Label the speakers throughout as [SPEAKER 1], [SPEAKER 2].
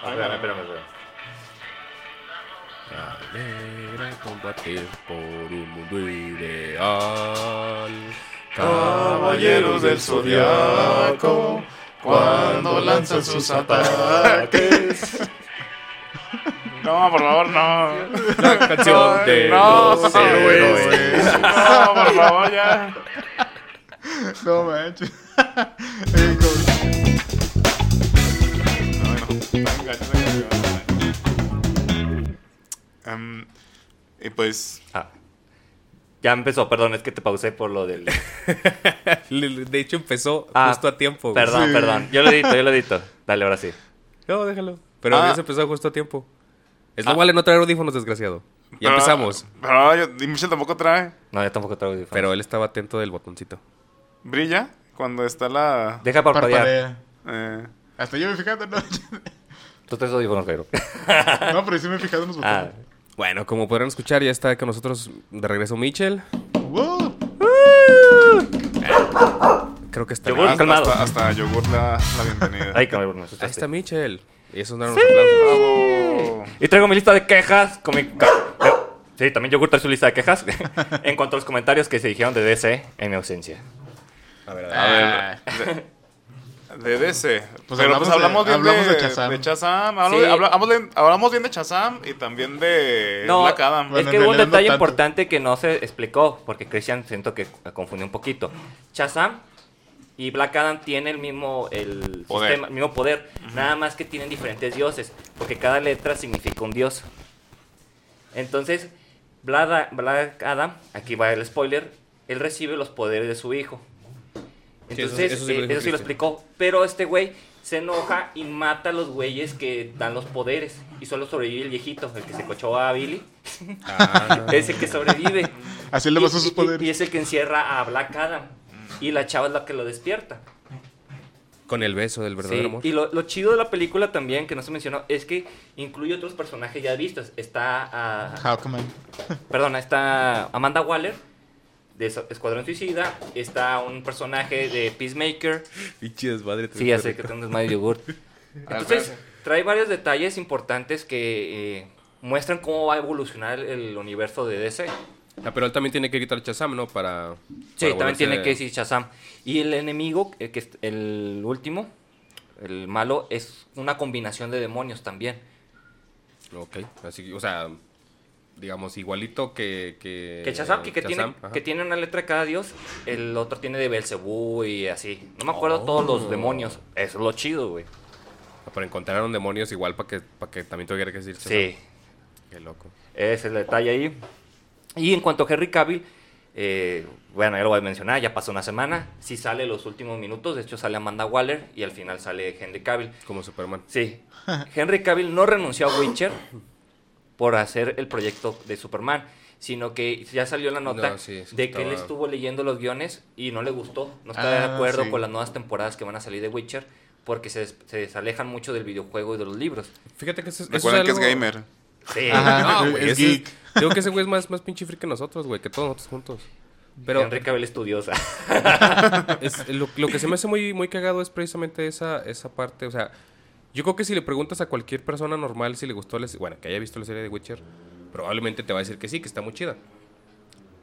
[SPEAKER 1] A mí
[SPEAKER 2] Espérame,
[SPEAKER 1] me-
[SPEAKER 2] espérame, espérame.
[SPEAKER 3] Alegra combatir por un mundo ideal. Caballeros del Zodiaco, cuando lanzan sus ataques.
[SPEAKER 1] No, por favor, no.
[SPEAKER 3] La canción de
[SPEAKER 1] No,
[SPEAKER 3] los
[SPEAKER 1] no,
[SPEAKER 3] héroes.
[SPEAKER 1] No, por favor, ya.
[SPEAKER 4] No manches. Ey, con-
[SPEAKER 1] No, no. Tan gacha esa canción. Em, y pues,
[SPEAKER 2] Ah. Ya empezó, perdón, es que te pausé por lo del.
[SPEAKER 3] De hecho, empezó
[SPEAKER 2] Ah,
[SPEAKER 3] justo a tiempo. güey.
[SPEAKER 2] Perdón,
[SPEAKER 4] Sí.
[SPEAKER 2] perdón. Yo lo edito, yo lo edito. Dale, ahora sí.
[SPEAKER 3] No, déjalo. Pero
[SPEAKER 1] Ah.
[SPEAKER 3] ya se empezó justo a tiempo. Es
[SPEAKER 2] Ah.
[SPEAKER 3] lo vale no traer audífonos, desgraciado. Ya
[SPEAKER 1] Pero-
[SPEAKER 3] empezamos.
[SPEAKER 1] Pero yo- y Michelle tampoco trae.
[SPEAKER 2] No, yo tampoco traigo audífonos.
[SPEAKER 3] Pero él estaba atento del botoncito.
[SPEAKER 1] Brilla cuando está la.
[SPEAKER 2] Deja parpadear.
[SPEAKER 4] Parpadea.
[SPEAKER 1] eh,
[SPEAKER 4] Hasta yo me he fijado, ¿no?
[SPEAKER 2] Tú traes audífonos, Jairo.
[SPEAKER 4] no, pero sí me he fijado en los
[SPEAKER 2] Ah,
[SPEAKER 4] botones.
[SPEAKER 3] Bueno, como podrán escuchar, ya está con nosotros de regreso Mitchell.
[SPEAKER 4] ¡Wow!
[SPEAKER 3] Creo que está.
[SPEAKER 2] Yo voy-
[SPEAKER 3] Ahí
[SPEAKER 1] hasta,
[SPEAKER 2] calmado.
[SPEAKER 1] hasta, hasta Yogur la, la bienvenida.
[SPEAKER 2] ay, cabrón, me asustaste.
[SPEAKER 3] está Mitchell. Y esos eran los aplausos.
[SPEAKER 1] Bravo.
[SPEAKER 2] Y traigo mi lista de quejas con mi... ca- eh, Sí, también yo trae su lista de quejas en cuanto a los comentarios que se dijeron de DC en mi ausencia.
[SPEAKER 3] A ver, a ver.
[SPEAKER 1] A
[SPEAKER 4] Ah,
[SPEAKER 1] ver. De, de DC.
[SPEAKER 4] Pues
[SPEAKER 1] Pero
[SPEAKER 4] hablamos
[SPEAKER 1] pues hablamos
[SPEAKER 4] de-
[SPEAKER 1] bien
[SPEAKER 4] hablamos
[SPEAKER 1] de,
[SPEAKER 4] de Shazam.
[SPEAKER 1] de Shazam, hablamos,
[SPEAKER 2] Sí.
[SPEAKER 1] de- habla- hablamos de- hablamos bien de Chazam y también
[SPEAKER 3] Eh,
[SPEAKER 1] de
[SPEAKER 2] No,
[SPEAKER 1] Black Adam.
[SPEAKER 2] es
[SPEAKER 4] Bueno,
[SPEAKER 2] que
[SPEAKER 4] en
[SPEAKER 2] hubo un
[SPEAKER 4] realidad no
[SPEAKER 2] detalle
[SPEAKER 4] tanto.
[SPEAKER 2] importante que no se explicó, porque Christian siento que confundió un poquito. Shazam y Black Adam tienen el mismo, el
[SPEAKER 1] Poder.
[SPEAKER 2] sistema, el mismo poder, nada más que tienen diferentes dioses, porque cada letra significa un dios. Entonces, Blada- Black Adam, aquí va el spoiler, él recibe los poderes de su hijo.
[SPEAKER 3] Sí, eso-
[SPEAKER 2] Entonces, eh,
[SPEAKER 3] eso
[SPEAKER 2] eso, sí,
[SPEAKER 3] sí lo dijo
[SPEAKER 2] lo
[SPEAKER 3] Christian.
[SPEAKER 2] explicó. Pero este güey se enoja y mata a los güeyes que dan los poderes. Y solo sobrevive el viejito, el que se cochó a Billy. es el que sobrevive.
[SPEAKER 4] Así le
[SPEAKER 2] Y-
[SPEAKER 4] pasó sus
[SPEAKER 2] y- Y,
[SPEAKER 4] poderes.
[SPEAKER 2] es el que encierra a Black Adam. Y la chava es la que lo despierta.
[SPEAKER 3] Con el beso del verdadero
[SPEAKER 2] Sí,
[SPEAKER 3] amor.
[SPEAKER 2] Y lo, lo chido de la película también, que no se mencionó, es que incluye otros personajes ya vistos. Está ah,
[SPEAKER 4] Hawkman.
[SPEAKER 2] Perdona, está Amanda Waller de Sa- Escuadrón Suicida. Está un personaje de Peacemaker.
[SPEAKER 3] Pinches madre.
[SPEAKER 2] Sí, ya sé que tengo más yogurt. Entonces, trae varios detalles importantes que eh, muestran cómo va a evolucionar el universo de DC.
[SPEAKER 3] Ah, pero él también tiene que gritar Chazam, ¿no? Para.
[SPEAKER 2] Sí,
[SPEAKER 3] para
[SPEAKER 2] también
[SPEAKER 3] volverse-
[SPEAKER 2] tiene que decir Shazam. Y el enemigo, el, que es el último, el malo, es una combinación de demonios también.
[SPEAKER 3] Ok. Así que, o sea, digamos, igualito que. Que,
[SPEAKER 2] Que Shazam, que, que
[SPEAKER 3] Eh, Shazam,
[SPEAKER 2] tiene,
[SPEAKER 3] ajá.
[SPEAKER 2] que tiene una letra de cada dios, el otro tiene de Belcebú y así. No me acuerdo todos
[SPEAKER 3] Oh.
[SPEAKER 2] los demonios. Eso es lo chido, güey.
[SPEAKER 3] Ah, Pero encontraron demonios igual para que, para que también tuviera que decir Shazam.
[SPEAKER 2] Sí,
[SPEAKER 3] Qué loco.
[SPEAKER 2] ese es el detalle ahí. Y en cuanto a Henry Cavill, eh, bueno, ya lo voy a mencionar, ya pasó una semana. Sí sale los últimos minutos, de hecho sale Amanda Waller y al final sale Henry Cavill.
[SPEAKER 3] Como Superman.
[SPEAKER 2] Sí, Henry Cavill no renunció a Witcher por hacer el proyecto de Superman, sino que ya salió la nota
[SPEAKER 3] No, sí, es que
[SPEAKER 2] de que él
[SPEAKER 3] estaba-
[SPEAKER 2] estuvo leyendo los guiones y no le gustó, no está
[SPEAKER 4] Ah,
[SPEAKER 2] de acuerdo
[SPEAKER 4] sí.
[SPEAKER 2] con las nuevas temporadas que van a salir de Witcher porque se, des- se desalejan mucho del videojuego y de los libros.
[SPEAKER 3] Fíjate que eso, eso
[SPEAKER 1] Recuerden que es
[SPEAKER 3] algo-
[SPEAKER 1] gamer.
[SPEAKER 2] Sí.
[SPEAKER 3] No,
[SPEAKER 4] Ajá. Es
[SPEAKER 3] güey, ese-
[SPEAKER 4] geek.
[SPEAKER 3] Digo que ese güey es más, más pinche freak que nosotros, güey, que todos nosotros juntos. Pero
[SPEAKER 2] Henry Cavill estudiosa.
[SPEAKER 3] es- eh, lo, lo que se me hace muy, muy cagado es precisamente esa, esa parte. O sea, yo creo que si le preguntas a cualquier persona normal si le gustó, la se- bueno, que haya visto la serie de Witcher, probablemente te va a decir que sí, que está muy chida.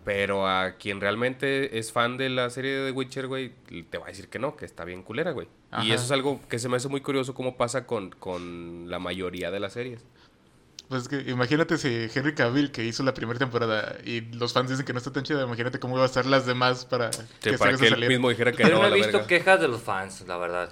[SPEAKER 3] Pero a quien realmente es fan de la serie de Witcher, güey, te va a decir que no, que está bien culera, güey. Y
[SPEAKER 4] Ajá.
[SPEAKER 3] eso es algo que se me hace muy curioso cómo pasa con, con la mayoría de las series.
[SPEAKER 4] Pues es que imagínate si Henry Cavill, que hizo la primera temporada, y los fans dicen que no está tan chida, imagínate cómo iba a estar las demás para
[SPEAKER 3] Sí,
[SPEAKER 4] que
[SPEAKER 3] para
[SPEAKER 4] salgas a
[SPEAKER 3] que él
[SPEAKER 4] salir.
[SPEAKER 3] mismo dijera que
[SPEAKER 2] Yo
[SPEAKER 3] no,
[SPEAKER 2] no
[SPEAKER 3] a
[SPEAKER 2] he
[SPEAKER 3] la
[SPEAKER 2] visto
[SPEAKER 3] verga.
[SPEAKER 2] quejas de los fans, la verdad.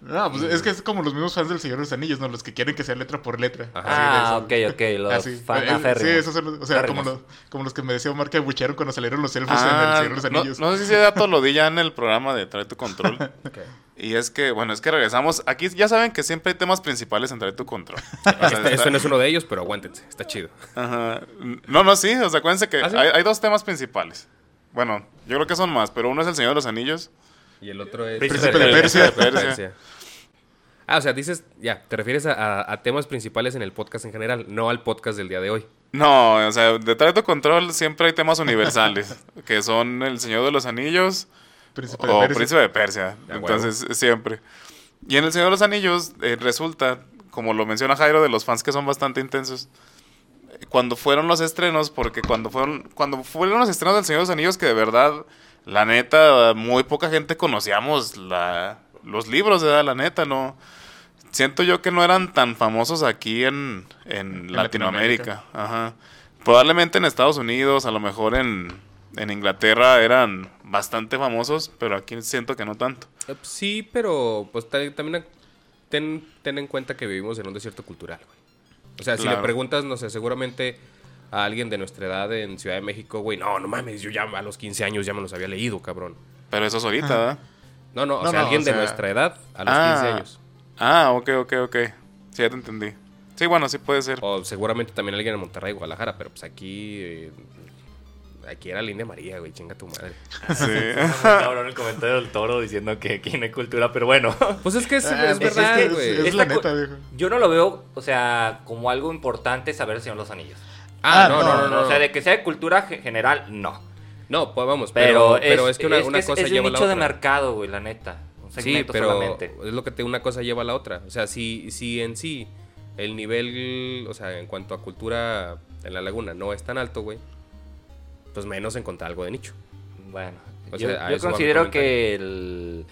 [SPEAKER 4] No, pues es que es como los mismos fans del Señor de los Anillos, ¿no? Los que quieren que sea letra por letra.
[SPEAKER 2] Ah,
[SPEAKER 4] Así de
[SPEAKER 2] ok, ok, los
[SPEAKER 4] Así. Eh,
[SPEAKER 2] fanaférrimos.
[SPEAKER 4] Sí, esos son los, o sea, como
[SPEAKER 2] Férrimos.
[SPEAKER 4] los, como los que me decía Omar que abuchearon cuando salieron los elfos en el
[SPEAKER 1] Ah,
[SPEAKER 4] Señor de los
[SPEAKER 1] no,
[SPEAKER 4] Anillos.
[SPEAKER 1] no sé si ese dato lo di ya en el programa de Trae tu Control. Y es que, bueno, es que regresamos. Aquí ya saben que siempre hay temas principales en Trae tu Control. O sea,
[SPEAKER 3] Este,
[SPEAKER 1] está-
[SPEAKER 3] este no es uno de ellos, pero aguántense, está chido.
[SPEAKER 1] Ajá. No, no, sí. O sea, acuérdense que
[SPEAKER 3] ¿Ah, sí?
[SPEAKER 1] hay, hay dos temas principales. Bueno, yo creo que son más, pero uno es el Señor de los Anillos.
[SPEAKER 3] Y el otro es
[SPEAKER 2] Príncipe Príncipe
[SPEAKER 4] de de Persia.
[SPEAKER 1] Persia.
[SPEAKER 3] Ah, o sea, dices, ya, te refieres a, a- a temas principales en el podcast en general, no al podcast del día de hoy.
[SPEAKER 1] No, o sea, de Trae tu Control siempre hay temas universales, que son el Señor de los Anillos
[SPEAKER 4] Príncipe de
[SPEAKER 1] o
[SPEAKER 4] Persia.
[SPEAKER 1] Príncipe de Persia.
[SPEAKER 3] De huevo.
[SPEAKER 1] Entonces, siempre. Y en el Señor de los Anillos eh, resulta como lo menciona Jairo, de los fans que son bastante intensos, cuando fueron los estrenos, porque cuando fueron, cuando fueron los estrenos del Señor de los Anillos, que de verdad, la neta, muy poca gente conocíamos la, los libros, ¿verdad? la neta, no. Siento yo que no eran tan famosos aquí en, en,
[SPEAKER 4] En
[SPEAKER 1] Latinoamérica. Ajá. Probablemente en Estados Unidos, a lo mejor en, en Inglaterra eran bastante famosos, pero aquí siento que no tanto.
[SPEAKER 3] Eh, pues, Sí, pero pues ta- también ten, ten en cuenta que vivimos en un desierto cultural, güey. O sea, si le
[SPEAKER 1] Claro.
[SPEAKER 3] preguntas, no sé, seguramente a alguien de nuestra edad en Ciudad de México, güey, no, no mames, yo ya a los 15 años ya me los había leído, cabrón.
[SPEAKER 1] Pero eso es ahorita, ¿verdad?
[SPEAKER 3] No, no, o
[SPEAKER 4] No,
[SPEAKER 3] sea,
[SPEAKER 4] no,
[SPEAKER 3] alguien
[SPEAKER 4] o
[SPEAKER 3] de
[SPEAKER 4] sea-
[SPEAKER 3] nuestra edad a los 15 años.
[SPEAKER 1] Ah, ok, ok, ok. Sí, ya te entendí. Sí, bueno, sí puede ser.
[SPEAKER 3] O seguramente también alguien en Monterrey, Guadalajara, pero pues aquí... eh, aquí era la India María, güey, chinga tu madre.
[SPEAKER 1] Sí.
[SPEAKER 2] Cabrón, el comentario del toro diciendo que aquí no hay cultura, pero bueno.
[SPEAKER 3] Pues es que es,
[SPEAKER 4] Ah,
[SPEAKER 3] es
[SPEAKER 4] pues,
[SPEAKER 3] verdad,
[SPEAKER 2] es que-
[SPEAKER 3] güey.
[SPEAKER 4] Es la
[SPEAKER 2] Esta
[SPEAKER 4] neta,
[SPEAKER 2] cu-
[SPEAKER 4] viejo.
[SPEAKER 2] Yo no lo veo, o sea, como algo importante saber el Señor de los Anillos.
[SPEAKER 3] Ah,
[SPEAKER 4] Ah,
[SPEAKER 3] no, no, no,
[SPEAKER 4] no,
[SPEAKER 3] no.
[SPEAKER 2] O sea, de que sea de cultura ge- general, no.
[SPEAKER 3] No, pues vamos,
[SPEAKER 2] Pero,
[SPEAKER 3] pero, pero,
[SPEAKER 2] es,
[SPEAKER 3] es, que una, una
[SPEAKER 2] es-
[SPEAKER 3] cosa
[SPEAKER 2] es de
[SPEAKER 3] lleva a la
[SPEAKER 2] nicho
[SPEAKER 3] otra.
[SPEAKER 2] de mercado, güey, la neta. Un
[SPEAKER 3] Sí,
[SPEAKER 2] segmento
[SPEAKER 3] pero
[SPEAKER 2] solamente.
[SPEAKER 3] es lo que te, una cosa lleva a la otra. O sea, si, si en sí el nivel, o sea, en cuanto a cultura en la laguna no es tan alto, güey, pues menos encontrar algo de nicho.
[SPEAKER 2] Bueno,
[SPEAKER 3] O
[SPEAKER 2] yo,
[SPEAKER 3] sea, a
[SPEAKER 2] yo
[SPEAKER 3] eso va mi
[SPEAKER 2] considero
[SPEAKER 3] comentario.
[SPEAKER 2] que el...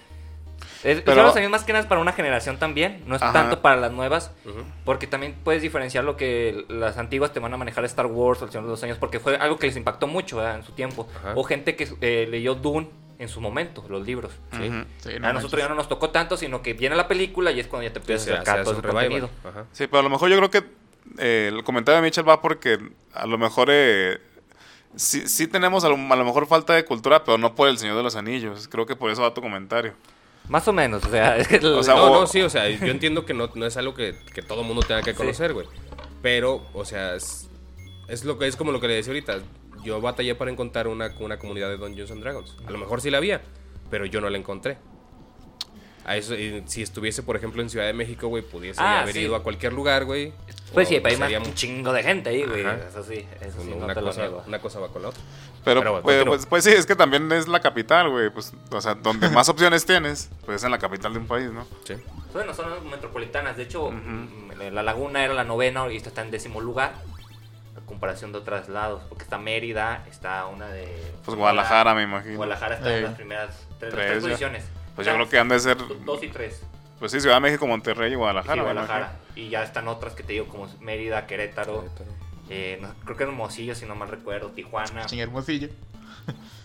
[SPEAKER 2] Es, el
[SPEAKER 1] Pero-
[SPEAKER 2] Señor de los Anillos más que nada es para una generación también, no es
[SPEAKER 1] Ajá.
[SPEAKER 2] tanto para las nuevas,
[SPEAKER 3] Ujú.
[SPEAKER 2] porque también puedes diferenciar lo que las antiguas te van a manejar Star Wars o el Señor de los Anillos, porque fue algo que les impactó mucho ¿verdad? en su tiempo,
[SPEAKER 3] Ajá.
[SPEAKER 2] o gente que eh, leyó Dune en su momento, los libros. ¿sí?
[SPEAKER 1] Ujú.
[SPEAKER 4] Sí, no
[SPEAKER 2] a Ah, nosotros
[SPEAKER 4] manches.
[SPEAKER 2] ya no nos tocó tanto, sino que viene la película y es cuando ya te empiezas
[SPEAKER 3] Se-
[SPEAKER 2] a acercar
[SPEAKER 3] se
[SPEAKER 2] a todo
[SPEAKER 3] hace
[SPEAKER 2] ese
[SPEAKER 3] un revival.
[SPEAKER 2] contenido.
[SPEAKER 3] Ajá.
[SPEAKER 1] Sí, pero a lo mejor yo creo que eh, el comentario de Mitchell va porque a lo mejor eh, sí, sí tenemos a lo, a lo mejor falta de cultura, pero no por el Señor de los Anillos. Creo que por eso va tu comentario.
[SPEAKER 2] Más o menos, o sea, es que...
[SPEAKER 1] O sea,
[SPEAKER 3] no,
[SPEAKER 1] o-
[SPEAKER 3] no, sí, o sea, yo entiendo que no, no es algo que, que todo mundo tenga que conocer, güey. Pero, o sea, es, es lo que es como lo que le decía ahorita. Yo batallé para encontrar una, una comunidad de Dungeons and Dragons. A lo mejor sí la había, pero yo no la encontré. A eso, y si estuviese, por ejemplo, en Ciudad de México, güey, pudiese
[SPEAKER 2] Ah,
[SPEAKER 3] haber
[SPEAKER 2] sí.
[SPEAKER 3] ido a cualquier lugar, güey.
[SPEAKER 2] pues
[SPEAKER 3] o
[SPEAKER 2] sí, para
[SPEAKER 3] sería
[SPEAKER 2] más un chingo de gente ahí, güey.
[SPEAKER 3] Ajá.
[SPEAKER 2] Eso sí, eso sí,
[SPEAKER 3] una,
[SPEAKER 2] no te lo
[SPEAKER 3] cosa,
[SPEAKER 2] niego.
[SPEAKER 3] una cosa va con la otra.
[SPEAKER 1] Pero,
[SPEAKER 3] Pero bueno,
[SPEAKER 1] pues,
[SPEAKER 3] continúa.
[SPEAKER 1] pues, pues sí, es que también es la capital, güey. Pues, o sea, donde más opciones tienes, pues es en la capital de un país, ¿no? Pues
[SPEAKER 3] Sí.
[SPEAKER 2] Bueno, son metropolitanas. De hecho, mm, La Laguna era la novena y esta está en décimo lugar. A comparación de otros lados. Porque está Mérida, está una de.
[SPEAKER 1] Pues Guadalajara, me imagino.
[SPEAKER 2] Guadalajara está en
[SPEAKER 4] Eh.
[SPEAKER 2] las primeras tres, las
[SPEAKER 1] Tres,
[SPEAKER 2] tres
[SPEAKER 1] ya.
[SPEAKER 2] posiciones.
[SPEAKER 1] Pues yo creo que han de ser,
[SPEAKER 2] que. Ah, Dos y tres.
[SPEAKER 1] pues sí, Ciudad de México, Monterrey y
[SPEAKER 2] Sí,
[SPEAKER 1] Guadalajara. me
[SPEAKER 2] Guadalajara. Y ya están otras que te digo, como Mérida, Querétaro. eh, no- creo que Hermosillo, si no mal recuerdo. Tijuana.
[SPEAKER 4] Ching hermosillo.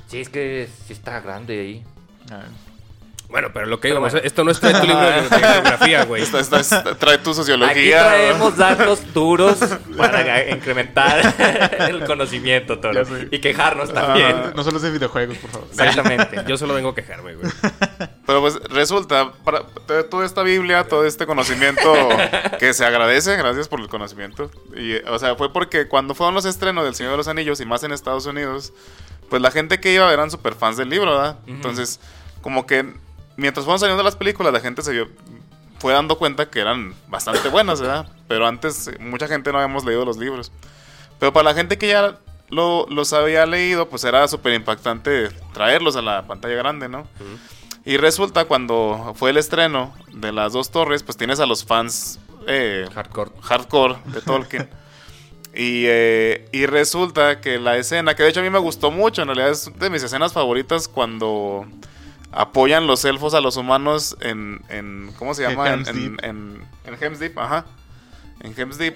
[SPEAKER 2] Sí, es que sí está grande ahí.
[SPEAKER 4] Ah,
[SPEAKER 3] Bueno, pero lo que
[SPEAKER 2] Pero
[SPEAKER 3] digo,
[SPEAKER 2] bueno.
[SPEAKER 3] esto no está en tu libro de geografía, güey.
[SPEAKER 1] Esta- esta es- trae tu
[SPEAKER 2] Aquí
[SPEAKER 1] sociología.
[SPEAKER 2] traemos datos duros para incrementar el conocimiento, Toro.
[SPEAKER 4] Ya sé.
[SPEAKER 2] Y quejarnos
[SPEAKER 1] Ah,
[SPEAKER 2] también.
[SPEAKER 4] No solo es de videojuegos, por favor.
[SPEAKER 2] Exactamente.
[SPEAKER 3] Yo solo vengo a quejarme, güey.
[SPEAKER 1] Pero pues resulta, para t- toda esta Biblia, todo este conocimiento que se agradece, gracias por el conocimiento. Y, eh, o sea, fue porque cuando fueron los estrenos del Señor de los Anillos y más en Estados Unidos, pues la gente que iba eran superfans del libro, ¿verdad? Entonces, como que mientras fueron saliendo las películas, la gente se vio, fue dando cuenta que eran bastante buenas, ¿verdad? Pero antes eh, mucha gente no habíamos leído los libros. Pero para la gente que ya lo- los había leído, pues era súper impactante traerlos a la pantalla grande, ¿no? Y resulta cuando fue el estreno de las dos torres, pues tienes a los fans eh,
[SPEAKER 3] Hardcore.
[SPEAKER 1] hardcore de Tolkien. y, eh, y resulta que la escena, que de hecho a mí me gustó mucho, en realidad es de mis escenas favoritas cuando apoyan los elfos a los humanos en, en ¿cómo se
[SPEAKER 4] En
[SPEAKER 1] llama? En,
[SPEAKER 4] Helm's
[SPEAKER 1] en,
[SPEAKER 4] Deep.
[SPEAKER 1] en, en Helm's Deep, ajá. En Helm's Deep.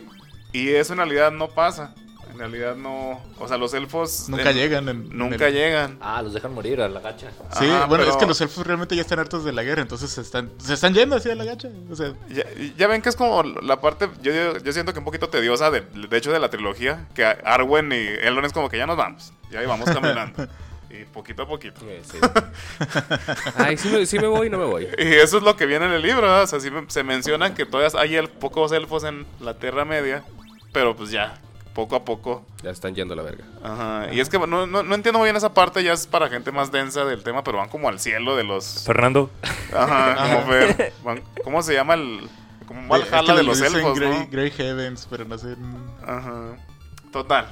[SPEAKER 1] Y eso en realidad no pasa. En realidad no... O sea, los elfos...
[SPEAKER 4] Nunca
[SPEAKER 1] en-
[SPEAKER 4] llegan. en- en
[SPEAKER 1] Nunca
[SPEAKER 4] el-
[SPEAKER 1] llegan.
[SPEAKER 2] Ah, los dejan morir a la gacha.
[SPEAKER 4] Sí,
[SPEAKER 1] Ajá,
[SPEAKER 4] bueno,
[SPEAKER 1] pero-
[SPEAKER 4] es que los elfos realmente ya están hartos de la guerra, entonces se están, se están yendo así a la gacha. O sea,
[SPEAKER 1] Ya, ya ven que es como la parte, yo- yo, yo siento que un poquito tediosa, de, de hecho, de la trilogía, que Arwen y Elrond es como que ya nos vamos, ya ahí vamos caminando, y poquito a poquito.
[SPEAKER 3] Ay, sí me, sí me voy y no me voy.
[SPEAKER 1] Y eso es lo que viene en el libro, ¿verdad? o sea, sí me- se mencionan que todavía hay el- pocos elfos en la Tierra Media, pero pues ya, poco a poco.
[SPEAKER 3] Ya están yendo a la verga.
[SPEAKER 1] Ajá. Y es que no, no, no entiendo muy bien esa parte, ya es para gente más densa del tema, pero van como al cielo de los...
[SPEAKER 2] Fernando.
[SPEAKER 1] Ajá, como ver, van- ¿Cómo se llama el... Como un
[SPEAKER 4] es que
[SPEAKER 1] Valhalla de
[SPEAKER 4] les
[SPEAKER 1] los
[SPEAKER 4] dicen
[SPEAKER 1] elfos,
[SPEAKER 4] Grey,
[SPEAKER 1] ¿no?
[SPEAKER 4] Grey Heavens, pero no sé. mm,
[SPEAKER 1] Ajá. Total.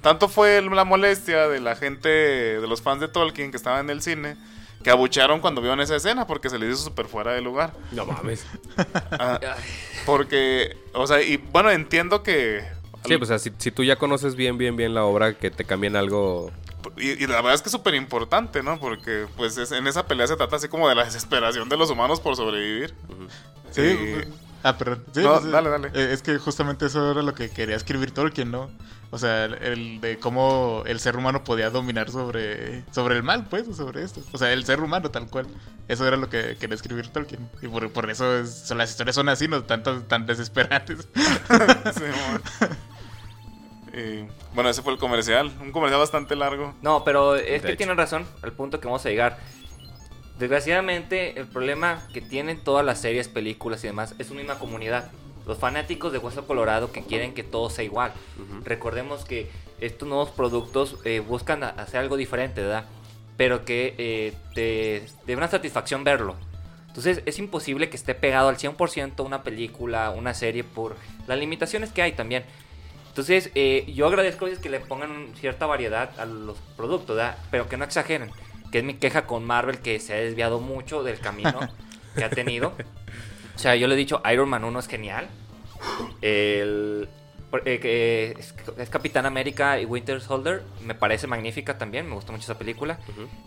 [SPEAKER 1] Tanto fue el- la molestia de la gente, de los fans de Tolkien que estaban en el cine, que abucharon cuando vieron esa escena porque se les hizo súper fuera de lugar.
[SPEAKER 3] No mames.
[SPEAKER 1] Ah,
[SPEAKER 2] Ay,
[SPEAKER 1] porque, o sea, y bueno, entiendo que...
[SPEAKER 3] Sí, pues o sea, si, si tú ya conoces bien, bien, bien la obra, que te cambien algo.
[SPEAKER 1] Y, y la verdad es que es súper importante, ¿no? Porque pues es- en esa pelea se trata así como de la desesperación de los humanos por sobrevivir.
[SPEAKER 4] Sí.
[SPEAKER 1] Y-
[SPEAKER 4] Ah, perdón. Sí,
[SPEAKER 1] No,
[SPEAKER 4] pues,
[SPEAKER 1] dale, dale.
[SPEAKER 4] eh, Es que justamente eso era lo que quería escribir Tolkien, ¿no? O sea, el, el de cómo el ser humano podía dominar sobre, sobre el mal, pues, o sobre esto. O sea, el ser humano tal cual. Eso era lo que quería escribir Tolkien. Y por, por eso es- son- las historias son así, ¿no? Tantas, tan desesperantes.
[SPEAKER 1] Sí, amor. Y, bueno, ese fue el comercial. Un comercial bastante largo.
[SPEAKER 2] No, pero es
[SPEAKER 3] De
[SPEAKER 2] que
[SPEAKER 3] hecho.
[SPEAKER 2] tienen razón al punto que vamos a llegar. Desgraciadamente, el problema que tienen todas las series, películas y demás es una misma comunidad. Los fanáticos de Hueso Colorado que quieren que todo sea igual. Recordemos que estos nuevos productos eh, buscan a- hacer algo diferente, ¿verdad? Pero que eh, te, te da una satisfacción verlo. Entonces es imposible que esté pegado al 100% una película, una serie, por las limitaciones que hay también. Entonces, eh, yo agradezco a veces que le pongan cierta variedad a los productos, ¿verdad? pero que no exageren. Que es mi queja con Marvel, que se ha desviado mucho del camino que ha tenido. O sea, yo le he dicho, Iron Man 1 es genial. El, eh, que es, es Capitán América y Winter Soldier me parece magnífica también, me gustó mucho esa película.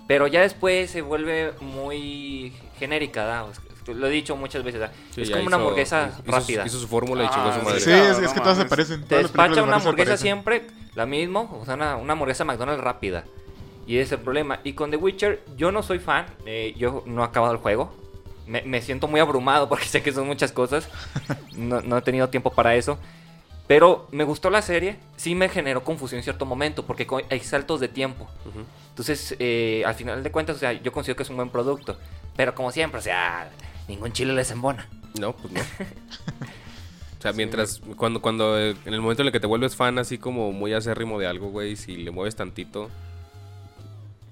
[SPEAKER 2] Pero ya después se vuelve muy genérica, ¿verdad? Es- Lo he dicho muchas veces, ¿verdad?
[SPEAKER 3] Sí,
[SPEAKER 2] es
[SPEAKER 3] ya
[SPEAKER 2] como una
[SPEAKER 3] hizo-
[SPEAKER 2] hamburguesa
[SPEAKER 3] hizo-
[SPEAKER 2] rápida.
[SPEAKER 3] Hizo su fórmula y
[SPEAKER 1] Ah,
[SPEAKER 3] chingó a su madre.
[SPEAKER 4] Sí,
[SPEAKER 1] claro,
[SPEAKER 4] es, es
[SPEAKER 1] no
[SPEAKER 4] que todas se
[SPEAKER 1] mames.
[SPEAKER 4] parecen.
[SPEAKER 2] Te
[SPEAKER 4] todas las películas de
[SPEAKER 2] despacha una
[SPEAKER 4] Marvel se
[SPEAKER 2] hamburguesa
[SPEAKER 4] parecen.
[SPEAKER 2] siempre la mismo, o sea, una, una hamburguesa McDonald's rápida. Y ese es el problema. Y con The Witcher, yo no soy fan, eh, yo no he acabado el juego. Me, me siento muy abrumado porque sé que son muchas cosas. No, no he tenido tiempo para eso. Pero me gustó la serie, sí me generó confusión en cierto momento porque co- hay saltos de tiempo. Entonces, eh, al final de cuentas, o sea, yo considero que es un buen producto. Pero como siempre, o sea, ningún chile les embona.
[SPEAKER 3] No, pues no. O sea, mientras, cuando, cuando, eh, en el momento en el que te vuelves fan así como muy acérrimo de algo, güey, si le mueves tantito,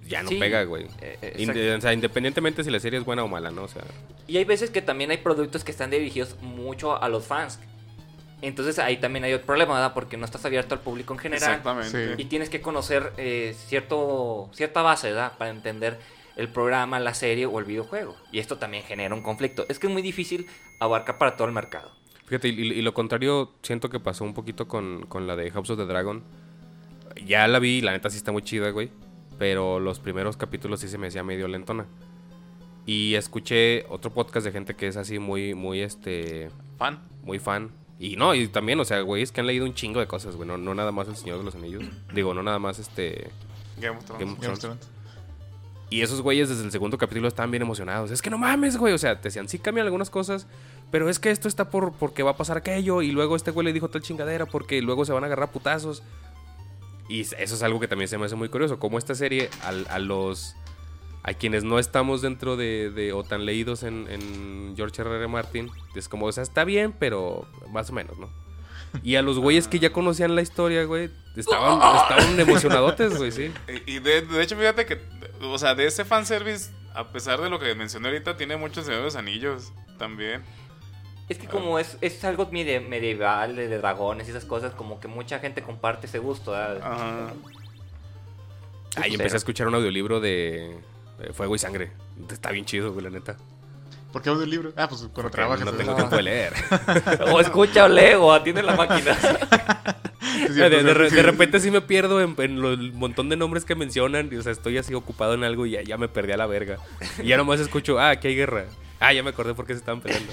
[SPEAKER 3] ya no
[SPEAKER 2] Sí,
[SPEAKER 3] pega, güey.
[SPEAKER 2] eh, eh,
[SPEAKER 3] Inde-
[SPEAKER 2] exacto.
[SPEAKER 3] o sea, independientemente si la serie es buena o mala, ¿no? O sea,
[SPEAKER 2] Y hay veces que también hay productos que están dirigidos mucho a los fans. Entonces ahí también hay otro problema, ¿verdad? Porque no estás abierto al público en general.
[SPEAKER 1] Exactamente.
[SPEAKER 2] Y tienes que conocer eh, cierto, cierta base, ¿verdad? Para entender el programa, la serie o el videojuego. Y esto también genera un conflicto. Es que es muy difícil abarcar para todo el mercado.
[SPEAKER 3] fíjate, y, y lo contrario siento que pasó un poquito con, con la de House of the Dragon. Ya la vi, la neta sí está muy chida, güey. Pero los primeros capítulos sí se me hacía medio lentona. Y escuché otro podcast de gente que es así muy, muy, este...
[SPEAKER 1] Fan.
[SPEAKER 3] muy fan. Y no, y también, o sea, güey, es que han leído un chingo de cosas, güey. No, no nada más El Señor de los Anillos. Digo, no nada más este.
[SPEAKER 1] Game of Thrones.
[SPEAKER 3] Game of
[SPEAKER 4] Game of
[SPEAKER 3] Thrones.
[SPEAKER 4] Thrones.
[SPEAKER 3] Y esos güeyes desde el segundo capítulo estaban bien emocionados. Es que no mames, güey. O sea, te decían, sí cambian algunas cosas, pero es que esto está por porque va a pasar aquello. Y luego este güey le dijo tal chingadera porque luego se van a agarrar a putazos. Y eso es algo que también se me hace muy curioso. Como esta serie, al- a, los. A quienes no estamos dentro de, de- o tan leídos en, en George R.R. Martin, es como, o sea, está bien, pero más o menos, ¿no? Y a los güeyes que ya conocían la historia, güey, estaban, estaban emocionadotes, güey, sí.
[SPEAKER 1] Y, y de, de hecho, fíjate que, o sea, de ese fanservice, a pesar de lo que mencioné ahorita, tiene muchos Señor de los Anillos también.
[SPEAKER 2] Es que como es, es algo mede- medieval, de, de dragones y esas cosas, como que mucha gente comparte ese gusto, ¿verdad?
[SPEAKER 1] Ajá.
[SPEAKER 3] Ahí empecé a escuchar un audiolibro de eh, Fuego y Sangre. Está bien chido, güey, la neta.
[SPEAKER 4] ¿Por qué audio libro? Ah, pues cuando trabajas.
[SPEAKER 3] no
[SPEAKER 4] ¿no?
[SPEAKER 3] tengo
[SPEAKER 2] ¿no?
[SPEAKER 3] tiempo de leer.
[SPEAKER 2] O escucha o lee o atiende la máquina.
[SPEAKER 4] Sí, sí,
[SPEAKER 3] de, Eh, de- de-
[SPEAKER 4] sí.
[SPEAKER 3] de repente sí me pierdo en, en lo- el montón de nombres que mencionan. y, o sea, estoy así ocupado en algo y ya, ya me perdí a la verga. Y ya nomás escucho, ah, aquí hay guerra. Ah, ya me acordé por qué se estaban peleando.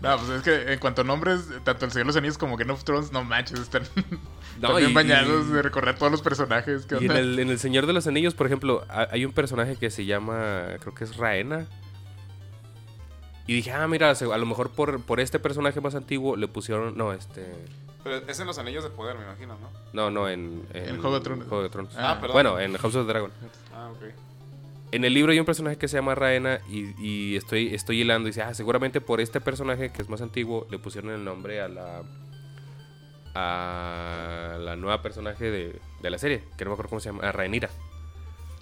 [SPEAKER 4] No, pues es que en cuanto a nombres, tanto El Señor de los Anillos como Game of Thrones, no manches, están,
[SPEAKER 3] No,
[SPEAKER 4] están bien
[SPEAKER 3] y-
[SPEAKER 4] bañados
[SPEAKER 3] y-
[SPEAKER 4] de recorrer todos los personajes. ¿qué
[SPEAKER 3] Y en
[SPEAKER 4] onda?
[SPEAKER 3] el, en el Señor de los Anillos, por ejemplo, ha- hay un personaje que se llama, creo que es Raena. Y dije, ah, mira, se- a lo mejor por, por este personaje más antiguo le pusieron, no, este...
[SPEAKER 1] Pero es en los Anillos de Poder, me imagino, ¿no?
[SPEAKER 3] No, no, en,
[SPEAKER 4] En Juego de Tronos.
[SPEAKER 3] Juego de Tronos.
[SPEAKER 1] Ah,
[SPEAKER 4] Ah,
[SPEAKER 1] perdón.
[SPEAKER 3] Bueno, en House of the Dragon.
[SPEAKER 1] Ah, ok.
[SPEAKER 3] En el libro hay un personaje que se llama Raena y, y estoy, estoy hilando y dice, ah, seguramente por este personaje que es más antiguo le pusieron el nombre a la a la nueva personaje de, de la serie, que no me acuerdo cómo se llama, a Rhaenyra.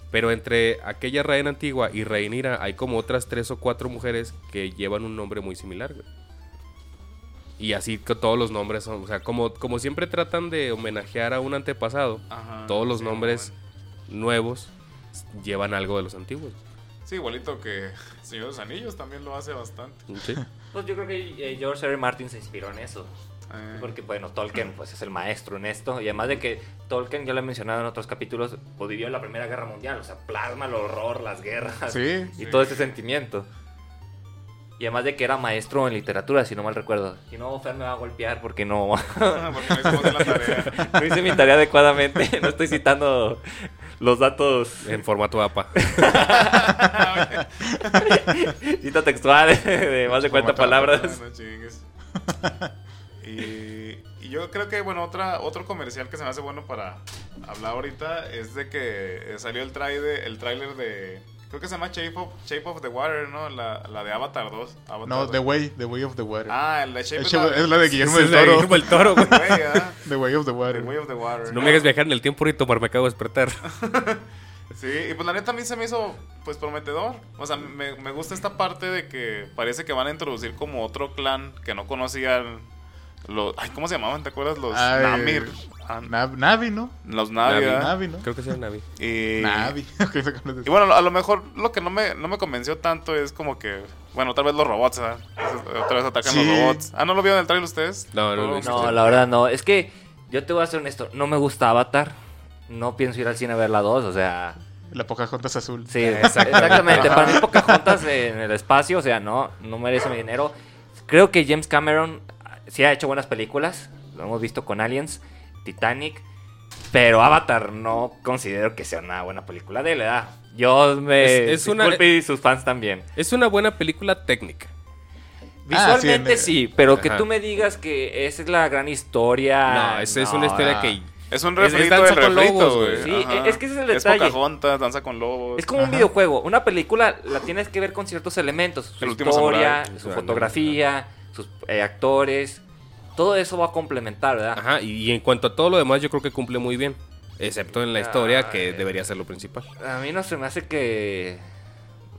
[SPEAKER 3] Pero entre aquella Raena antigua y Rhaenyra hay como otras tres o cuatro mujeres que llevan un nombre muy similar, güey. Y así que todos los nombres son, o sea, como, como siempre tratan de homenajear a un antepasado,
[SPEAKER 1] Ajá,
[SPEAKER 3] todos los
[SPEAKER 1] sí,
[SPEAKER 3] nombres nuevos llevan algo de los antiguos.
[SPEAKER 1] Sí, igualito que Señor de los Anillos también lo hace bastante.
[SPEAKER 3] Sí.
[SPEAKER 2] Pues yo creo que eh, George R. R. Martin se inspiró en eso.
[SPEAKER 1] Eh,
[SPEAKER 2] Porque, bueno, Tolkien pues es el maestro en esto. Y además de que Tolkien, ya lo he mencionado en otros capítulos, pues, vivió la Primera Guerra Mundial. O sea, plasma el horror, las guerras
[SPEAKER 4] Sí.
[SPEAKER 2] y
[SPEAKER 1] Sí.
[SPEAKER 2] todo ese sentimiento. Y además de que era maestro en literatura, si no mal recuerdo. Si no, Fer me va a golpear porque no,
[SPEAKER 1] porque no hicimos la tarea.
[SPEAKER 2] no hice mi tarea adecuadamente. No estoy citando los datos,
[SPEAKER 3] En formato APA.
[SPEAKER 2] cita textual de más de 40 palabras.
[SPEAKER 1] No chingues. Y, y yo creo que, bueno, otra, otro comercial que se me hace bueno para hablar ahorita es de que eh, salió el, trai de- el tráiler de... Creo que se llama Shape of, Shape of the Water, ¿no? La, la de Avatar 2. Avatar
[SPEAKER 4] No,
[SPEAKER 1] 2.
[SPEAKER 4] The Way, The Way of the Water.
[SPEAKER 1] Ah, el de Shape
[SPEAKER 4] El
[SPEAKER 1] of
[SPEAKER 4] chavo-
[SPEAKER 1] the
[SPEAKER 4] es la de Guillermo
[SPEAKER 3] Es
[SPEAKER 4] del
[SPEAKER 3] la de
[SPEAKER 4] Toro.
[SPEAKER 3] Guillermo del Toro, güey.
[SPEAKER 1] Güey, ¿ah?
[SPEAKER 4] The Way of the
[SPEAKER 1] The
[SPEAKER 4] Water.
[SPEAKER 1] Way of the Water.
[SPEAKER 3] No me hagas viajar en el tiempo, Rito, porque me acabo de despertar.
[SPEAKER 1] Sí, y pues la neta a mí se me hizo pues prometedor. O sea, me, me gusta esta parte de que parece que van a introducir como otro clan que no conocían los... Ay, ¿cómo se llamaban? ¿Te acuerdas? Los
[SPEAKER 4] Ay,
[SPEAKER 1] Namir. Ah,
[SPEAKER 4] Nav- Navi, ¿no?
[SPEAKER 1] los Navi, ¿verdad?
[SPEAKER 4] Navi, ¿no?
[SPEAKER 3] Creo que sea Navi.
[SPEAKER 1] Y,
[SPEAKER 4] Navi. Ok, se conoce.
[SPEAKER 1] y bueno, a lo mejor lo que no me, no me convenció tanto es como que... Bueno, tal vez los robots, ¿verdad? Entonces, Otra vez atacan
[SPEAKER 4] Sí.
[SPEAKER 1] los robots. Ah, ¿no lo vieron en el trailer ustedes?
[SPEAKER 3] No, no, no.
[SPEAKER 2] No, la verdad no. Es que yo te voy a ser honesto. No me gusta Avatar. No pienso ir al cine a ver la 2. O sea,
[SPEAKER 4] La Pocahontas azul.
[SPEAKER 2] sí, exactamente. Para mí, Pocahontas en el espacio. O sea, no, no merece mi dinero. Creo que James Cameron ah, sí ha hecho buenas películas. Lo hemos visto con Aliens, Titanic. Pero Avatar no considero que sea una buena película de él, ¿verdad? Yo me.
[SPEAKER 3] Es- es una- Ah,
[SPEAKER 2] disculpe y sus fans también.
[SPEAKER 3] Es una buena película técnica.
[SPEAKER 4] Ah, sí, en-
[SPEAKER 2] Visualmente sí, pero que
[SPEAKER 3] Ajá.
[SPEAKER 2] tú me digas que esa es la gran historia.
[SPEAKER 3] no, es, es una
[SPEAKER 2] Ah, no,
[SPEAKER 3] historia
[SPEAKER 4] no.
[SPEAKER 3] que...
[SPEAKER 1] Es un
[SPEAKER 3] Es- es
[SPEAKER 1] refrito
[SPEAKER 3] danza
[SPEAKER 1] del
[SPEAKER 3] con
[SPEAKER 1] refrito,
[SPEAKER 3] lobos,
[SPEAKER 1] güey.
[SPEAKER 2] güey. Sí,
[SPEAKER 1] Ajá.
[SPEAKER 2] es que ese es el detalle.
[SPEAKER 1] Es Pocahontas, Danza con Lobos.
[SPEAKER 2] Es como un videojuego. Una película la tienes que ver con ciertos elementos. Su
[SPEAKER 1] El último
[SPEAKER 2] historia,
[SPEAKER 1] samurái.
[SPEAKER 2] su fotografía, sus eh, actores. Todo eso va a complementar, ¿verdad?
[SPEAKER 3] Ajá, y, y en cuanto a todo lo demás, yo creo que cumple muy bien. Excepto en la historia, que
[SPEAKER 2] Ay.
[SPEAKER 3] debería ser lo principal.
[SPEAKER 2] A mí no se me hace que...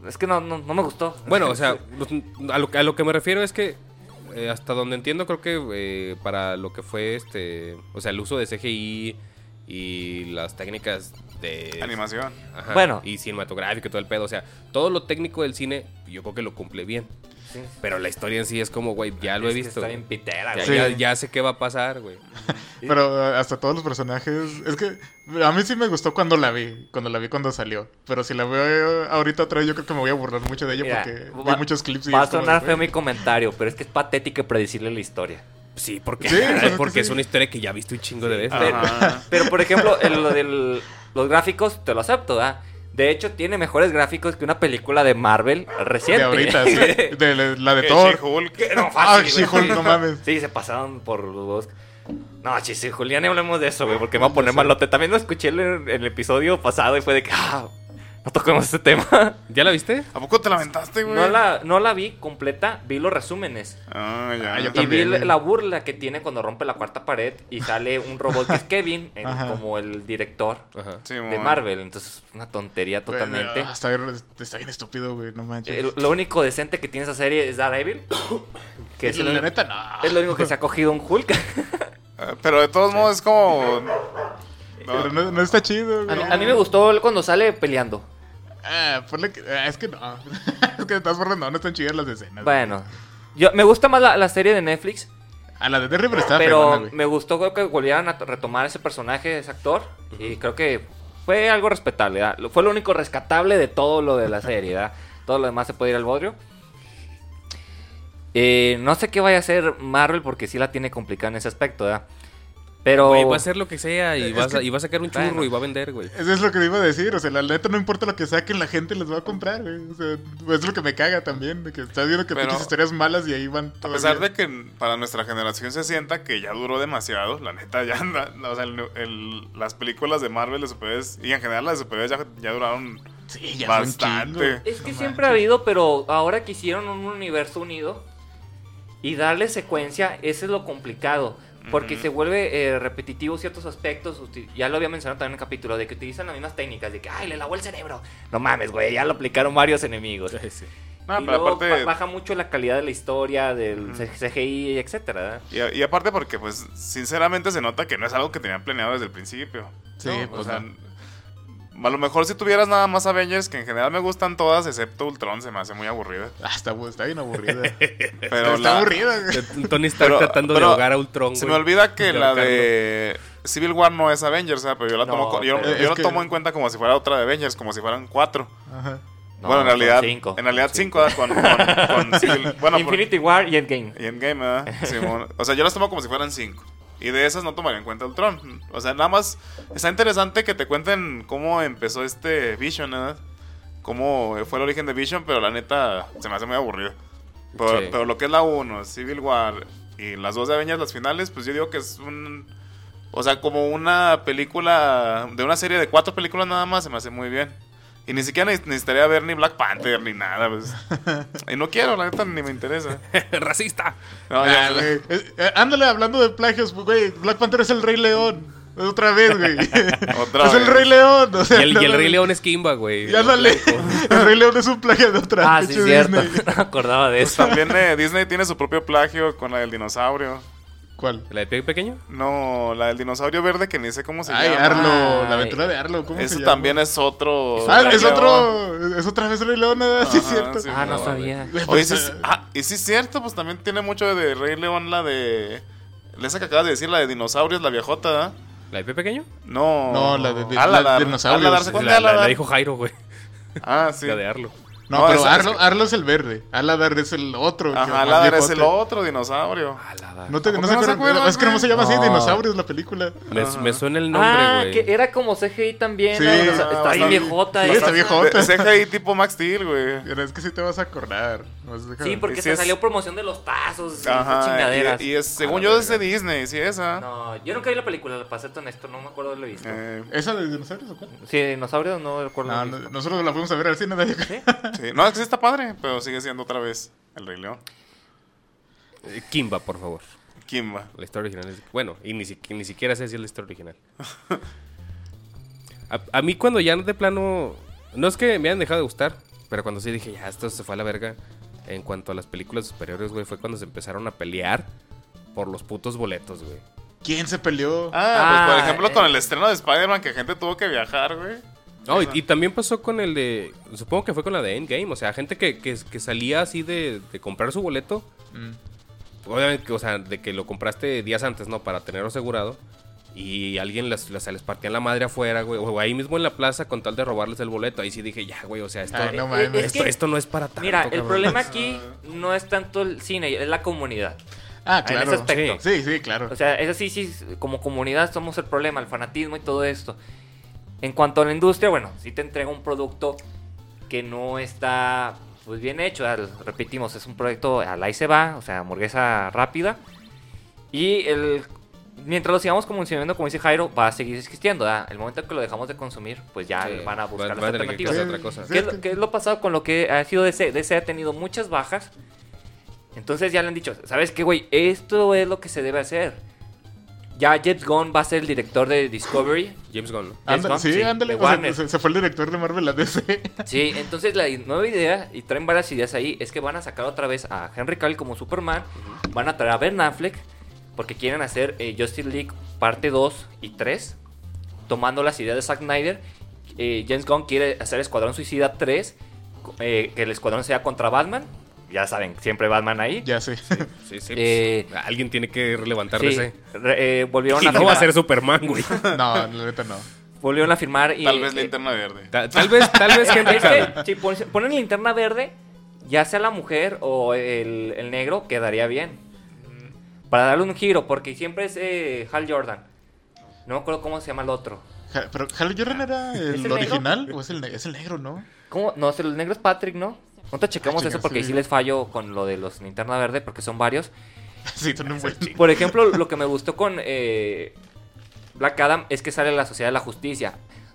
[SPEAKER 2] Es que no, no, no me gustó.
[SPEAKER 3] Bueno, o sea, pues, a lo, a lo que me refiero es que, eh, hasta donde entiendo, creo que eh, para lo que fue este. O sea, el uso de CGI y las técnicas de.
[SPEAKER 1] Animación.
[SPEAKER 3] Ajá,
[SPEAKER 2] Bueno.
[SPEAKER 3] Y cinematográfico y todo el pedo. O sea, todo lo técnico del cine, yo creo que lo cumple bien.
[SPEAKER 2] Sí.
[SPEAKER 3] Pero la historia en sí es como, güey, ya lo he
[SPEAKER 2] Es que
[SPEAKER 3] visto.
[SPEAKER 2] Está
[SPEAKER 3] güey.
[SPEAKER 2] bien pitera,
[SPEAKER 3] Ya,
[SPEAKER 2] güey.
[SPEAKER 3] ya-
[SPEAKER 4] Sí.
[SPEAKER 3] ya sé qué va a pasar, güey.
[SPEAKER 4] Pero eh, hasta todos los personajes. Es que a mí sí me gustó cuando la vi. Cuando la vi cuando salió. Pero si la veo eh, ahorita otra vez, yo creo que me voy a burlar mucho de ella
[SPEAKER 2] Mira,
[SPEAKER 4] porque
[SPEAKER 2] va-
[SPEAKER 4] vi muchos clips y.
[SPEAKER 2] Va a
[SPEAKER 4] es como de,
[SPEAKER 2] sonar
[SPEAKER 4] güey.
[SPEAKER 2] feo mi comentario, pero es que es patético predecirle la historia.
[SPEAKER 3] Sí, porque,
[SPEAKER 4] Sí, pues, es que
[SPEAKER 3] porque es
[SPEAKER 4] sí.
[SPEAKER 3] una historia que ya viste un chingo de veces.
[SPEAKER 2] Pero,
[SPEAKER 1] Ajá.
[SPEAKER 2] pero, por ejemplo, el- lo del- los gráficos te lo acepto, ¿verdad? De hecho, tiene mejores gráficos que una película de Marvel reciente.
[SPEAKER 4] De ahorita, sí. De, la- la de
[SPEAKER 1] Que
[SPEAKER 4] Thor.
[SPEAKER 1] She-Hulk.
[SPEAKER 2] No,
[SPEAKER 4] Ah,
[SPEAKER 2] fácil, güey.
[SPEAKER 4] She-Hulk, no mames.
[SPEAKER 2] Sí, se pasaron por los... No, chis, Julián, ni hablemos de eso, güey, porque me va a poner malote. También lo escuché en el, en el episodio pasado y fue de que... Ah, no tocamos este
[SPEAKER 4] Ah.
[SPEAKER 2] tema.
[SPEAKER 3] ¿Ya la viste?
[SPEAKER 1] ¿A poco te lamentaste, güey?
[SPEAKER 2] No la, no la vi completa, vi los resúmenes.
[SPEAKER 1] Ah, ya.
[SPEAKER 4] Ah, yo
[SPEAKER 2] Y vi
[SPEAKER 4] También,
[SPEAKER 2] la
[SPEAKER 4] eh.
[SPEAKER 2] la burla que tiene cuando rompe la cuarta pared y sale un robot que es Kevin, en-
[SPEAKER 4] Ajá.
[SPEAKER 2] como el director
[SPEAKER 3] Ajá.
[SPEAKER 1] Sí,
[SPEAKER 2] de
[SPEAKER 1] mon.
[SPEAKER 2] Marvel. Entonces, una tontería
[SPEAKER 4] Güey,
[SPEAKER 2] totalmente.
[SPEAKER 4] ah, Está bien, está bien estúpido, güey. No manches.
[SPEAKER 2] El- lo único decente que tiene esa serie es Daredevil. Que es,
[SPEAKER 4] la
[SPEAKER 2] el-
[SPEAKER 4] neta, no.
[SPEAKER 2] es lo único que se ha cogido un Hulk.
[SPEAKER 1] Ah, Pero de todos modos es como.
[SPEAKER 4] Pero no, no está chido,
[SPEAKER 2] A,
[SPEAKER 4] güey.
[SPEAKER 2] mí- a mí me gustó el cuando sale peleando.
[SPEAKER 4] Ah, ponle que. ah, es que no. es que de todas formas, no, no están chidas las escenas. güey.
[SPEAKER 2] Bueno, yo, me gusta más la, la serie de Netflix,
[SPEAKER 4] A la de Terry pero está fregona,
[SPEAKER 2] pero
[SPEAKER 4] güey.
[SPEAKER 2] me gustó que volvieran a to- retomar ese personaje, ese actor. Y creo que fue algo respetable. ¿verdad? Lo- Fue lo único rescatable de todo lo de la serie. ¿verdad? Todo lo demás se puede ir al bodrio. Eh, no sé qué vaya a hacer Marvel porque sí la tiene complicada en ese aspecto. ¿verdad? Pero.
[SPEAKER 3] Güey, pues va a hacer lo que sea y,
[SPEAKER 4] Es
[SPEAKER 3] va a sa-
[SPEAKER 4] que-
[SPEAKER 3] y va a sacar un churro
[SPEAKER 2] Oh. Bueno.
[SPEAKER 3] y va a vender, güey.
[SPEAKER 4] Eso es lo que iba a decir, o sea, la neta no importa lo que saquen, la gente les va a comprar, güey. O sea, es lo que me caga también, de que estás viendo que
[SPEAKER 1] Pero-
[SPEAKER 4] pinches historias malas y ahí van
[SPEAKER 1] A pesar de que para nuestra generación se sienta que ya duró demasiado, la neta ya anda. O sea, el- el- las películas de Marvel de superhéroes y en general las de superhéroes ya, ya duraron
[SPEAKER 4] Sí, ya
[SPEAKER 1] bastante.
[SPEAKER 2] Es que
[SPEAKER 4] No
[SPEAKER 2] siempre ha habido, pero ahora que hicieron un universo unido y darle secuencia, ese es lo complicado. Porque se vuelve eh, repetitivo ciertos aspectos. uti- Ya lo había mencionado también en el capítulo, de que utilizan las mismas técnicas, de que, ay, le lavó el cerebro. No mames, güey, ya lo aplicaron varios enemigos.
[SPEAKER 1] No,
[SPEAKER 2] y
[SPEAKER 1] pero
[SPEAKER 2] luego
[SPEAKER 1] aparte.
[SPEAKER 2] ba- baja mucho la calidad de la historia, del CGI, etcétera.
[SPEAKER 1] Y, a- y aparte porque, pues, sinceramente se nota que no es algo que tenían planeado desde el principio.
[SPEAKER 4] Sí,
[SPEAKER 1] ¿no?
[SPEAKER 4] pues,
[SPEAKER 1] O sea,
[SPEAKER 4] no.
[SPEAKER 1] A lo mejor si tuvieras nada más Avengers, que en general me gustan todas, excepto Ultron, se me hace muy aburrida.
[SPEAKER 4] Ah, está, bu- está bien aburrida.
[SPEAKER 1] Pero
[SPEAKER 4] está
[SPEAKER 1] la-
[SPEAKER 4] aburrida, güey.
[SPEAKER 3] Tony Stark
[SPEAKER 1] Pero-
[SPEAKER 3] tratando
[SPEAKER 1] pero
[SPEAKER 3] de ahogar a Ultron.
[SPEAKER 1] Se me
[SPEAKER 3] güey.
[SPEAKER 1] olvida que
[SPEAKER 3] De
[SPEAKER 1] la
[SPEAKER 3] ahorcarlo.
[SPEAKER 1] de Civil War no es Avengers, ¿sabes? pero yo la
[SPEAKER 2] No,
[SPEAKER 1] tomo, co- yo,
[SPEAKER 2] pero-
[SPEAKER 1] yo
[SPEAKER 4] Es
[SPEAKER 1] la
[SPEAKER 4] que-
[SPEAKER 1] tomo en cuenta como si fuera otra de Avengers, como si fueran cuatro.
[SPEAKER 4] Ajá.
[SPEAKER 2] No,
[SPEAKER 1] bueno, en
[SPEAKER 2] son
[SPEAKER 1] realidad,
[SPEAKER 2] cinco.
[SPEAKER 1] en realidad cinco, ¿verdad? con, con- con Civil- bueno, por-
[SPEAKER 2] Infinity War y Endgame.
[SPEAKER 1] y Endgame, ¿verdad? Simón. o sea, yo las tomo como si fueran cinco. Y de esas no tomaría en cuenta el Tron. O sea, nada más está interesante que te cuenten cómo empezó este Vision, ¿verdad? Cómo fue el origen de Vision, pero la neta se me hace muy aburrido. Pero,
[SPEAKER 3] Sí.
[SPEAKER 1] pero lo que es la 1, Civil War y las dos de Avengers, las finales, pues yo digo que es un. O sea, como una película. De una serie de cuatro películas nada más, se me hace muy bien. Y ni siquiera neces- necesitaría ver ni Black Panther ni nada, pues. Y no quiero, la neta ni me interesa.
[SPEAKER 3] ¡Racista!
[SPEAKER 1] No,
[SPEAKER 4] Ah,
[SPEAKER 1] ya-
[SPEAKER 4] güey. Eh, eh, ándale hablando de plagios, güey. Black Panther es el Rey León. Otra vez, güey.
[SPEAKER 1] Otra
[SPEAKER 4] es el
[SPEAKER 1] vez.
[SPEAKER 4] Rey León. o
[SPEAKER 3] Y
[SPEAKER 4] sea,
[SPEAKER 3] el, y el
[SPEAKER 4] ándale.
[SPEAKER 3] Rey León es Kimba, güey.
[SPEAKER 4] Y ándale. el Rey León es un plagio de otra.
[SPEAKER 2] Ah, sí,
[SPEAKER 4] pinche
[SPEAKER 2] cierto.
[SPEAKER 4] Disney.
[SPEAKER 2] No acordaba de eso.
[SPEAKER 1] También eh, Disney tiene su propio plagio con la del dinosaurio.
[SPEAKER 4] ¿Cuál?
[SPEAKER 3] ¿La de pie pequeño?
[SPEAKER 1] No, la del dinosaurio verde que ni sé cómo se
[SPEAKER 4] Ay,
[SPEAKER 1] llama.
[SPEAKER 4] Arlo. La
[SPEAKER 2] Ay.
[SPEAKER 4] aventura de Arlo. ¿Cómo se
[SPEAKER 1] Eso
[SPEAKER 4] llama?
[SPEAKER 1] también es otro.
[SPEAKER 4] Ah, es
[SPEAKER 1] plagio.
[SPEAKER 4] otro. Es otra vez Rey León, ¿eh? sí, es
[SPEAKER 1] Ajá,
[SPEAKER 4] cierto.
[SPEAKER 1] sí.
[SPEAKER 2] Ah, no
[SPEAKER 3] No,
[SPEAKER 2] sabía.
[SPEAKER 1] Oye, sí es- ah, y sí es cierto, pues también tiene mucho de Rey León la de. Esa que acabas de decir, la de dinosaurios, la viejota, ¿verdad?
[SPEAKER 3] ¿La de pie pequeño?
[SPEAKER 1] No.
[SPEAKER 4] No, la de- de- la de dinosaurios.
[SPEAKER 1] Aladar, ¿se
[SPEAKER 3] La,
[SPEAKER 1] acuerdan
[SPEAKER 3] la-
[SPEAKER 1] de
[SPEAKER 3] la
[SPEAKER 1] Aladar?
[SPEAKER 3] dijo Jairo, güey.
[SPEAKER 1] Ah, sí.
[SPEAKER 3] La de Arlo.
[SPEAKER 4] No,
[SPEAKER 1] No,
[SPEAKER 4] pero
[SPEAKER 1] esa-
[SPEAKER 4] Arlo, Arlo es el verde. Aladar es el otro. que
[SPEAKER 1] Ajá,
[SPEAKER 4] más
[SPEAKER 1] Aladar es el
[SPEAKER 4] viejote.
[SPEAKER 1] otro dinosaurio.
[SPEAKER 4] No, te,
[SPEAKER 1] ¿A
[SPEAKER 4] no,
[SPEAKER 1] poco
[SPEAKER 4] se acuerdan. es que no se llama así
[SPEAKER 2] No.
[SPEAKER 4] Dinosaurios la película.
[SPEAKER 3] Me, me suena el
[SPEAKER 2] ah,
[SPEAKER 3] nombre,
[SPEAKER 2] que
[SPEAKER 3] güey.
[SPEAKER 2] era como CGI también.
[SPEAKER 4] Sí,
[SPEAKER 2] ¿no? O sea, está
[SPEAKER 1] ah,
[SPEAKER 2] bien
[SPEAKER 1] bastante.
[SPEAKER 2] viejota.
[SPEAKER 3] eh.
[SPEAKER 2] ¿eh?
[SPEAKER 4] Sí,
[SPEAKER 2] esa.
[SPEAKER 4] está viejo.
[SPEAKER 1] De- CGI tipo Max Steel, güey.
[SPEAKER 4] Pero es que sí te vas a acordar. Nomás déjame-
[SPEAKER 2] Sí, porque
[SPEAKER 1] Sí,
[SPEAKER 2] se
[SPEAKER 1] es- Ah,
[SPEAKER 2] salió promoción de los tazos. y esas
[SPEAKER 1] Ajá.
[SPEAKER 2] chingaderas.
[SPEAKER 1] Y, y es, según
[SPEAKER 3] la
[SPEAKER 1] yo,
[SPEAKER 3] verga.
[SPEAKER 1] es de Disney, sí, esa.
[SPEAKER 2] No, yo nunca vi la película, la pasé tan esto, no me acuerdo de lo visto.
[SPEAKER 1] Eh,
[SPEAKER 4] ¿Esa de dinosaurios o cuál?
[SPEAKER 2] Sí, dinosaurios no recuerdo.
[SPEAKER 4] No,
[SPEAKER 2] haberlo
[SPEAKER 4] no-
[SPEAKER 2] visto.
[SPEAKER 4] nosotros la fuimos a ver al cine. nadie-
[SPEAKER 2] ¿Sí?
[SPEAKER 1] sí. No, es que sí está padre, pero sigue siendo otra vez el Rey León.
[SPEAKER 3] Eh, Kimba, por favor.
[SPEAKER 1] Kimba.
[SPEAKER 3] La historia original es... Bueno, y ni, si- ni siquiera sé si es la historia original. A, a mí cuando ya de plano... No es que me hayan dejado de gustar, pero cuando sí dije, ya, esto se fue a la verga. En cuanto a las películas superiores, güey, fue cuando se empezaron a pelear por los putos boletos, güey.
[SPEAKER 4] ¿Quién se peleó?
[SPEAKER 1] Ah, pues por
[SPEAKER 2] Ah,
[SPEAKER 1] ejemplo, con
[SPEAKER 2] eh.
[SPEAKER 1] el estreno de Spider-Man, que gente tuvo que viajar, güey.
[SPEAKER 3] No, y, y también pasó con el de. Supongo que fue con la de Endgame. O sea, gente que, que- que salía así de, de comprar su boleto.
[SPEAKER 4] Mm.
[SPEAKER 3] Obviamente, que, o sea, de que lo compraste días antes, ¿no? Para tenerlo asegurado. Y alguien las, las- se les partía la madre afuera, güey. O ahí mismo en la plaza con tal de robarles el boleto. Ahí sí dije, ya, güey, o sea, esto,
[SPEAKER 4] Ay, no
[SPEAKER 2] Eh,
[SPEAKER 4] mames.
[SPEAKER 2] eh, es
[SPEAKER 3] esto,
[SPEAKER 2] que-
[SPEAKER 3] esto no es para tanto.
[SPEAKER 2] Mira, el
[SPEAKER 3] cabrón.
[SPEAKER 2] problema aquí no es tanto el cine, es la comunidad.
[SPEAKER 4] Ah,
[SPEAKER 2] en
[SPEAKER 4] claro.
[SPEAKER 2] ese aspecto.
[SPEAKER 4] Sí, sí, claro.
[SPEAKER 2] O sea, es así, sí, como comunidad somos el problema, el fanatismo y todo esto. En cuanto a la industria, bueno, si te entrega un producto que no está pues bien hecho, al- repetimos, es un proyecto al ahí se va, o sea, hamburguesa rápida. Y el, mientras lo sigamos consumiendo, como dice Jairo, va a seguir existiendo. ¿verdad? El momento que lo dejamos de consumir, pues ya
[SPEAKER 3] Sí,
[SPEAKER 2] van a buscar
[SPEAKER 3] va-
[SPEAKER 2] las
[SPEAKER 3] va a tener que
[SPEAKER 2] alternativas.
[SPEAKER 3] hacer otra cosa.
[SPEAKER 4] Sí.
[SPEAKER 2] ¿Qué es, lo, qué es lo pasado con lo que ha sido DC? DC ha tenido muchas bajas. Entonces ya le han dicho, ¿sabes qué, güey? Esto es lo que se debe hacer. Ya James Gunn va a ser el director de Discovery.
[SPEAKER 3] James Gunn, ¿no?
[SPEAKER 4] Ándale,
[SPEAKER 2] James Gunn,
[SPEAKER 4] sí, ándale.
[SPEAKER 2] de
[SPEAKER 4] o sea,
[SPEAKER 2] Warner.
[SPEAKER 4] se, se fue el director de Marvel a DC.
[SPEAKER 2] Sí, entonces la nueva idea, y traen varias ideas ahí, es que van a sacar otra vez a Henry Cavill como Superman, van a traer a Ben Affleck, porque quieren hacer eh, Justice League parte 2 y 3, tomando las ideas de Zack Snyder. Eh, James Gunn quiere hacer Escuadrón Suicida 3, co- eh, que el escuadrón sea contra Batman, ya saben, siempre Batman ahí.
[SPEAKER 4] ya sé.
[SPEAKER 3] Sí, sí.
[SPEAKER 2] Eh,
[SPEAKER 3] pues, alguien tiene que levantar
[SPEAKER 2] Sí,
[SPEAKER 3] ese.
[SPEAKER 2] re- eh, volvieron,
[SPEAKER 3] Y
[SPEAKER 2] a
[SPEAKER 3] no va a
[SPEAKER 2] firmar,
[SPEAKER 3] ser Superman, güey.
[SPEAKER 4] No, la neta no.
[SPEAKER 2] volvieron a firmar y...
[SPEAKER 1] Tal vez
[SPEAKER 2] eh,
[SPEAKER 1] Linterna Verde.
[SPEAKER 3] Ta- Tal, vez, tal vez Henry
[SPEAKER 2] Es que
[SPEAKER 3] Cavill.
[SPEAKER 2] si pon- ponen linterna verde, ya sea la mujer o el, el negro, quedaría bien. Para darle un giro, porque siempre es eh, Hal Jordan. No me acuerdo cómo se llama el otro.
[SPEAKER 4] Ja- Pero Hal Jordan era
[SPEAKER 2] el
[SPEAKER 4] el,
[SPEAKER 2] negro?
[SPEAKER 4] original o es el, ne- es el negro, ¿no?
[SPEAKER 2] ¿Cómo? No, es el negro es Patrick, ¿no? Nosotros checamos
[SPEAKER 4] Ah,
[SPEAKER 2] eso
[SPEAKER 4] chinga,
[SPEAKER 2] porque ahí
[SPEAKER 4] sí.
[SPEAKER 2] sí les fallo con lo de los linterna verde, porque son varios.
[SPEAKER 4] Pues Sí, son un buen
[SPEAKER 2] Por ejemplo, lo que me gustó con eh, Black Adam es que sale la Sociedad de la Justicia.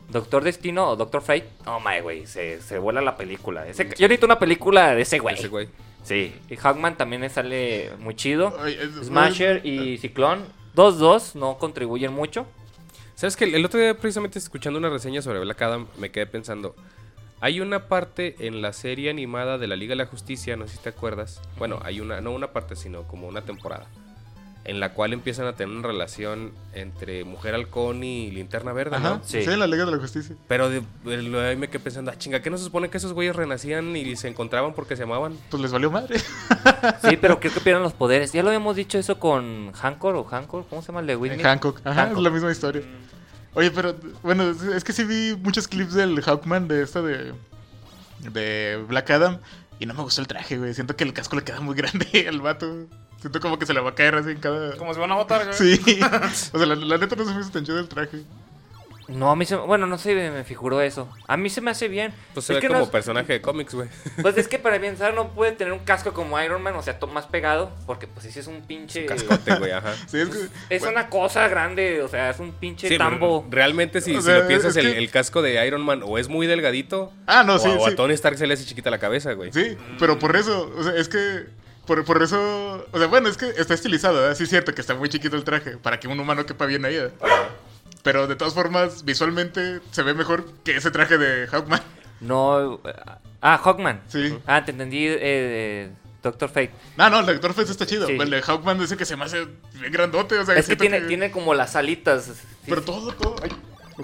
[SPEAKER 2] Doctor Destino o Doctor Fate, no, my güey, se, se vuela la película. Ese- yo necesito una película de ese güey.
[SPEAKER 3] Ese güey.
[SPEAKER 2] Sí, y Hackman también sale muy chido.
[SPEAKER 4] Ay, es-
[SPEAKER 2] Smasher y Ciclón, 2-2, no contribuyen mucho.
[SPEAKER 3] ¿Sabes que El otro día, precisamente escuchando una reseña sobre Black Adam, me quedé pensando. Hay una parte en la serie animada de la Liga de la Justicia, no sé si te acuerdas. Bueno, hay una, no una parte, sino como una temporada. en la cual empiezan a tener una relación entre Mujer Halcón y Linterna Verde,
[SPEAKER 4] Ajá,
[SPEAKER 3] ¿no?
[SPEAKER 2] Sí.
[SPEAKER 4] sí. en la Liga de la Justicia.
[SPEAKER 3] Pero de, de- lo- ahí me quedé pensando, ah, chinga, ¿qué no se supone que esos güeyes renacían y se encontraban porque se amaban?
[SPEAKER 4] Pues les valió madre.
[SPEAKER 2] Sí, pero creo que pierden los poderes. Ya lo habíamos dicho eso con Hancock o Hancock, ¿cómo se llama el de Whitney?
[SPEAKER 4] En Hancock. Ajá,
[SPEAKER 2] Hancock. Mm.
[SPEAKER 4] es la misma historia. Oye, pero bueno, es- es que sí vi muchos clips del Hawkman de esta de, de Black Adam y no me gustó el traje, güey. Siento que el casco le queda muy grande al vato. Siento como que se le va a caer así en cada.
[SPEAKER 1] Como si van a votar, güey.
[SPEAKER 4] Sí. o sea, la, la neta no se me hizo tan chido el traje.
[SPEAKER 2] No, a mí se bueno, no sé, me figuró eso. A mí se me hace bien.
[SPEAKER 3] Pues se
[SPEAKER 2] Es
[SPEAKER 3] ve
[SPEAKER 2] que
[SPEAKER 3] como
[SPEAKER 2] no es-
[SPEAKER 3] personaje de cómics, güey.
[SPEAKER 2] Pues es que para pensar no puede tener un casco como Iron Man, o sea, to- más pegado, porque pues ese es un pinche
[SPEAKER 3] Cascote, güey, ajá.
[SPEAKER 4] Sí, es que.
[SPEAKER 2] es una cosa grande, o sea, es un pinche
[SPEAKER 3] Sí,
[SPEAKER 2] tambo.
[SPEAKER 3] pero realmente si,
[SPEAKER 4] O
[SPEAKER 3] si
[SPEAKER 4] sea,
[SPEAKER 3] lo piensas,
[SPEAKER 4] es que-
[SPEAKER 3] el, el casco de Iron Man o es muy delgadito.
[SPEAKER 4] Ah, no,
[SPEAKER 3] o
[SPEAKER 4] sí,
[SPEAKER 3] a, o a
[SPEAKER 4] sí.
[SPEAKER 3] Tony Stark se le hace chiquita la cabeza, güey.
[SPEAKER 4] Sí, pero por eso, o sea, es que. Por, por eso. O sea, bueno, es que está estilizado, ¿verdad? Sí, es cierto que está muy chiquito el traje para que un humano quepa bien ahí. ¿verdad? Pero de todas formas, visualmente se ve mejor que ese traje de Hawkman.
[SPEAKER 2] No, eh, ah, Hawkman.
[SPEAKER 4] Sí.
[SPEAKER 2] Ah, te entendí, eh, Doctor Fate.
[SPEAKER 4] No, no, el de Doctor Fate está chido.
[SPEAKER 2] Sí.
[SPEAKER 4] El de Hawkman dice que se me hace bien grandote. O sea,
[SPEAKER 2] Es que
[SPEAKER 4] siento
[SPEAKER 2] tiene, tiene como las alitas. sí.
[SPEAKER 4] Pero todo, todo. ay,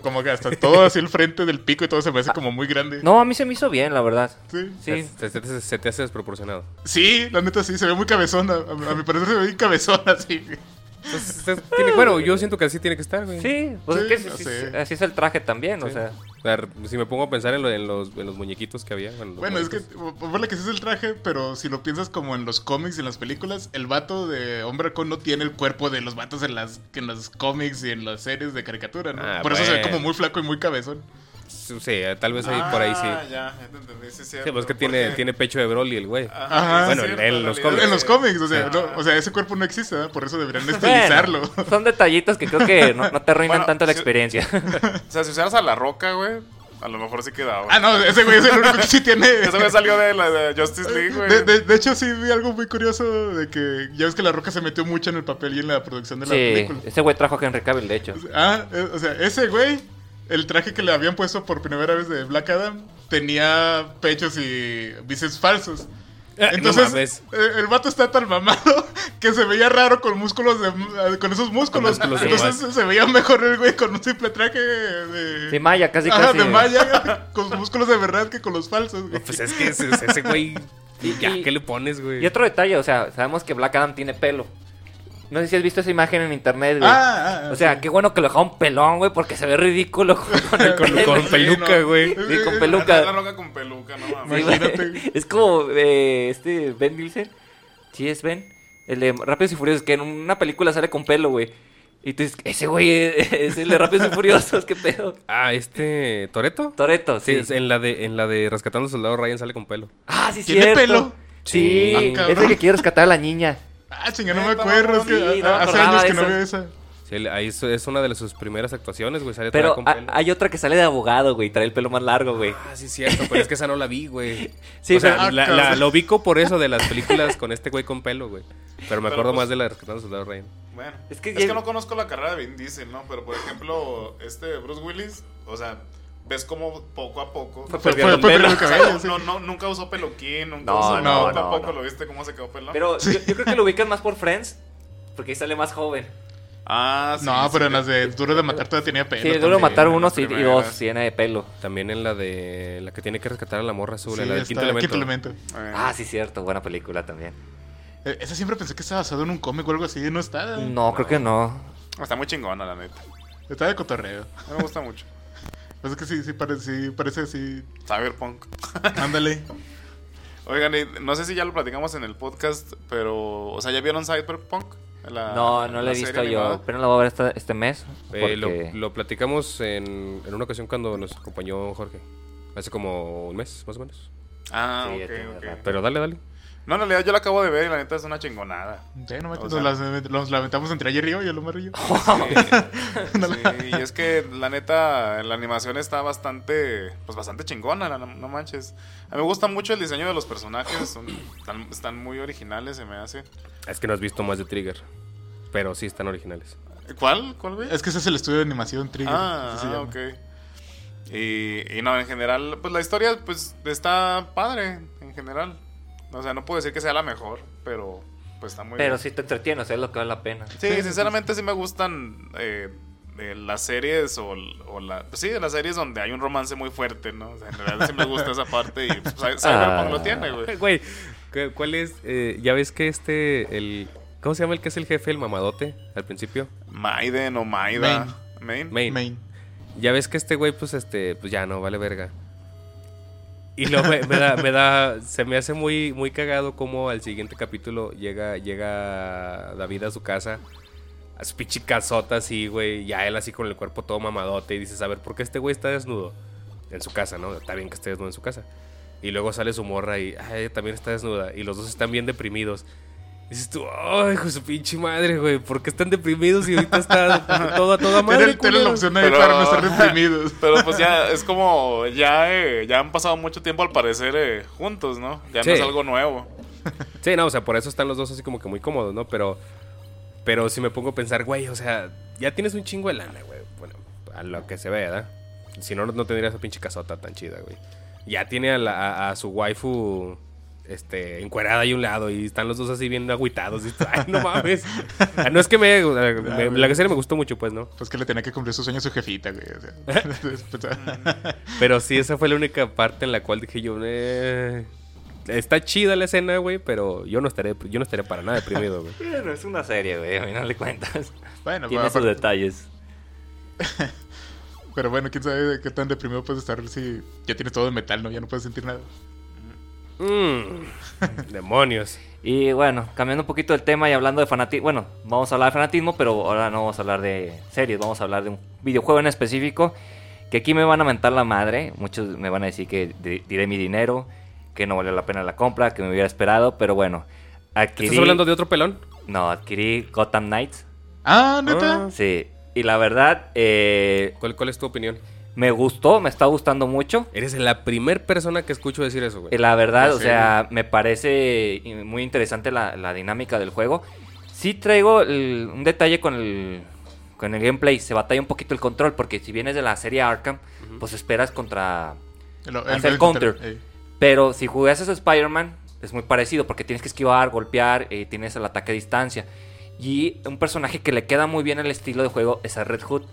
[SPEAKER 4] como que hasta todo así el frente del pico y todo se me hace como muy grande.
[SPEAKER 2] No, a mí se me hizo bien, la verdad.
[SPEAKER 4] Sí.
[SPEAKER 2] Sí.
[SPEAKER 3] Se, se- se- se te hace desproporcionado.
[SPEAKER 4] Sí, la neta sí, se ve muy cabezona. A, a mi parecer se ve bien cabezona, sí.
[SPEAKER 3] Entonces, se- tiene- bueno, yo siento que así tiene que estar, güey.
[SPEAKER 2] Sí, pues
[SPEAKER 4] Sí,
[SPEAKER 2] es que
[SPEAKER 4] no
[SPEAKER 2] sí-
[SPEAKER 4] sé.
[SPEAKER 2] sí- así es el traje también, o
[SPEAKER 3] Sí.
[SPEAKER 2] sea.
[SPEAKER 3] O sea, r- si me pongo a pensar en, lo- en los, en los muñequitos que había. en los
[SPEAKER 4] Bueno, es que,
[SPEAKER 3] muñecos.
[SPEAKER 4] por que sí es el traje, pero si lo piensas como en los cómics y en las películas, el vato de Hombre Halcón no tiene el cuerpo de los vatos en las en los cómics y en las series de caricatura, ¿no?
[SPEAKER 3] Ah,
[SPEAKER 4] por eso se ve
[SPEAKER 3] bueno.
[SPEAKER 4] como muy flaco y muy cabezón.
[SPEAKER 3] Sí, sí, tal vez ahí, por ahí
[SPEAKER 4] Ah,
[SPEAKER 3] sí.
[SPEAKER 1] Ah, Ya, ya te entendí, sí,
[SPEAKER 3] Sí,
[SPEAKER 1] es cierto,
[SPEAKER 3] pues es que tiene,
[SPEAKER 1] porque-
[SPEAKER 3] tiene pecho de Broly el güey.
[SPEAKER 4] Ah,
[SPEAKER 1] Ajá,
[SPEAKER 4] Bueno,
[SPEAKER 1] es cierto,
[SPEAKER 3] en los
[SPEAKER 1] realidad.
[SPEAKER 3] cómics.
[SPEAKER 4] En los cómics, o sea,
[SPEAKER 1] Ah.
[SPEAKER 4] no, o sea, ese cuerpo no existe, ¿verdad? Por eso deberían
[SPEAKER 2] Bueno,
[SPEAKER 4] estilizarlo.
[SPEAKER 2] son detallitos que creo que no, no te arruinan
[SPEAKER 1] Bueno,
[SPEAKER 2] tanto la
[SPEAKER 1] sí.
[SPEAKER 2] experiencia.
[SPEAKER 1] O sea, si usaras a la roca, güey, a lo mejor sí quedaba.
[SPEAKER 4] Ah, no, ese güey es el único que sí tiene.
[SPEAKER 1] Eso me salió de la de Justice League, güey.
[SPEAKER 4] De, de- de hecho, sí vi algo muy curioso de que ya ves que La Roca se metió mucho en el papel y en la producción de la
[SPEAKER 2] sí,
[SPEAKER 4] película.
[SPEAKER 2] ese güey trajo a Henry Cavill, de hecho.
[SPEAKER 4] Ah, eh, o sea, ese güey, el traje que le habían puesto por primera vez de Black Adam, tenía pechos y bíceps falsos.
[SPEAKER 3] Ah, no
[SPEAKER 4] Entonces,
[SPEAKER 3] mames.
[SPEAKER 4] eh, el vato está tan mamado que se veía raro con músculos de, eh, con esos músculos.
[SPEAKER 3] músculos de
[SPEAKER 4] Entonces se veía mejor el güey con un simple traje de,
[SPEAKER 2] Sí, Maya, casi
[SPEAKER 4] Ajá,
[SPEAKER 2] casi.
[SPEAKER 4] de malla, con músculos de verdad que con los falsos. güey.
[SPEAKER 3] Pues es que ese, ese güey.
[SPEAKER 2] Y-
[SPEAKER 3] Ya,
[SPEAKER 2] y-
[SPEAKER 3] ¿qué le pones, güey?
[SPEAKER 2] Y otro detalle, o sea, sabemos que Black Adam tiene pelo. No sé si has visto esa imagen en internet, güey.
[SPEAKER 4] Ah, ah,
[SPEAKER 2] o sea, qué bueno que lo dejaron pelón, güey, porque se ve ridículo con, con el
[SPEAKER 3] Con,
[SPEAKER 2] pelo.
[SPEAKER 3] con
[SPEAKER 4] Sí,
[SPEAKER 3] peluca,
[SPEAKER 4] no.
[SPEAKER 3] güey.
[SPEAKER 2] Sí, con
[SPEAKER 1] Ah, no,
[SPEAKER 2] peluca.
[SPEAKER 1] es La roca con peluca, no mames.
[SPEAKER 2] Sí, güey.
[SPEAKER 4] Imagínate.
[SPEAKER 2] Es como eh, este Ben Nielsen. Sí, es Ben. El de Rápidos y Furiosos, que en una película sale con pelo, güey. Y tú dices, ese güey es, es el de Rápidos y Furiosos, qué pedo.
[SPEAKER 3] Ah, este. ¿Toreto?
[SPEAKER 2] Toreto,
[SPEAKER 3] Sí,
[SPEAKER 2] sí.
[SPEAKER 3] es en la de, en la de Rescatando al Soldado Ryan sale con pelo.
[SPEAKER 2] Ah, sí,
[SPEAKER 4] ¿Tiene
[SPEAKER 2] cierto.
[SPEAKER 4] pelo?
[SPEAKER 2] Sí,
[SPEAKER 4] Ah, cabrón.
[SPEAKER 2] es el que quiere rescatar a la niña.
[SPEAKER 4] Ah, chinga, no
[SPEAKER 1] Eh,
[SPEAKER 4] me
[SPEAKER 1] está
[SPEAKER 4] acuerdo. Es
[SPEAKER 1] mamón.
[SPEAKER 4] que
[SPEAKER 2] Sí,
[SPEAKER 4] a-
[SPEAKER 2] no me
[SPEAKER 4] a- hace
[SPEAKER 2] acordaba
[SPEAKER 4] años
[SPEAKER 2] de
[SPEAKER 4] que no
[SPEAKER 2] eso.
[SPEAKER 4] veo esa.
[SPEAKER 3] Sí, el- ahí es, es una de las- sus primeras actuaciones, güey. Sale
[SPEAKER 2] Pero
[SPEAKER 3] todavía
[SPEAKER 2] a-
[SPEAKER 3] con pelo.
[SPEAKER 2] hay otra que sale de abogado, güey, trae el pelo más largo, güey.
[SPEAKER 3] Ah, sí, cierto, pero es que esa no la vi, güey.
[SPEAKER 2] Sí,
[SPEAKER 3] o sea,
[SPEAKER 4] pero-
[SPEAKER 3] la, la- lo ubico por eso de las películas con este güey con pelo, güey. Pero me
[SPEAKER 1] Pero,
[SPEAKER 3] acuerdo
[SPEAKER 1] pues,
[SPEAKER 3] más de la de Rescatando al Soldado Ryan.
[SPEAKER 1] Bueno,
[SPEAKER 2] Es
[SPEAKER 1] es
[SPEAKER 2] que
[SPEAKER 1] que,
[SPEAKER 2] llega-
[SPEAKER 1] no conozco la carrera de Vin Diesel, ¿no? Pero por ejemplo, este Bruce Willis, o sea, ves como poco a poco.
[SPEAKER 2] Fue
[SPEAKER 4] Fue,
[SPEAKER 2] perdiendo
[SPEAKER 4] fue- fue
[SPEAKER 2] pelo.
[SPEAKER 4] perdiendo
[SPEAKER 1] O sea,
[SPEAKER 4] cabello, sí.
[SPEAKER 1] no, no, nunca usó peluquín, nunca
[SPEAKER 2] No,
[SPEAKER 1] usó
[SPEAKER 4] no,
[SPEAKER 1] no,
[SPEAKER 2] no,
[SPEAKER 1] tampoco
[SPEAKER 2] no.
[SPEAKER 1] lo viste cómo se quedó
[SPEAKER 4] ah,
[SPEAKER 1] pelón.
[SPEAKER 2] Pero yo, yo creo que lo ubicas más por Friends, porque ahí sale más joven.
[SPEAKER 1] ah, sí,
[SPEAKER 4] No,
[SPEAKER 1] sí,
[SPEAKER 4] pero en
[SPEAKER 1] sí.
[SPEAKER 4] las de Duro de Matar todavía tenía pelo.
[SPEAKER 2] Sí, duro
[SPEAKER 4] también.
[SPEAKER 2] matar uno
[SPEAKER 1] las
[SPEAKER 2] sí, y
[SPEAKER 1] primeras.
[SPEAKER 2] dos, tiene de pelo.
[SPEAKER 3] También en la de la que tiene que rescatar a la morra azul,
[SPEAKER 4] Sí,
[SPEAKER 3] en la del
[SPEAKER 4] está,
[SPEAKER 3] quinto elemento.
[SPEAKER 4] Quinto Elemento.
[SPEAKER 1] Eh,
[SPEAKER 2] Ah, sí, cierto, buena película también.
[SPEAKER 4] Eh, Esa siempre pensé que estaba basado en un cómic o algo así, no está.
[SPEAKER 2] No, creo que no.
[SPEAKER 1] Está muy chingona, la neta.
[SPEAKER 4] Está de cotorreo.
[SPEAKER 1] A mí Me gusta mucho.
[SPEAKER 4] Pues es que sí, sí, pare- sí, parece así.
[SPEAKER 1] Cyberpunk.
[SPEAKER 4] Ándale.
[SPEAKER 1] Oigan, y no sé si ya lo platicamos en el podcast, pero. O sea, ¿ya vieron Cyberpunk?
[SPEAKER 3] Ah,
[SPEAKER 1] La-
[SPEAKER 2] No, no la he
[SPEAKER 1] serie
[SPEAKER 2] visto
[SPEAKER 1] animada?
[SPEAKER 2] yo. Pero la voy a ver esta- este mes.
[SPEAKER 3] Eh, lo,
[SPEAKER 2] porque-
[SPEAKER 3] lo platicamos en, en una ocasión cuando nos acompañó Jorge. Hace como un mes, más o menos.
[SPEAKER 1] Ah,
[SPEAKER 2] Sí, ya tiene
[SPEAKER 1] ok, ok.
[SPEAKER 2] rato.
[SPEAKER 3] Pero dale, dale.
[SPEAKER 1] No, en realidad yo la acabo de ver y la neta es una chingonada.
[SPEAKER 4] Ya, no, mames,
[SPEAKER 1] O
[SPEAKER 4] nos
[SPEAKER 1] sea-
[SPEAKER 4] las- nos lamentamos entre ayer y hoy, a lo más río.
[SPEAKER 1] Sí, y es que la neta, la animación está bastante, pues bastante chingona, la- no manches. A mí me gusta mucho el diseño de los personajes, son- están, están muy originales, se me hace.
[SPEAKER 3] Es que no has visto más de Trigger. Pero sí están originales.
[SPEAKER 1] ¿Cuál? ¿Cuál, güey?
[SPEAKER 4] Es que ese es el estudio de animación Trigger.
[SPEAKER 1] Ah,
[SPEAKER 4] así se
[SPEAKER 1] ah,
[SPEAKER 4] llama.
[SPEAKER 1] ok. Y, y no, en general, pues la historia pues está padre, en general. O sea, no puedo decir que sea la mejor, pero pues está muy
[SPEAKER 2] Pero
[SPEAKER 1] bien.
[SPEAKER 2] sí te entretiene, o sea, es lo que vale la pena.
[SPEAKER 1] Sí, sinceramente sí me gustan eh, eh, las series o, o la... pues sí, las series donde hay un romance muy fuerte, ¿no? O sea, en realidad sí me gusta esa parte y pues, Cy- Cyberpunk
[SPEAKER 2] Ah.
[SPEAKER 1] lo tiene, güey.
[SPEAKER 3] Güey, ¿cu- ¿cuál es? Eh, ya ves que este, el... ¿Cómo se llama el que es el jefe, el mamadote, al principio?
[SPEAKER 1] Maiden o Maida. Main.
[SPEAKER 3] Main.
[SPEAKER 4] Main.
[SPEAKER 3] Ya ves que este güey, pues, este, pues ya no, vale verga. Y luego me, me da, me da, se me hace muy, muy cagado como al siguiente capítulo llega, llega David a su casa, a su pinche casota así, güey, ya él así con el cuerpo todo mamadote y dices, a ver, ¿por qué este güey está desnudo? En su casa, ¿no? Está bien que esté desnudo en su casa. Y luego sale su morra y, "Ay, ella también está desnuda. Y los dos están bien deprimidos. Dices tú, ay, hijo de su pinche madre, güey, ¿por qué están deprimidos y ahorita está todo a toda madre?
[SPEAKER 4] Tienen- Tienen la
[SPEAKER 3] culeros?"
[SPEAKER 4] opción ahí
[SPEAKER 1] Pero-
[SPEAKER 4] para no estar deprimidos.
[SPEAKER 1] Pero pues ya es como, ya, eh, ya han pasado mucho tiempo al parecer eh, juntos, ¿no? Ya
[SPEAKER 3] Sí.
[SPEAKER 1] no es algo nuevo.
[SPEAKER 3] Sí, no, o sea, por eso están los dos así como que muy cómodos, ¿no? Pero, pero si me pongo a pensar, güey, o sea, ya tienes un chingo de lana, güey. Bueno, a lo que se ve, ¿verdad? Si no, no- no tendría esa pinche casota tan chida, güey. Ya tiene a, la- a- a su waifu este, encuerada ahí a un lado y están los dos así bien agüitados. Y, Ay, no mames. Ah, No es que me, me- La serie me gustó mucho, pues, ¿no?
[SPEAKER 4] Pues que le tenía que cumplir su sueño a su jefita, güey. o sea. Entonces, pues, ah,
[SPEAKER 3] Pero sí, esa fue la única parte en la cual dije yo, "Eh, está chida la escena, güey, pero yo no estaré, yo no estaré para nada deprimido, güey.
[SPEAKER 2] Bueno, es una serie, güey, a final de cuentas.
[SPEAKER 4] bueno,
[SPEAKER 2] Tiene
[SPEAKER 4] va,
[SPEAKER 2] sus
[SPEAKER 4] pero-
[SPEAKER 2] detalles.
[SPEAKER 4] pero bueno, quién sabe de qué tan deprimido puedes estar si ya tienes todo de metal, ¿no? Ya no puedes sentir nada.
[SPEAKER 3] Mm, demonios.
[SPEAKER 2] Y bueno, cambiando un poquito el tema y hablando de fanatismo. Bueno, vamos a hablar de fanatismo, pero ahora no vamos a hablar de series, vamos a hablar de un videojuego en específico. Que aquí me van a mentar la madre. Muchos me van a decir que di- diré mi dinero, que no vale la pena la compra, que me hubiera esperado, pero bueno.
[SPEAKER 3] ¿Te
[SPEAKER 2] Adquirí...
[SPEAKER 3] ¿Estás hablando de otro pelón?
[SPEAKER 2] No, adquirí Gotham Knights.
[SPEAKER 4] Ah, neta.
[SPEAKER 3] Ah.
[SPEAKER 2] Sí. Y la verdad, eh,
[SPEAKER 3] ¿Cuál, cuál es tu opinión?
[SPEAKER 2] me gustó, me está gustando mucho.
[SPEAKER 3] Eres la primer persona que escucho decir eso,
[SPEAKER 2] Eh,
[SPEAKER 3] güey.
[SPEAKER 2] La verdad,
[SPEAKER 4] Ya
[SPEAKER 2] o
[SPEAKER 4] sé,
[SPEAKER 2] sea, me parece eh, muy interesante la, la dinámica del juego. Sí traigo el- un detalle con el, con el gameplay. Se batalla un poquito el control, porque si vienes de la serie Arkham, pues esperas contra...
[SPEAKER 4] El- el-
[SPEAKER 2] Hacer
[SPEAKER 4] el-
[SPEAKER 2] counter.
[SPEAKER 4] eh,
[SPEAKER 2] Pero si jugases a Spider-Man, es muy parecido, porque tienes que esquivar, golpear, eh, tienes el ataque a distancia. Y un personaje que le queda muy bien el estilo de juego es a Red Hood.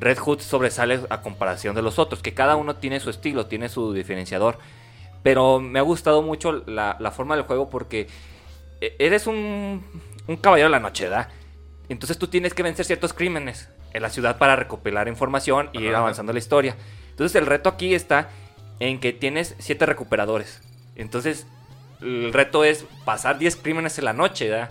[SPEAKER 2] Red Hood sobresale a comparación de los otros, que cada uno tiene su estilo, tiene su diferenciador. Pero me ha gustado mucho la, la forma del juego porque e- eres un, un caballero de la noche, ¿verdad? Entonces tú tienes que vencer ciertos crímenes en la ciudad para recopilar información y ir
[SPEAKER 3] Ajá.
[SPEAKER 2] avanzando la historia. Entonces el reto aquí está en que tienes siete recuperadores. Entonces el reto es pasar 10 crímenes en la noche, ¿verdad?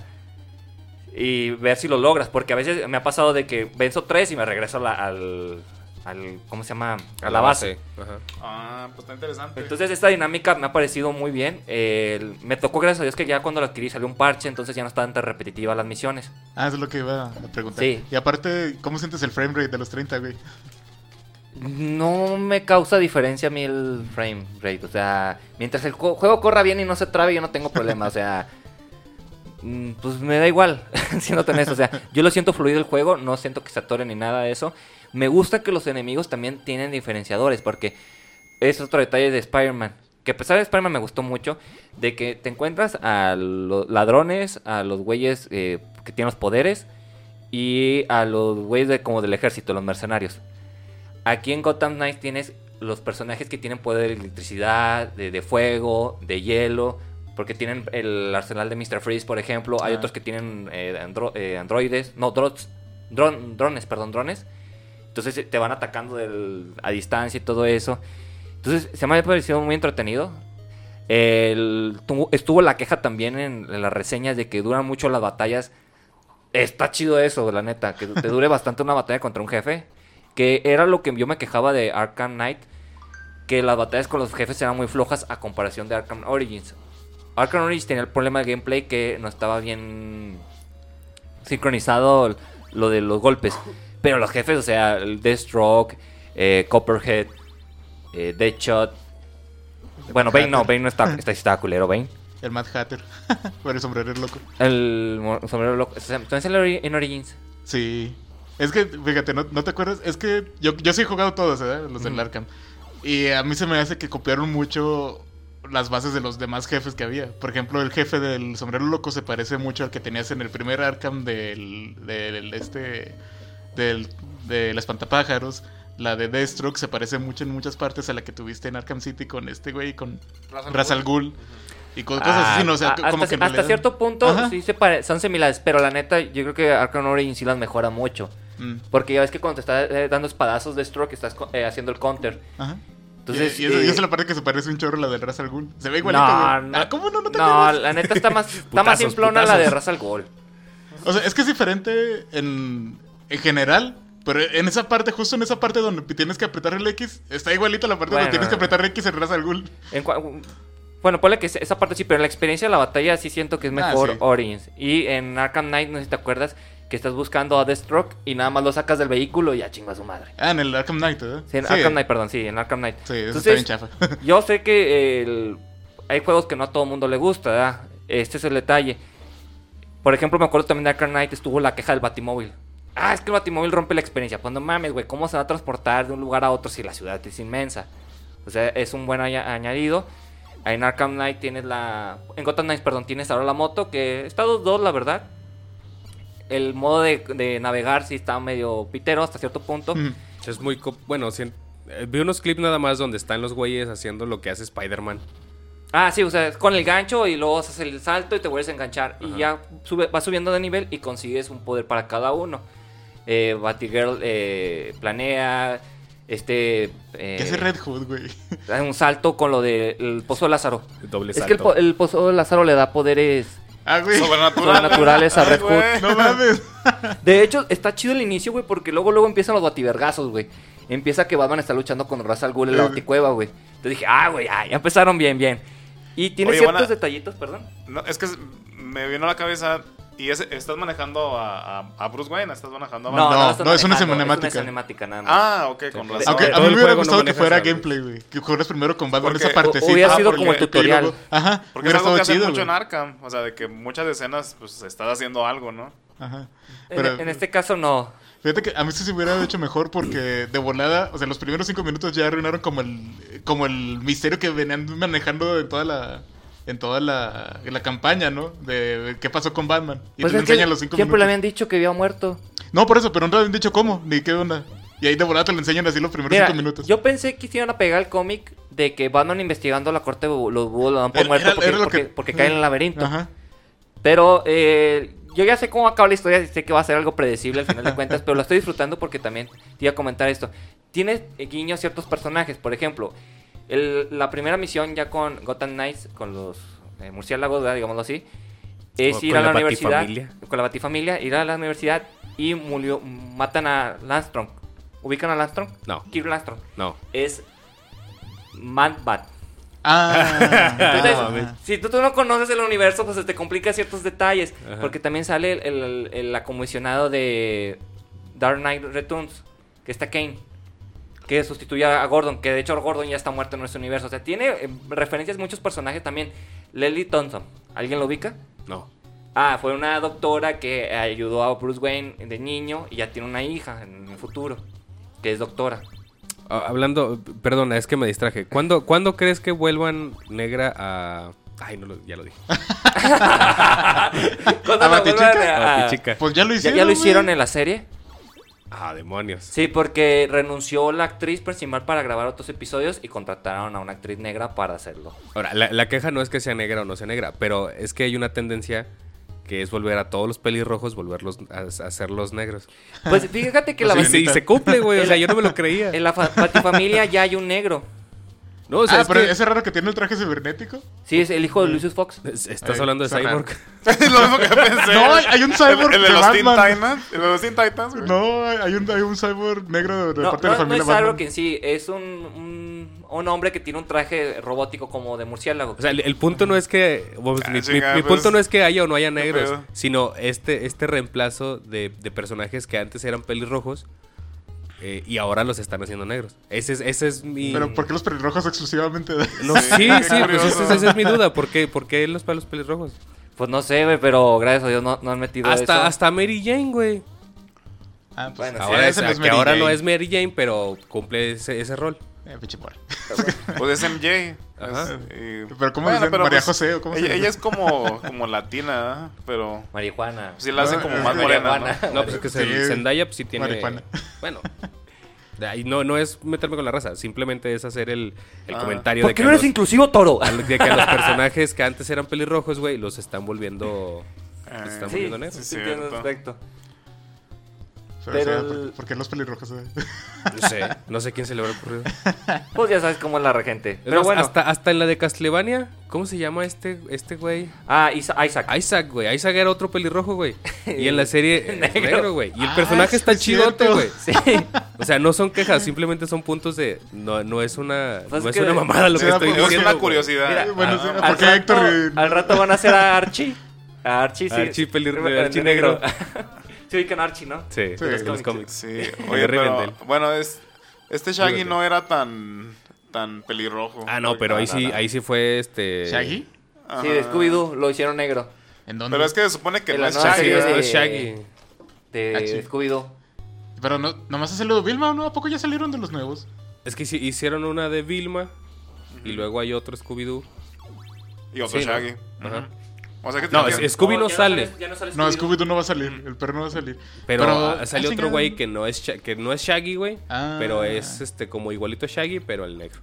[SPEAKER 2] y ver si lo logras. Porque a veces me ha pasado de que venzo tres y me regreso a la- al, al. ¿Cómo se llama? A la base.
[SPEAKER 3] Ajá.
[SPEAKER 1] Ah, pues está interesante.
[SPEAKER 2] Entonces, esta dinámica me ha parecido muy bien. Eh, me tocó, gracias a Dios, que ya cuando lo adquirí salió un parche, entonces ya no estaban tan repetitivas las misiones.
[SPEAKER 4] Ah, eso es lo que iba a preguntar.
[SPEAKER 2] Sí.
[SPEAKER 4] Y aparte, ¿cómo sientes el frame rate de los 30, güey?
[SPEAKER 2] No me causa diferencia a mí el frame rate. O sea, mientras el co- juego corra bien y no se trabe, yo no tengo problema. O sea, mm, pues me da igual, siéndote honesto. O sea, yo lo siento fluido el juego, no siento que se atore ni nada de eso. Me gusta que los enemigos también tienen diferenciadores, porque es otro detalle de Spider-Man. Que a pesar de Spider-Man me gustó mucho, de que te encuentras a los ladrones, a los güeyes eh, que tienen los poderes y a los güeyes de, como del ejército, los mercenarios. Aquí en Gotham Knights tienes los personajes que tienen poder de electricidad, de, de fuego, de hielo, porque tienen el arsenal de Mr. Freeze, por ejemplo. Hay
[SPEAKER 4] Ah.
[SPEAKER 2] otros que tienen eh, andro- eh, androides, no, drones, dron- drones, perdón, drones. Entonces eh, te van atacando del- a distancia y todo eso. Entonces se me ha parecido muy entretenido. El- tuvo- estuvo la queja también en, en las reseñas de que duran mucho las batallas. Está chido eso, la neta, que te dure bastante una batalla contra un jefe. Que era lo que yo me quejaba de Arkham Knight, que las batallas con los jefes eran muy flojas a comparación de Arkham Origins. Arkham Origins tenía el problema de gameplay que no estaba bien sincronizado lo de los golpes. Pero los jefes, o sea, el Deathstroke, eh, Copperhead, eh, Deadshot. Bueno, Bane no, Bane no está, está, está culero, Bane.
[SPEAKER 4] El Mad Hatter. Por el sombrero loco.
[SPEAKER 2] El mo- sombrero loco. o sea, ¿También sale ori- en Origins?
[SPEAKER 4] Sí. Es que, fíjate, ¿no, no te acuerdas? Es que yo, yo sí he jugado todos, ¿verdad? ¿eh? Los del
[SPEAKER 2] Ujú.
[SPEAKER 4] Arkham. Y a mí se me hace que copiaron mucho las bases de los demás jefes que había. Por ejemplo, el jefe del sombrero loco se parece mucho al que tenías en el primer Arkham del, del este del, del espantapájaros. La de Deathstroke se parece mucho en muchas partes a la que tuviste en Arkham City con este güey, con
[SPEAKER 1] Ra's al
[SPEAKER 4] Ra's al Ghul. Y co- cosas
[SPEAKER 2] Ah,
[SPEAKER 4] así, ¿no? O sea,
[SPEAKER 2] a-
[SPEAKER 4] como
[SPEAKER 2] hasta,
[SPEAKER 4] que en
[SPEAKER 2] hasta
[SPEAKER 4] realidad-
[SPEAKER 2] cierto punto
[SPEAKER 4] Ajá.
[SPEAKER 2] sí se pare- son similares, pero la neta, yo creo que Arkham Origins sí las mejora mucho.
[SPEAKER 4] Mm,
[SPEAKER 2] Porque ya ves que cuando te está eh, dando espadazos de Stroke, estás co- eh, haciendo el counter.
[SPEAKER 4] ajá.
[SPEAKER 2] Entonces,
[SPEAKER 4] y, y eso- y
[SPEAKER 2] eh,
[SPEAKER 4] esa es la parte que se parece un chorro a la del Ra's al Ghul. Se ve igualito,
[SPEAKER 2] no,
[SPEAKER 4] güey.
[SPEAKER 2] no,
[SPEAKER 4] Ah, ¿Cómo no? No te
[SPEAKER 2] no, la neta está más, está más
[SPEAKER 3] Putazos,
[SPEAKER 2] simplona la
[SPEAKER 3] putazos.
[SPEAKER 2] de Ra's al Ghul.
[SPEAKER 4] O sea, es que es diferente en, en general, pero en esa parte, justo en esa parte donde tienes que apretar el X, está igualito la parte
[SPEAKER 2] Bueno,
[SPEAKER 4] donde tienes que
[SPEAKER 2] no, no.
[SPEAKER 4] apretar X en Ra's al Ghul.
[SPEAKER 2] En cua- bueno, ponle que esa parte sí, pero en la experiencia de la batalla sí siento que es
[SPEAKER 4] Ah,
[SPEAKER 2] mejor
[SPEAKER 4] sí.
[SPEAKER 2] Origins. Y en Arkham Knight, no sé si te acuerdas, que estás buscando a Deathstroke y nada más lo sacas del vehículo y ya chingo a su madre.
[SPEAKER 4] Ah, en el Arkham Knight, ¿verdad?
[SPEAKER 2] Sí, en Arkham Knight, perdón, sí, en Arkham Knight.
[SPEAKER 4] Sí, eso está
[SPEAKER 2] Entonces,
[SPEAKER 4] bien chafa.
[SPEAKER 2] Yo sé que el- hay juegos que no a todo mundo le gusta, ¿verdad? Este es el detalle. Por ejemplo, me acuerdo también de Arkham Knight estuvo la queja del Batimóvil. Ah, es que el Batimóvil rompe la experiencia. Pues no mames, güey, ¿cómo se va a transportar de un lugar a otro si la ciudad es inmensa? O sea, es un buen aña- añadido. En Arkham Knight tienes la... En Gotham Knights, perdón, tienes ahora la moto, que está 2-2, la verdad. El modo de, de navegar sí está medio pitero hasta cierto punto.
[SPEAKER 4] Mm.
[SPEAKER 3] Es muy... cop- Bueno, sí, eh, vi unos clips nada más donde están los güeyes haciendo lo que hace Spider-Man.
[SPEAKER 2] Ah, sí, o sea, es con el gancho y luego haces el salto y te vuelves a enganchar.
[SPEAKER 3] Ajá.
[SPEAKER 2] Y ya sube, vas subiendo de nivel y consigues un poder para cada uno. Eh, Batigirl eh, planea, este... eh,
[SPEAKER 4] ¿Qué hace Red Hood, güey?
[SPEAKER 2] da un salto con lo del pozo de Lázaro.
[SPEAKER 3] Doble
[SPEAKER 2] Es que el, po-
[SPEAKER 3] salto.
[SPEAKER 2] el pozo de Lázaro le da poderes
[SPEAKER 4] Ah, güey.
[SPEAKER 1] Sobrenatural.
[SPEAKER 2] sobrenaturales a Red Hood.
[SPEAKER 1] Güey.
[SPEAKER 4] No mames.
[SPEAKER 2] De hecho, está chido el inicio, güey, porque luego luego empiezan los bativergazos, güey. Empieza que Batman está luchando con Ra's al Ghul en la
[SPEAKER 4] Eh.
[SPEAKER 2] baticueva, güey. Entonces dije, ah, güey, ah, ya empezaron bien, bien. Y tiene
[SPEAKER 1] Oye,
[SPEAKER 2] ciertos
[SPEAKER 1] buena-
[SPEAKER 2] detallitos, perdón.
[SPEAKER 1] No, es que es- me vino a la cabeza y es- estás manejando a, a- a Bruce Wayne, estás manejando a
[SPEAKER 2] No, no,
[SPEAKER 4] No,
[SPEAKER 2] está
[SPEAKER 4] no, es una
[SPEAKER 2] manejando,
[SPEAKER 4] cinemática.
[SPEAKER 2] Es una cinemática nada más.
[SPEAKER 1] Ah, ok, con
[SPEAKER 2] Sí.
[SPEAKER 1] razón.
[SPEAKER 4] Aunque a
[SPEAKER 3] todo
[SPEAKER 4] mí
[SPEAKER 3] el
[SPEAKER 4] me hubiera
[SPEAKER 3] juego no
[SPEAKER 4] gustado que
[SPEAKER 3] manejas
[SPEAKER 4] fuera
[SPEAKER 3] a Bruce.
[SPEAKER 4] gameplay, güey. Que jugaras primero con Batman en
[SPEAKER 1] Porque
[SPEAKER 4] esa partecita. Ah,
[SPEAKER 2] hubiera sido
[SPEAKER 4] por
[SPEAKER 2] como Ah, el tutorial.
[SPEAKER 4] epílogo. Ajá.
[SPEAKER 1] Porque es
[SPEAKER 4] hubiera
[SPEAKER 1] algo que
[SPEAKER 4] estado
[SPEAKER 1] hacen
[SPEAKER 4] chido,
[SPEAKER 1] mucho en
[SPEAKER 4] güey.
[SPEAKER 1] Arkham. O sea, de que muchas escenas, pues, estás haciendo algo, ¿no?
[SPEAKER 4] Ajá.
[SPEAKER 2] En-
[SPEAKER 4] Pero-
[SPEAKER 2] en, este caso no.
[SPEAKER 4] Fíjate que a mí sí se hubiera hecho mejor porque de volada, o sea, los primeros cinco minutos ya arruinaron como el, como el misterio que venían manejando en toda la, en toda la, en la campaña, ¿no? De qué pasó con Batman. Y
[SPEAKER 2] Pues
[SPEAKER 4] te
[SPEAKER 2] es
[SPEAKER 4] lo
[SPEAKER 2] que
[SPEAKER 4] enseñan los cinco
[SPEAKER 2] siempre le
[SPEAKER 4] minutos.
[SPEAKER 2] habían dicho que había muerto.
[SPEAKER 4] No, por eso, pero no te habían dicho cómo, ni qué onda. Y ahí de volada te lo enseñan así los primeros
[SPEAKER 2] Mira,
[SPEAKER 4] cinco minutos.
[SPEAKER 2] yo pensé que iban a pegar el cómic de que Batman investigando la corte de bu- los búhos lo dan por
[SPEAKER 4] Era-
[SPEAKER 2] muerto
[SPEAKER 4] era-
[SPEAKER 2] porque,
[SPEAKER 4] era lo
[SPEAKER 2] porque-
[SPEAKER 4] que-
[SPEAKER 2] porque caen en el laberinto.
[SPEAKER 4] Ajá.
[SPEAKER 2] Pero eh, yo ya sé cómo acaba la historia y sé que va a ser algo predecible al final de cuentas, pero lo estoy disfrutando porque también te iba a comentar esto. Tienes eh, guiños ciertos personajes, por ejemplo, el- la primera misión ya con Gotham Knights, con los eh, murciélagos, ¿verdad? digámoslo así, es
[SPEAKER 3] O
[SPEAKER 2] ir
[SPEAKER 3] con
[SPEAKER 2] a la,
[SPEAKER 3] la
[SPEAKER 2] universidad,
[SPEAKER 3] Batifamilia.
[SPEAKER 2] con la Batifamilia, ir a la universidad y murió- matan a Landstrom. ¿Ubican a Landstrom?
[SPEAKER 3] No.
[SPEAKER 2] Kirk Landstrom.
[SPEAKER 3] No.
[SPEAKER 2] Es Madbat.
[SPEAKER 4] Ah,
[SPEAKER 2] Entonces,
[SPEAKER 4] ah,
[SPEAKER 2] si tú, tú no conoces el universo, pues se te complica ciertos detalles.
[SPEAKER 3] Ajá.
[SPEAKER 2] Porque también sale el, el, el acomisionado de Dark Knight Returns, que está Kane, que sustituye a Gordon, que de hecho Gordon ya está muerto en nuestro universo. O sea, tiene eh, referencias muchos personajes también. Lily Thompson, ¿alguien lo ubica?
[SPEAKER 3] No.
[SPEAKER 2] Ah, fue una doctora que ayudó a Bruce Wayne de niño y ya tiene una hija en el futuro, que es doctora.
[SPEAKER 3] Ah, Hablando, perdona, es que me distraje. ¿Cuándo, ¿cuándo crees que vuelvan negra a. Ay, no, lo- ya lo dije.
[SPEAKER 2] Cuando
[SPEAKER 4] ¿A
[SPEAKER 2] la vuelvan
[SPEAKER 4] Batichica?
[SPEAKER 2] a-
[SPEAKER 3] A Batichica.
[SPEAKER 4] Pues ya lo
[SPEAKER 2] Ah. ¿Ya,
[SPEAKER 4] hicieron.
[SPEAKER 2] ya lo hicieron
[SPEAKER 4] güey.
[SPEAKER 2] en la serie?
[SPEAKER 3] Ah, demonios.
[SPEAKER 2] Sí, porque renunció la actriz principal para grabar otros episodios y contrataron a una actriz negra para hacerlo.
[SPEAKER 3] Ahora, la, la queja no es que sea negra o no sea negra, pero es que hay una tendencia que es volver a todos los pelirrojos, volverlos a, a hacerlos negros.
[SPEAKER 2] Pues fíjate que
[SPEAKER 3] Y
[SPEAKER 2] la,
[SPEAKER 3] se- y se cumple, güey. O sea, yo no me lo creía.
[SPEAKER 2] en la fa- Batifamilia ya hay un negro.
[SPEAKER 3] No, o sea,
[SPEAKER 4] ah,
[SPEAKER 3] es
[SPEAKER 4] pero
[SPEAKER 3] que-
[SPEAKER 4] ese raro que tiene el traje cibernético.
[SPEAKER 2] Sí, es el hijo de Lucius Fox.
[SPEAKER 3] es- Estás
[SPEAKER 4] Ay,
[SPEAKER 3] hablando de
[SPEAKER 4] está raro.
[SPEAKER 3] Cyborg.
[SPEAKER 1] Lo mismo que pensé.
[SPEAKER 4] No, hay- hay un
[SPEAKER 1] El,
[SPEAKER 4] cyborg
[SPEAKER 1] el de
[SPEAKER 4] de
[SPEAKER 1] los Teen
[SPEAKER 4] Batman.
[SPEAKER 1] Titans. El de los Teen Titans, güey.
[SPEAKER 4] No, hay un, hay un cyborg negro de, de
[SPEAKER 2] No,
[SPEAKER 4] parte de la
[SPEAKER 2] no, no
[SPEAKER 4] familia
[SPEAKER 2] es algo
[SPEAKER 4] Batman.
[SPEAKER 2] que en sí, es un, un, un hombre que tiene un traje robótico como de murciélago.
[SPEAKER 3] O sea, el, el punto no es que. pues,
[SPEAKER 1] Ah,
[SPEAKER 3] mi,
[SPEAKER 1] sí,
[SPEAKER 3] mi-
[SPEAKER 1] ah,
[SPEAKER 3] mi
[SPEAKER 1] pues,
[SPEAKER 3] punto no es que haya o no haya negros,
[SPEAKER 1] pedo.
[SPEAKER 3] sino este, este reemplazo de, de personajes que antes eran pelirrojos eh, y ahora los están haciendo negros. Ese es, ese es mi.
[SPEAKER 4] Pero ¿por qué los pelirrojos exclusivamente?
[SPEAKER 3] No,
[SPEAKER 1] Sí,
[SPEAKER 3] sí, sí,
[SPEAKER 1] qué
[SPEAKER 3] pues
[SPEAKER 1] curioso.
[SPEAKER 3] esa, esa es mi duda. ¿Por qué, por qué los palos pelirrojos?
[SPEAKER 2] pues no sé, güey, pero gracias a Dios no, no han metido eso.
[SPEAKER 3] Hasta, hasta Mary Jane, güey.
[SPEAKER 4] Ah,
[SPEAKER 2] pues, Bueno, sí,
[SPEAKER 3] Ahora, es,
[SPEAKER 4] ese no Ah, es
[SPEAKER 3] que
[SPEAKER 4] Mary
[SPEAKER 3] ahora no
[SPEAKER 4] Jane.
[SPEAKER 3] es Mary Jane, pero cumple ese, ese rol.
[SPEAKER 4] Eh, pinche morra.
[SPEAKER 1] Pues es MJ.
[SPEAKER 3] Ajá.
[SPEAKER 1] Es- y- pues,
[SPEAKER 4] Pero ¿cómo dicen? María José, ¿o cómo se
[SPEAKER 1] ella,
[SPEAKER 4] dice?
[SPEAKER 1] ella es como, como latina, ¿eh? pero pues,
[SPEAKER 2] Marihuana.
[SPEAKER 1] sí la hacen
[SPEAKER 4] No,
[SPEAKER 1] como
[SPEAKER 4] es
[SPEAKER 1] más
[SPEAKER 4] que
[SPEAKER 1] morena.
[SPEAKER 2] marihuana.
[SPEAKER 1] ¿no?
[SPEAKER 3] No, pues es que
[SPEAKER 4] Sí.
[SPEAKER 3] Zendaya pues, sí tiene.
[SPEAKER 4] Marihuana.
[SPEAKER 3] Bueno. De ahí no, no es meterme con la raza, simplemente es hacer el, el
[SPEAKER 1] Ah.
[SPEAKER 3] comentario
[SPEAKER 2] ¿Por
[SPEAKER 3] de
[SPEAKER 2] qué
[SPEAKER 3] que,
[SPEAKER 2] no
[SPEAKER 3] los,
[SPEAKER 2] eres inclusivo, toro?
[SPEAKER 3] al- de que los personajes que antes eran pelirrojos, güey, los están volviendo. Los
[SPEAKER 1] Eh,
[SPEAKER 3] están
[SPEAKER 2] Sí,
[SPEAKER 3] volviendo negros.
[SPEAKER 2] sí,
[SPEAKER 1] Sí,
[SPEAKER 2] tiene un
[SPEAKER 1] cierto.
[SPEAKER 2] aspecto.
[SPEAKER 4] Pero, o sea,
[SPEAKER 2] Pero
[SPEAKER 4] ¿por-
[SPEAKER 2] el-
[SPEAKER 4] ¿por qué los pelirrojos? eh?
[SPEAKER 3] No sé, no sé quién se le habrá ocurrido.
[SPEAKER 2] Pues ya sabes cómo es la regente.
[SPEAKER 3] Es
[SPEAKER 2] Pero
[SPEAKER 3] más,
[SPEAKER 2] bueno.
[SPEAKER 3] hasta, hasta en la de Castlevania, ¿cómo se llama este, este güey?
[SPEAKER 2] Ah, Isa- Isaac.
[SPEAKER 3] Isaac, güey. Isaac era otro pelirrojo, güey. Y en la serie es
[SPEAKER 2] Negro.
[SPEAKER 3] negro, güey. Y el
[SPEAKER 4] Ah,
[SPEAKER 3] personaje
[SPEAKER 4] sí,
[SPEAKER 3] está
[SPEAKER 4] es
[SPEAKER 3] chidote,
[SPEAKER 4] cierto.
[SPEAKER 3] güey.
[SPEAKER 2] Sí.
[SPEAKER 3] O sea, no son quejas, simplemente son puntos de. No, no es una.
[SPEAKER 2] Pues
[SPEAKER 3] no
[SPEAKER 2] es
[SPEAKER 3] es
[SPEAKER 2] que-
[SPEAKER 3] una mamada lo
[SPEAKER 1] Sí,
[SPEAKER 3] que
[SPEAKER 1] da-
[SPEAKER 3] estoy
[SPEAKER 1] es
[SPEAKER 3] diciendo.
[SPEAKER 1] una
[SPEAKER 3] güey.
[SPEAKER 1] curiosidad.
[SPEAKER 2] Mira,
[SPEAKER 4] Bueno,
[SPEAKER 1] Ah,
[SPEAKER 4] sí,
[SPEAKER 1] ah,
[SPEAKER 4] ¿por
[SPEAKER 2] Al
[SPEAKER 4] qué
[SPEAKER 2] rato,
[SPEAKER 4] Héctor? eh,
[SPEAKER 2] al rato van a hacer a Archie. A Archie, sí.
[SPEAKER 3] Archie pelirro-
[SPEAKER 2] Re-
[SPEAKER 3] Archie
[SPEAKER 2] re-
[SPEAKER 3] negro.
[SPEAKER 2] Sí, ubican a Archie, ¿no?
[SPEAKER 3] Sí,
[SPEAKER 4] Sí,
[SPEAKER 3] de los
[SPEAKER 4] sí,
[SPEAKER 3] cómics.
[SPEAKER 1] Sí,
[SPEAKER 3] de
[SPEAKER 1] oye, pero,
[SPEAKER 3] Rivendell.
[SPEAKER 1] bueno, es, este Shaggy
[SPEAKER 3] Rivendell.
[SPEAKER 1] no era tan, tan pelirrojo.
[SPEAKER 3] Ah, no, pero ahí sí, ahí sí fue este.
[SPEAKER 4] ¿Shaggy?
[SPEAKER 1] Ajá.
[SPEAKER 2] Sí, de Scooby-Doo lo hicieron negro.
[SPEAKER 4] ¿En dónde?
[SPEAKER 1] Pero es que se supone que
[SPEAKER 2] De
[SPEAKER 1] no
[SPEAKER 2] la
[SPEAKER 1] es
[SPEAKER 2] nueva
[SPEAKER 3] Ah, sí,
[SPEAKER 1] Shaggy.
[SPEAKER 2] serie
[SPEAKER 1] ¿verdad?
[SPEAKER 3] no
[SPEAKER 2] de-
[SPEAKER 3] es Shaggy.
[SPEAKER 2] De
[SPEAKER 4] Archie.
[SPEAKER 2] Scooby-Doo.
[SPEAKER 4] Pero no, nomás ha salido Vilma, ¿no? ¿A poco ya salieron de los nuevos?
[SPEAKER 3] Es que hici- hicieron una de Vilma. Y luego hay otro Scooby-Doo.
[SPEAKER 1] Y otro
[SPEAKER 3] Sí, ¿no?
[SPEAKER 1] Shaggy.
[SPEAKER 3] Ajá.
[SPEAKER 1] Ujú. O sea que
[SPEAKER 3] No,
[SPEAKER 1] también-
[SPEAKER 3] es- Scooby no
[SPEAKER 2] ya
[SPEAKER 3] sale.
[SPEAKER 2] ya no sale
[SPEAKER 4] No,
[SPEAKER 2] Scooby-Doo.
[SPEAKER 4] Scooby-Doo no va a salir. El perro no va a salir.
[SPEAKER 3] Pero, ah,
[SPEAKER 4] ah,
[SPEAKER 3] salió otro
[SPEAKER 4] chingada.
[SPEAKER 3] güey que no es Sha- que no es Shaggy, güey.
[SPEAKER 4] Ah.
[SPEAKER 3] Pero es este como igualito a Shaggy, pero el negro.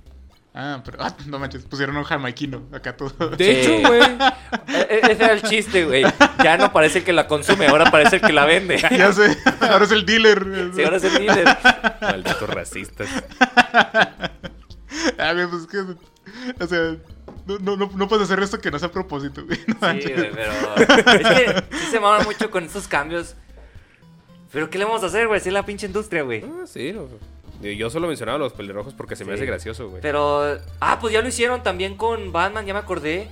[SPEAKER 4] Ah, pero. Ah, no manches, pusieron un jamaiquino acá todo.
[SPEAKER 3] De
[SPEAKER 2] Sí.
[SPEAKER 3] hecho, güey.
[SPEAKER 2] E- e- Ese era el chiste, güey. Ya no parece el que la consume, ahora parece el que la vende.
[SPEAKER 4] Ya sé, ahora es el dealer.
[SPEAKER 2] Sí, ahora es el líder.
[SPEAKER 3] Malditos racistas.
[SPEAKER 4] Ah, güey, pues que. O sea, no, no, no, no puedes hacer esto que no sea a propósito, güey. No
[SPEAKER 2] Sí,
[SPEAKER 4] manches.
[SPEAKER 2] güey, pero. Es que sí se mama mucho con estos cambios. Pero ¿qué le vamos a hacer, güey? Si es la pinche industria, güey.
[SPEAKER 3] Ah, sí. o- yo- Yo solo mencionaba los pelirrojos porque se me
[SPEAKER 2] Sí.
[SPEAKER 3] hace gracioso, güey.
[SPEAKER 2] Pero. Ah, pues ya lo hicieron también con Batman, ya me acordé.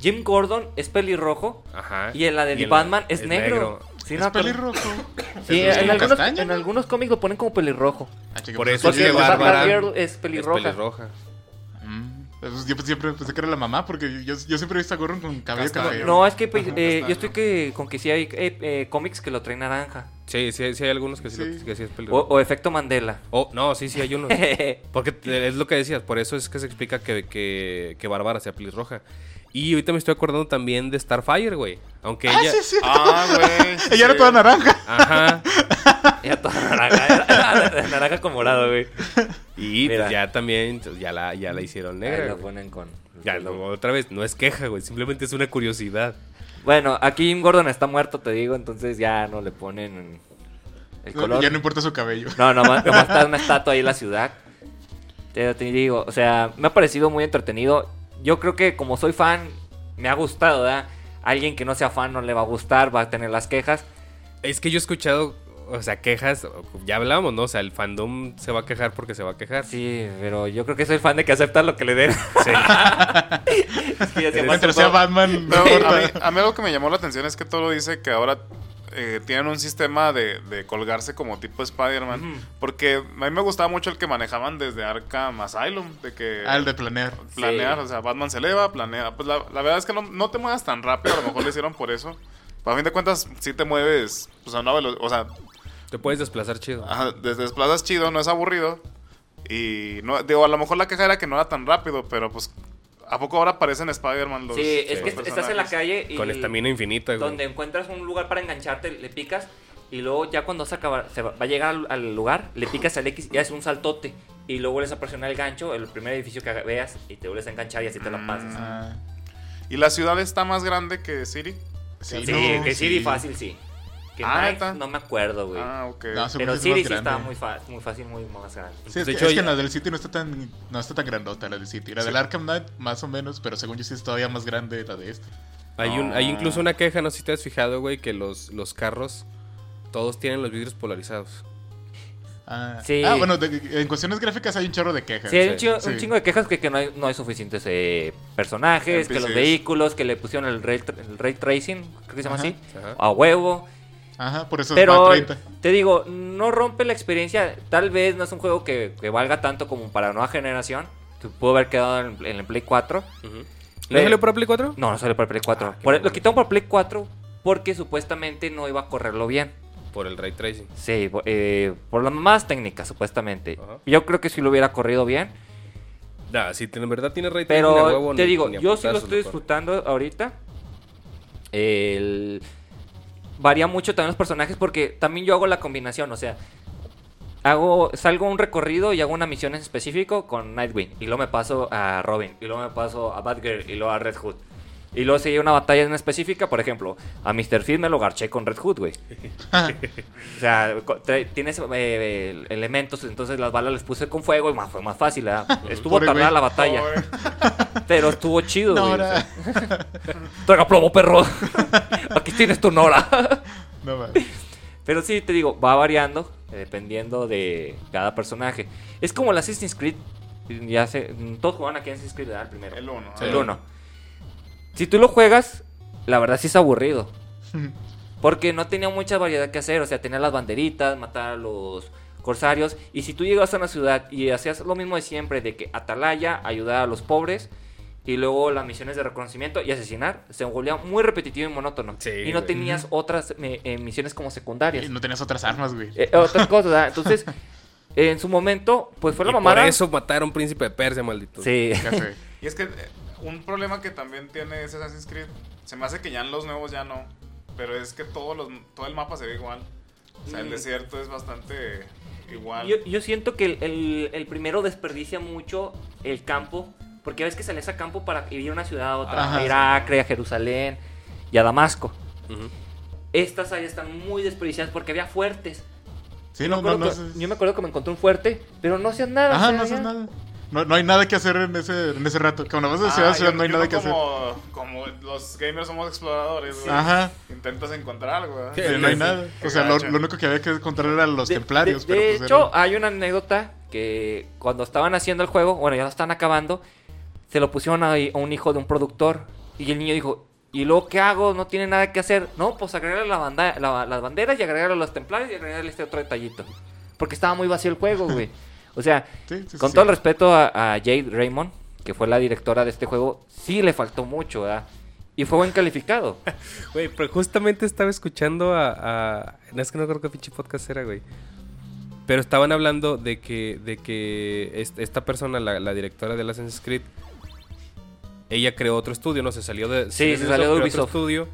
[SPEAKER 2] Jim Gordon es pelirrojo.
[SPEAKER 3] Ajá.
[SPEAKER 2] Y en la de
[SPEAKER 3] en
[SPEAKER 2] Batman es, negro. Sí,
[SPEAKER 4] Es
[SPEAKER 2] no me acuerdo.
[SPEAKER 4] pelirrojo.
[SPEAKER 2] Sí,
[SPEAKER 4] Es
[SPEAKER 2] en
[SPEAKER 4] como
[SPEAKER 2] algunos,
[SPEAKER 4] castaño,
[SPEAKER 2] en
[SPEAKER 4] ¿no?
[SPEAKER 2] algunos cómics lo ponen como pelirrojo.
[SPEAKER 4] Ah, chica,
[SPEAKER 3] Por
[SPEAKER 4] pues,
[SPEAKER 3] eso
[SPEAKER 4] es
[SPEAKER 3] es
[SPEAKER 4] que
[SPEAKER 3] que
[SPEAKER 4] Bárbara-
[SPEAKER 3] Bárbara
[SPEAKER 2] Batgirl es
[SPEAKER 3] Es
[SPEAKER 2] pelirroja.
[SPEAKER 3] pelirroja.
[SPEAKER 4] Mm, pues yo siempre pensé que era la mamá, porque yo, yo siempre he visto a Gorron con cabello
[SPEAKER 3] Cascada.
[SPEAKER 4] café.
[SPEAKER 2] No, es que pues,
[SPEAKER 1] Ajá,
[SPEAKER 2] eh,
[SPEAKER 1] castaño.
[SPEAKER 2] yo estoy que, con que sí hay eh, eh, cómics que lo traen naranja.
[SPEAKER 3] Sí, sí, sí hay algunos que sí, lo-
[SPEAKER 4] Sí.
[SPEAKER 3] que sí es
[SPEAKER 2] O,
[SPEAKER 3] pelirrojo.
[SPEAKER 2] o efecto Mandela.
[SPEAKER 3] Oh, no, sí, sí hay unos.
[SPEAKER 2] sí,
[SPEAKER 3] Porque te- es lo que decías, por eso es que se explica que, que, que Bárbara sea pelirroja. Y ahorita me estoy acordando también de Starfire, güey. Aunque
[SPEAKER 4] Ah,
[SPEAKER 3] ella.
[SPEAKER 4] sí, sí.
[SPEAKER 1] Ah, güey.
[SPEAKER 4] Ella era toda naranja.
[SPEAKER 3] Ajá.
[SPEAKER 2] Ya toda naranja. naranja con morado, güey.
[SPEAKER 3] Y pues,
[SPEAKER 2] Mira.
[SPEAKER 3] ya también, ya la, ya la hicieron negra.
[SPEAKER 2] Ahí lo
[SPEAKER 3] güey.
[SPEAKER 2] ponen con.
[SPEAKER 3] Ya, no, otra vez, no es queja, güey. Simplemente es una curiosidad.
[SPEAKER 2] Bueno, aquí Jim Gordon está muerto, te digo, entonces ya no le ponen el color.
[SPEAKER 4] Ya no importa su cabello.
[SPEAKER 2] No, nomás, nomás está una estatua ahí en la ciudad. Te, te digo, o sea, me ha parecido muy entretenido. Yo creo que como soy fan, me ha gustado, ¿verdad? Alguien que no sea fan no le va a gustar, va a tener las quejas.
[SPEAKER 3] Es que yo he escuchado, o sea, quejas, ya hablábamos, ¿no? O sea, el fandom se va a quejar porque se va a quejar.
[SPEAKER 2] Sí, pero yo creo que soy fan de que acepta lo que le den.
[SPEAKER 3] Sí.
[SPEAKER 2] Es que ya se me hace
[SPEAKER 4] Mientras
[SPEAKER 2] todo-
[SPEAKER 4] sea Batman, no
[SPEAKER 1] Pero a, mí,
[SPEAKER 4] importa.
[SPEAKER 1] a mí algo que me llamó la atención es que Toro dice que ahora eh, tienen un sistema de, de colgarse como tipo Spider-Man.
[SPEAKER 2] Ujú.
[SPEAKER 1] Porque a mí me gustaba mucho el que manejaban desde Arkham Asylum. De que
[SPEAKER 4] Ah, el de planear.
[SPEAKER 1] planear,
[SPEAKER 2] Sí.
[SPEAKER 1] o sea, Batman se eleva, planea. Pues la, la verdad es que no, no te muevas tan rápido, a lo mejor lo hicieron por eso. Pero a fin de cuentas, si te mueves, pues a una velo- o sea,
[SPEAKER 3] Te puedes desplazar chido.
[SPEAKER 2] Ah,
[SPEAKER 1] ajá, te desplazas chido, no es aburrido. Y no, digo, a lo mejor la queja era que no era tan rápido, pero pues, ¿a poco ahora aparecen Spider-Man los
[SPEAKER 2] Sí, es
[SPEAKER 1] los
[SPEAKER 2] que estás en la
[SPEAKER 1] personajes?
[SPEAKER 2] calle y...
[SPEAKER 3] Con estamina infinita, güey.
[SPEAKER 2] donde encuentras un lugar para engancharte, le picas y luego ya cuando se, acaba, se va va a llegar al, al lugar, le picas al X y haces un saltote y luego vuelves a presionar el gancho, el primer edificio que haga- veas y te vuelves a enganchar y así te la pasas.
[SPEAKER 4] Ah,
[SPEAKER 1] ¿Y la ciudad está más grande que City?
[SPEAKER 2] Sí,
[SPEAKER 4] no,
[SPEAKER 2] que Siri fácil, sí. Que
[SPEAKER 1] Ah,
[SPEAKER 2] Night,
[SPEAKER 1] está.
[SPEAKER 2] no me acuerdo, güey.
[SPEAKER 1] Ah, ok.
[SPEAKER 4] No, según
[SPEAKER 2] Pero
[SPEAKER 4] yo pues es
[SPEAKER 2] Siri
[SPEAKER 4] más
[SPEAKER 2] sí está
[SPEAKER 4] grande.
[SPEAKER 2] muy, fa- muy fácil, muy más grande.
[SPEAKER 4] Sí, es,
[SPEAKER 3] De
[SPEAKER 4] que,
[SPEAKER 3] hecho,
[SPEAKER 4] es que
[SPEAKER 3] ya-
[SPEAKER 4] en la del City no está tan no está tan grandota la del City. La del Arkham Knight más o menos, pero según yo sí es todavía más grande la de esta.
[SPEAKER 3] Hay, un,
[SPEAKER 2] Ah.
[SPEAKER 3] hay incluso una queja, no sé si te has fijado, güey, que los, los carros todos tienen los vidrios polarizados.
[SPEAKER 4] Ah,
[SPEAKER 2] Sí.
[SPEAKER 4] ah, bueno, de- en cuestiones gráficas hay un chorro de quejas.
[SPEAKER 2] Sí, hay
[SPEAKER 3] Sí,
[SPEAKER 2] un chingo,
[SPEAKER 4] sí.
[SPEAKER 2] un chingo de quejas que, que no, hay, no hay suficientes eh, personajes, que los
[SPEAKER 1] NPCs.
[SPEAKER 2] vehículos, que le pusieron el ray, tra- el ray tracing, creo que se llama
[SPEAKER 4] Ajá,
[SPEAKER 2] así,
[SPEAKER 3] ajá.
[SPEAKER 2] a huevo.
[SPEAKER 4] Ajá, por eso
[SPEAKER 2] Pero
[SPEAKER 4] es más 30.
[SPEAKER 2] te digo, no rompe la experiencia. Tal vez no es un juego que, que valga tanto como para nueva generación. Se pudo haber quedado en, en el Play 4.
[SPEAKER 3] ¿No
[SPEAKER 2] Eh,
[SPEAKER 3] salió para Play 4?
[SPEAKER 2] No, no salió para el Play 4.
[SPEAKER 3] Ah, qué
[SPEAKER 2] Por- lo
[SPEAKER 3] bueno.
[SPEAKER 2] quitaron para Play 4 porque supuestamente no iba a correrlo bien.
[SPEAKER 3] Por el Ray Tracing.
[SPEAKER 2] Sí, po- eh, por las más técnicas, supuestamente.
[SPEAKER 3] Ajá.
[SPEAKER 2] Yo creo que si lo hubiera corrido bien.
[SPEAKER 3] Nah, si en verdad tiene rating, ni a
[SPEAKER 2] Pero
[SPEAKER 3] huevo,
[SPEAKER 2] te
[SPEAKER 3] ni-
[SPEAKER 2] digo,
[SPEAKER 3] ni a
[SPEAKER 2] yo sí lo
[SPEAKER 3] putazos
[SPEAKER 2] estoy
[SPEAKER 3] corro.
[SPEAKER 2] disfrutando ahorita. El- Varía mucho también los personajes porque también yo hago la combinación, o sea, hago salgo a un recorrido y hago una misión en específico con Nightwing y luego me paso a Robin y luego me paso a Batgirl y luego a Red Hood. Y luego sigue una batalla en específica, por ejemplo, a Mr. Feed me lo garché con Red Hood, güey.
[SPEAKER 4] Ah.
[SPEAKER 2] O sea, co- trae- tienes eh, elementos, entonces las balas les puse con fuego y más, fue más fácil. ¿verdad? Estuvo
[SPEAKER 4] Pobre
[SPEAKER 2] tardada
[SPEAKER 4] güey.
[SPEAKER 2] la batalla. Pero estuvo chido, güey. o
[SPEAKER 4] Nora.
[SPEAKER 2] sea. Traga plomo, perro. Aquí tienes tu Nora.
[SPEAKER 4] No va.
[SPEAKER 2] Pero sí, te digo, va variando eh, dependiendo de cada personaje. Es como el Assassin's Creed. Ya sé, mm, todos jugaban aquí en Assassin's Creed, ¿verdad? El primero.
[SPEAKER 1] El uno. ah.
[SPEAKER 2] El uno. Si tú lo juegas, la verdad sí es aburrido. Porque no tenía mucha variedad que hacer. O sea, tenía las banderitas, matar a los corsarios. Y si tú llegabas a una ciudad y hacías lo mismo de siempre, de que Atalaya, ayudar a los pobres. Y luego las misiones de reconocimiento y asesinar se volvía muy repetitivo y monótono.
[SPEAKER 3] Sí,
[SPEAKER 2] y no
[SPEAKER 3] güey.
[SPEAKER 2] tenías otras me- eh, misiones como secundarias.
[SPEAKER 4] Y No tenías otras armas, güey.
[SPEAKER 2] Eh, otras cosas. ¿verdad? Entonces, en su momento, pues fue la
[SPEAKER 3] Y
[SPEAKER 2] mamada.
[SPEAKER 3] Por eso pues, mataron Príncipe de Persia, maldito.
[SPEAKER 2] Sí.
[SPEAKER 4] Ya sé.
[SPEAKER 1] Y es que eh, un problema que también tiene ese Assassin's Creed, se me hace que ya en los nuevos ya no, pero es que todos los, todo el mapa se ve igual. O sea, el
[SPEAKER 2] Mm.
[SPEAKER 1] desierto es bastante igual.
[SPEAKER 2] Yo, yo siento que el, el- el primero desperdicia mucho el campo, porque ves que sales a campo para ir a una ciudad a otra,
[SPEAKER 4] Ajá.
[SPEAKER 2] a ir a Acre, a Jerusalén y a Damasco.
[SPEAKER 3] Ujú.
[SPEAKER 2] Estas áreas están muy desperdiciadas porque había fuertes.
[SPEAKER 4] Sí,
[SPEAKER 2] Yo
[SPEAKER 4] no,
[SPEAKER 2] me
[SPEAKER 4] no,
[SPEAKER 2] acuerdo
[SPEAKER 4] no.
[SPEAKER 2] que-
[SPEAKER 4] haces-
[SPEAKER 2] Yo me acuerdo que me encontré un fuerte, pero no hacías nada. o
[SPEAKER 4] Ajá,
[SPEAKER 2] sea,
[SPEAKER 4] no haces
[SPEAKER 2] ya-
[SPEAKER 4] nada. No, no hay nada que hacer en ese, en ese rato. Cuando vas de
[SPEAKER 1] Ah,
[SPEAKER 4] ciudad a
[SPEAKER 1] yo-
[SPEAKER 4] ciudad, no hay
[SPEAKER 1] yo
[SPEAKER 4] nada que hacer.
[SPEAKER 1] como, Como los gamers somos exploradores, güey.
[SPEAKER 4] Ajá.
[SPEAKER 1] Intentas encontrar algo, ¿verdad?
[SPEAKER 3] Sí,
[SPEAKER 4] Sí, no hay nada. O sea, lo,
[SPEAKER 1] gacho.
[SPEAKER 4] lo único que había que encontrar eran los
[SPEAKER 2] De-
[SPEAKER 4] templarios.
[SPEAKER 2] de-
[SPEAKER 4] pero
[SPEAKER 2] de
[SPEAKER 4] pues
[SPEAKER 2] hecho, ah,
[SPEAKER 4] era-
[SPEAKER 2] hay una anécdota que cuando estaban haciendo el juego, bueno, ya lo estaban acabando, se lo pusieron a, a un hijo de un productor y el niño dijo, ¿y luego qué hago? No tiene nada que hacer. No, pues agregarle la banda, la- las banderas y agregarle los templarios y agregarle este otro detallito. Porque estaba muy vacío el juego, güey. O sea,
[SPEAKER 4] Sí, sí,
[SPEAKER 2] con
[SPEAKER 4] sí.
[SPEAKER 2] todo el respeto a, a Jade Raymond, que fue la directora de este juego, sí le faltó mucho, ¿verdad? Y fue buen calificado.
[SPEAKER 3] Güey, pero justamente estaba escuchando a, a- No es que no creo que pinche podcast era, güey. Pero estaban hablando de que, de que es- esta persona, la, la directora de Assassin's Creed, ella creó otro estudio, ¿no? Se salió de.
[SPEAKER 2] Sí, se
[SPEAKER 3] de
[SPEAKER 2] salió de
[SPEAKER 3] creó otro
[SPEAKER 2] Ubisoft.
[SPEAKER 3] estudio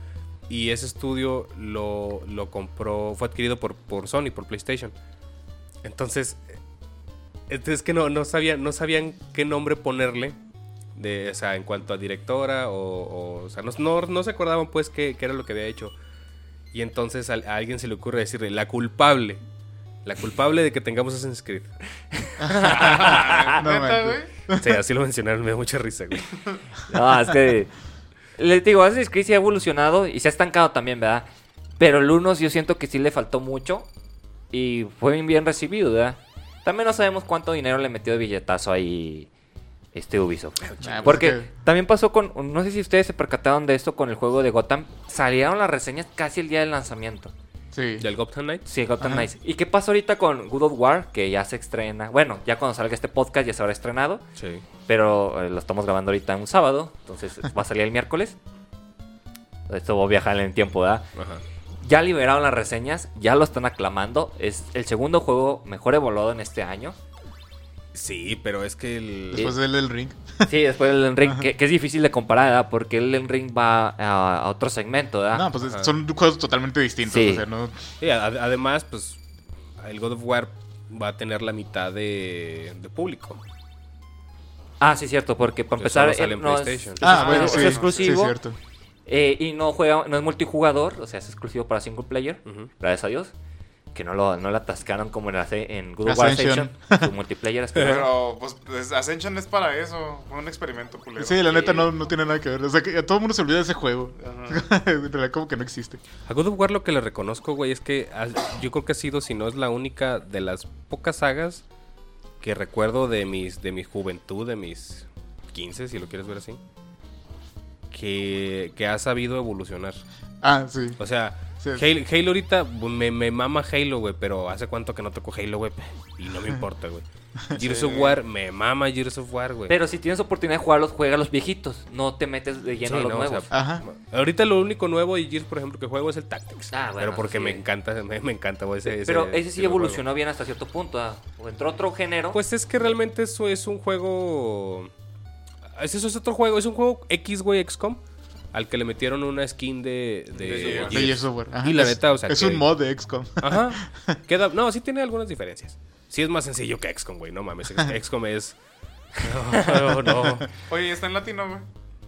[SPEAKER 3] y ese estudio lo, lo compró, fue adquirido por, por Sony, por PlayStation. Entonces, entonces que no, no, sabía, no sabían qué nombre ponerle. De, o sea, en cuanto a directora o... o, o sea, no, no, no se acordaban pues qué, qué era lo que había hecho. Y entonces al- a, alguien se le ocurre decirle, la culpable. La culpable de que tengamos Assassin's Creed.
[SPEAKER 1] Ah,
[SPEAKER 4] No
[SPEAKER 1] ¿neta,
[SPEAKER 4] manches.
[SPEAKER 1] güey?
[SPEAKER 3] Sí, así lo mencionaron, me da mucha risa, güey.
[SPEAKER 2] No, es que. Les digo, Assassin's Creed sí ha evolucionado y se ha estancado también, ¿verdad? Pero el 1 yo siento que sí le faltó mucho y fue bien recibido, ¿verdad? También no sabemos cuánto dinero le metió de billetazo ahí este Ubisoft.
[SPEAKER 4] Ah, pues
[SPEAKER 2] Porque
[SPEAKER 4] es que-
[SPEAKER 2] también pasó con, no sé si ustedes se percataron de esto con el juego de Gotham, salieron las reseñas casi el día del lanzamiento.
[SPEAKER 4] Sí.
[SPEAKER 3] ¿Del Gotham Knights?
[SPEAKER 2] Sí, Gotham
[SPEAKER 4] Ajá.
[SPEAKER 2] Knights. ¿Y qué pasa ahorita con Good of War? Que ya se estrena. Bueno, ya cuando salga este podcast ya se habrá estrenado.
[SPEAKER 3] Sí.
[SPEAKER 2] Pero eh, lo estamos grabando ahorita un sábado, entonces va a salir el miércoles. Esto va a viajar en el tiempo, ¿verdad?
[SPEAKER 3] Ajá.
[SPEAKER 2] Ya liberaron las reseñas, ya lo están aclamando. Es el segundo juego mejor evaluado en este año.
[SPEAKER 3] Sí, pero es que el...
[SPEAKER 4] Después del, del ring.
[SPEAKER 2] Sí, después el Enring, que, que es difícil de comparar, ¿verdad? Porque el Enring va a, a otro segmento, ¿verdad?
[SPEAKER 4] No, pues es-
[SPEAKER 3] Ajá.
[SPEAKER 4] son juegos totalmente distintos.
[SPEAKER 2] Sí.
[SPEAKER 4] O sea, no.
[SPEAKER 3] Sí, a- además, pues, el God of War va a tener la mitad de, de público.
[SPEAKER 2] Ah, sí, cierto, porque para
[SPEAKER 3] Eso
[SPEAKER 2] empezar,
[SPEAKER 3] no sale
[SPEAKER 2] eh,
[SPEAKER 3] en
[SPEAKER 2] no es-
[SPEAKER 3] PlayStation.
[SPEAKER 2] es-
[SPEAKER 4] Ah,
[SPEAKER 2] es-
[SPEAKER 4] bueno,
[SPEAKER 2] es
[SPEAKER 4] sí.
[SPEAKER 2] exclusivo.
[SPEAKER 4] Sí, cierto.
[SPEAKER 2] Eh, y no juega, no es multijugador, o sea, es exclusivo para single player.
[SPEAKER 3] Ujú.
[SPEAKER 2] Gracias a Dios. Que no lo, no lo atascaron como en, Ase- en Good War Ascension.
[SPEAKER 4] Ascension.
[SPEAKER 2] Su multiplayer es
[SPEAKER 1] Pero, pues, pues, Ascension es para eso. Fue un experimento culero.
[SPEAKER 4] Sí, la neta
[SPEAKER 2] Sí.
[SPEAKER 4] no, no tiene nada que ver. O sea, que a todo el mundo se olvida de ese juego.
[SPEAKER 3] Ah.
[SPEAKER 1] Ajá.
[SPEAKER 4] en realidad, como que no existe.
[SPEAKER 3] A God of War lo que le reconozco, güey, es que ha- yo creo que ha sido, si no es la única de las pocas sagas que recuerdo de mis de mi juventud, de mis 15, si lo quieres ver así, que, que ha sabido evolucionar.
[SPEAKER 4] Ah, sí.
[SPEAKER 3] O sea,
[SPEAKER 4] Sí, sí.
[SPEAKER 3] Halo, Halo ahorita me, me mama Halo, güey, pero hace cuánto que no toco Halo, güey, y no me importa, güey. Gears of War, me mama Gears of War, güey.
[SPEAKER 2] Pero si tienes oportunidad de jugarlos, juega a los viejitos. No te metes de
[SPEAKER 3] Sí,
[SPEAKER 2] lleno a los
[SPEAKER 3] no, o sea,
[SPEAKER 2] nuevos.
[SPEAKER 4] Ajá.
[SPEAKER 3] Ahorita lo único nuevo de Gears, por ejemplo, que juego es el Tactics.
[SPEAKER 2] Ah, bueno,
[SPEAKER 3] pero porque
[SPEAKER 2] sí.
[SPEAKER 3] me encanta, me, me encanta, güey, ese,
[SPEAKER 2] pero ese sí
[SPEAKER 3] lo juego.
[SPEAKER 2] evolucionó bien hasta cierto punto. ah. O entró otro género.
[SPEAKER 3] Pues es que realmente eso es un juego. Es eso es otro juego, es un juego X, güey, XCOM, al que le metieron una skin de. de,
[SPEAKER 1] De Gears.
[SPEAKER 4] De Gears of War. Ajá.
[SPEAKER 3] Y la
[SPEAKER 4] Es-
[SPEAKER 3] neta, o sea,
[SPEAKER 4] Es
[SPEAKER 3] que-
[SPEAKER 4] un mod de XCOM.
[SPEAKER 3] Ajá. Queda, no, sí tiene algunas diferencias. Sí es más sencillo que XCOM, güey, no mames. XCOM es. No, no.
[SPEAKER 1] Oye, está en latino, güey.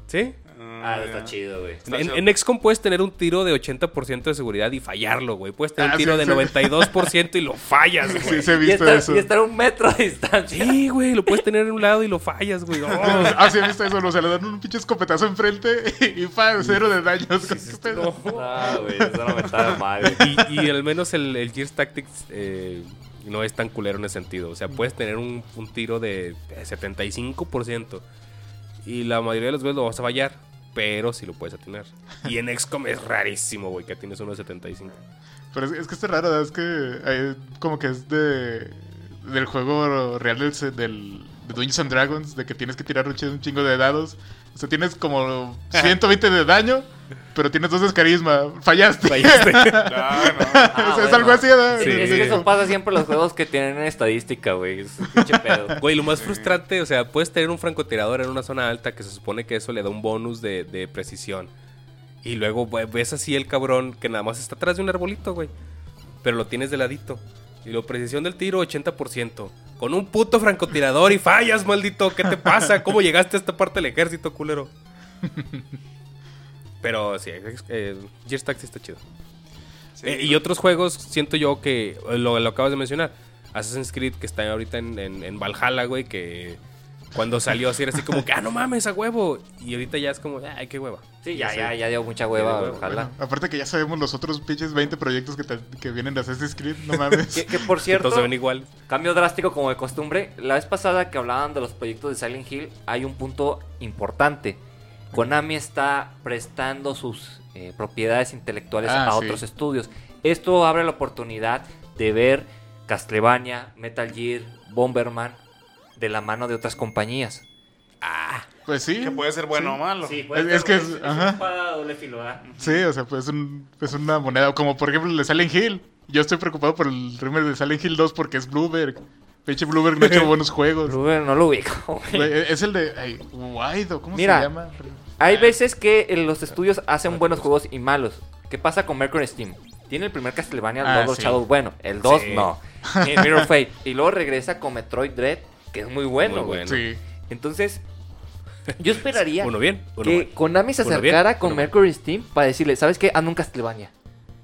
[SPEAKER 3] ¿Sí?
[SPEAKER 2] Ah,
[SPEAKER 1] ya.
[SPEAKER 2] está chido, güey.
[SPEAKER 1] Está chido.
[SPEAKER 3] En, en XCOM puedes tener un tiro de 80% de seguridad y fallarlo, güey. Puedes tener
[SPEAKER 4] Ah,
[SPEAKER 3] un tiro
[SPEAKER 4] sí,
[SPEAKER 3] de
[SPEAKER 4] sí.
[SPEAKER 3] 92% y lo fallas, güey.
[SPEAKER 4] Sí, se he
[SPEAKER 2] Y
[SPEAKER 4] visto
[SPEAKER 2] estar,
[SPEAKER 4] eso.
[SPEAKER 2] y estar a un metro de distancia.
[SPEAKER 3] Sí, güey, lo puedes tener en un lado y lo fallas, güey. Oh.
[SPEAKER 4] Ah, sí, he visto eso. O sea, le dan un pinche escopetazo enfrente y pa, cero de daños. ¿Qué pedo?
[SPEAKER 2] No, güey, eso no me estaba mal. güey.
[SPEAKER 3] Y, y al menos el, el Gears Tactics eh, no es tan culero en ese sentido. O sea, puedes tener un, un tiro de 75% y la mayoría de las veces lo vas a fallar, pero sí lo puedes atinar. Y en XCOM es rarísimo, güey, que atines uno de 75.
[SPEAKER 4] Pero es, es que está raro, ¿verdad? es que eh, como que es de del juego real del, se- del de Dungeons and Dragons, de que tienes que tirar un chi- un chingo de dados. O sea, tienes como 120 de daño, pero tienes dos de carisma. Fallaste.
[SPEAKER 3] Fallaste.
[SPEAKER 1] Ah, no.
[SPEAKER 4] O sea, es
[SPEAKER 2] bueno.
[SPEAKER 4] algo así, ¿verdad?
[SPEAKER 2] Sí, es
[SPEAKER 3] Sí.
[SPEAKER 2] que eso pasa siempre en los juegos que tienen estadística, güey. Es un pinche pedo.
[SPEAKER 3] Güey, lo más frustrante, o sea, puedes tener un francotirador en una zona alta que se supone que eso le da un bonus de, de precisión. Y luego güey, ves así el cabrón que nada más está atrás de un arbolito, güey. Pero lo tienes de ladito. Y la precisión del tiro, 80%. Con un puto francotirador y fallas, maldito. ¿Qué te pasa? ¿Cómo llegaste a esta parte del ejército, culero? Pero sí, es- eh, Gears Tactics está chido.
[SPEAKER 1] Sí,
[SPEAKER 3] Eh, y otros juegos, siento yo que eh, lo, lo acabas de mencionar. Assassin's Creed, que está ahorita en, en- en Valhalla, güey, que cuando salió así era así como que, ah, no mames, a huevo. Y ahorita ya es como, ay, qué hueva.
[SPEAKER 2] Sí, ya,
[SPEAKER 3] Sí.
[SPEAKER 2] ya, ya dio mucha hueva,
[SPEAKER 3] hueva,
[SPEAKER 2] ojalá.
[SPEAKER 4] Aparte que ya sabemos los otros pinches 20 proyectos que, te- que vienen de Assassin's Creed, no mames.
[SPEAKER 2] Que, que, por
[SPEAKER 3] Que
[SPEAKER 2] cierto,
[SPEAKER 3] todos se ven igual.
[SPEAKER 2] cambio drástico como de costumbre. La vez pasada que hablaban de los proyectos de Silent Hill, hay un punto importante. Konami está prestando sus eh, propiedades intelectuales
[SPEAKER 4] Ah,
[SPEAKER 2] a
[SPEAKER 4] sí.
[SPEAKER 2] otros estudios. Esto abre la oportunidad de ver Castlevania, Metal Gear, Bomberman de la mano de otras compañías.
[SPEAKER 4] Pues sí.
[SPEAKER 1] Que puede ser bueno o malo.
[SPEAKER 4] puede Es- ser, es que es- es- es una ajá.
[SPEAKER 2] doble filo,
[SPEAKER 4] Sí, o sea, pues es, un- es una moneda. Como por ejemplo el de Silent Hill. Yo estoy preocupado por el remake de Silent Hill 2 porque es Blueberg. Pinche Blueberg no ha hecho buenos juegos.
[SPEAKER 2] Rubén, no lo ubico, güey.
[SPEAKER 4] Güey, Es el de ay, Guaido, ¿cómo
[SPEAKER 2] Mira.
[SPEAKER 4] se llama?
[SPEAKER 2] Hay veces que eh, los estudios hacen buenos juegos y malos. ¿Qué pasa con Mercury Steam? Tiene el primer Castlevania
[SPEAKER 4] Ah,
[SPEAKER 2] Lord of
[SPEAKER 4] sí.
[SPEAKER 2] Shadow bueno, el 2
[SPEAKER 3] Sí.
[SPEAKER 2] no. Tiene Mirror of Fate y luego regresa con Metroid Dread, que es muy bueno,
[SPEAKER 3] Muy
[SPEAKER 2] güey.
[SPEAKER 3] bueno.
[SPEAKER 4] Sí.
[SPEAKER 2] Entonces, yo esperaría
[SPEAKER 3] Uno bien, uno
[SPEAKER 2] que
[SPEAKER 3] mal.
[SPEAKER 2] Konami se
[SPEAKER 3] Uno bien,
[SPEAKER 2] acercara con
[SPEAKER 3] uno mal.
[SPEAKER 2] Mercury Steam para decirle, ¿sabes qué? Anda un Castlevania.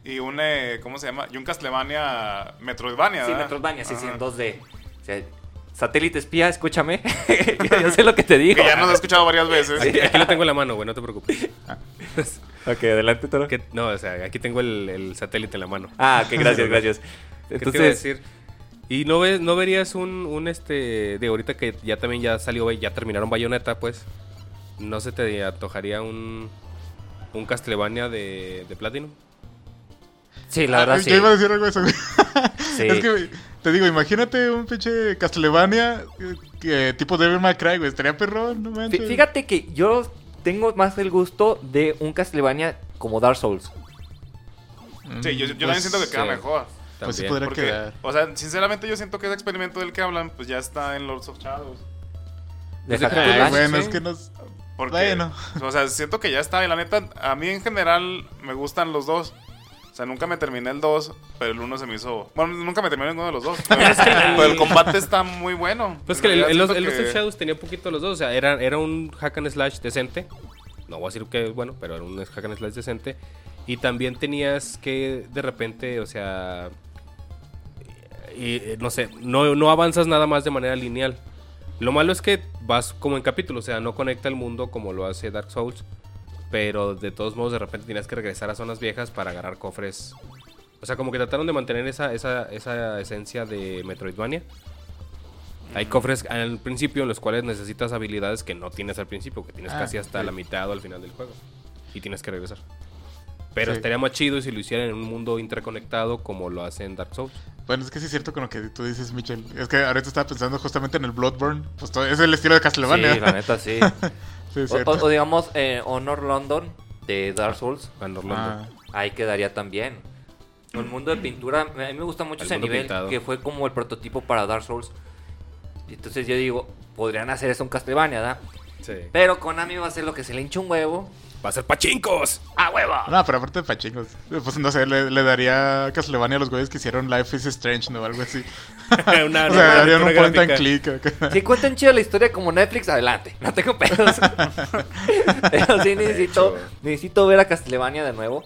[SPEAKER 1] Y un, eh, ¿cómo se llama? Y un Castlevania Metroidvania,
[SPEAKER 2] Sí,
[SPEAKER 1] ¿verdad?
[SPEAKER 2] Metroidvania, sí, sí,
[SPEAKER 1] Ah, Ajá.
[SPEAKER 2] en 2D. O sea, satélite espía, escúchame. yo, yo sé lo que te digo.
[SPEAKER 1] Que ya nos ha escuchado varias veces.
[SPEAKER 3] Aquí, aquí lo tengo en la mano, güey, no te preocupes.
[SPEAKER 2] Ok, adelante, Toro.
[SPEAKER 3] Que- no, o sea, aquí tengo el, el satélite en la mano.
[SPEAKER 2] Ah, ok, gracias, gracias.
[SPEAKER 3] ¿Qué te iba a decir? Y no ves, no verías un, un este de ahorita que ya también ya salió, ya terminaron Bayonetta, pues. ¿No se te antojaría un un Castlevania de, de Platinum?
[SPEAKER 2] Sí, la verdad
[SPEAKER 4] Ah,
[SPEAKER 2] sí.
[SPEAKER 4] Yo iba a decir algo de eso. güey.
[SPEAKER 2] Sí.
[SPEAKER 4] Es que te digo, imagínate un pinche Castlevania eh, que, tipo Devil May Cry, güey. Estaría perrón, no
[SPEAKER 2] Fí-
[SPEAKER 4] manches.
[SPEAKER 2] Fíjate que yo tengo más el gusto de un Castlevania como Dark Souls.
[SPEAKER 4] Mm,
[SPEAKER 1] Sí, yo, yo
[SPEAKER 4] pues,
[SPEAKER 1] también siento que queda
[SPEAKER 3] sí.
[SPEAKER 1] mejor.
[SPEAKER 4] Pues sí
[SPEAKER 3] También.
[SPEAKER 4] podría
[SPEAKER 1] Porque,
[SPEAKER 4] quedar.
[SPEAKER 1] o sea, sinceramente yo siento que ese experimento del que hablan, pues ya está en Lords of Shadows.
[SPEAKER 2] De
[SPEAKER 3] Pues de
[SPEAKER 4] Ay,
[SPEAKER 2] Hakugan.
[SPEAKER 4] bueno,
[SPEAKER 3] sí.
[SPEAKER 4] es que nos...
[SPEAKER 1] Porque,
[SPEAKER 4] Bueno.
[SPEAKER 1] O sea, siento que ya está. Y la neta, a mí en general me gustan los dos. O sea, nunca me terminé el 2, pero el 1 se me hizo... Bueno, nunca me terminé ninguno de los dos. Pero, pero el combate está muy bueno.
[SPEAKER 3] Pues
[SPEAKER 1] En
[SPEAKER 3] que el,
[SPEAKER 1] realidad
[SPEAKER 3] el- los,
[SPEAKER 1] siento
[SPEAKER 3] el Lost
[SPEAKER 1] que-
[SPEAKER 3] in Shadows tenía poquito los dos, o sea, era, era un hack and slash decente. No voy a decir que bueno, pero era un hack and slash decente. Y también tenías que de repente, o sea, y, eh, no sé, no, no avanzas nada más de manera lineal. Lo malo es que vas como en capítulos, o sea, no conecta el mundo como lo hace Dark Souls. Pero de todos modos, de repente tenías que regresar a zonas viejas para agarrar cofres. O sea, como que trataron de mantener esa, esa, esa esencia de Metroidvania. Hay cofres al principio en los cuales necesitas habilidades que no tienes al principio, que tienes
[SPEAKER 4] Ah,
[SPEAKER 3] casi hasta
[SPEAKER 4] sí.
[SPEAKER 3] la mitad o al final del juego. Y tienes que regresar. Pero
[SPEAKER 4] Sí.
[SPEAKER 3] estaría más chido si lo hicieran en un mundo interconectado como lo hacen Dark Souls.
[SPEAKER 4] Bueno, es que sí es cierto con lo que tú dices, Mitchell. Es que ahorita estaba pensando justamente en el Bloodborne. Pues todo, es el estilo de Castlevania.
[SPEAKER 2] Sí, la neta, sí.
[SPEAKER 4] Sí, es
[SPEAKER 2] O,
[SPEAKER 4] cierto.
[SPEAKER 2] o- o digamos, eh, Honor London de Dark Souls.
[SPEAKER 3] Van
[SPEAKER 4] Ah,
[SPEAKER 3] Orlando.
[SPEAKER 2] Ahí quedaría también. El mundo de pintura, a mí me gusta mucho
[SPEAKER 3] Al
[SPEAKER 2] ese
[SPEAKER 3] mundo
[SPEAKER 2] nivel,
[SPEAKER 3] pintado.
[SPEAKER 2] que fue como el prototipo para Dark Souls. Y Entonces yo digo, podrían hacer eso en Castlevania, ¿verdad?
[SPEAKER 3] Sí.
[SPEAKER 2] Pero Konami va a hacer lo que se le hincha un huevo.
[SPEAKER 3] ¡Va a ser pachincos!
[SPEAKER 2] ¡A huevo!
[SPEAKER 4] Ah, No, pero aparte de pachingos. Pues no sé, le, le daría Castlevania a los güeyes que hicieron Life is Strange, ¿no? Algo así.
[SPEAKER 3] Una- una
[SPEAKER 4] o sea, darían un
[SPEAKER 3] aventura
[SPEAKER 4] point and
[SPEAKER 3] gráfica.
[SPEAKER 4] click. acá.
[SPEAKER 2] Si cuentan chido la historia como Netflix, adelante. No tengo pedos. Pero sí necesito,
[SPEAKER 3] hecho.
[SPEAKER 2] necesito ver a Castlevania de nuevo.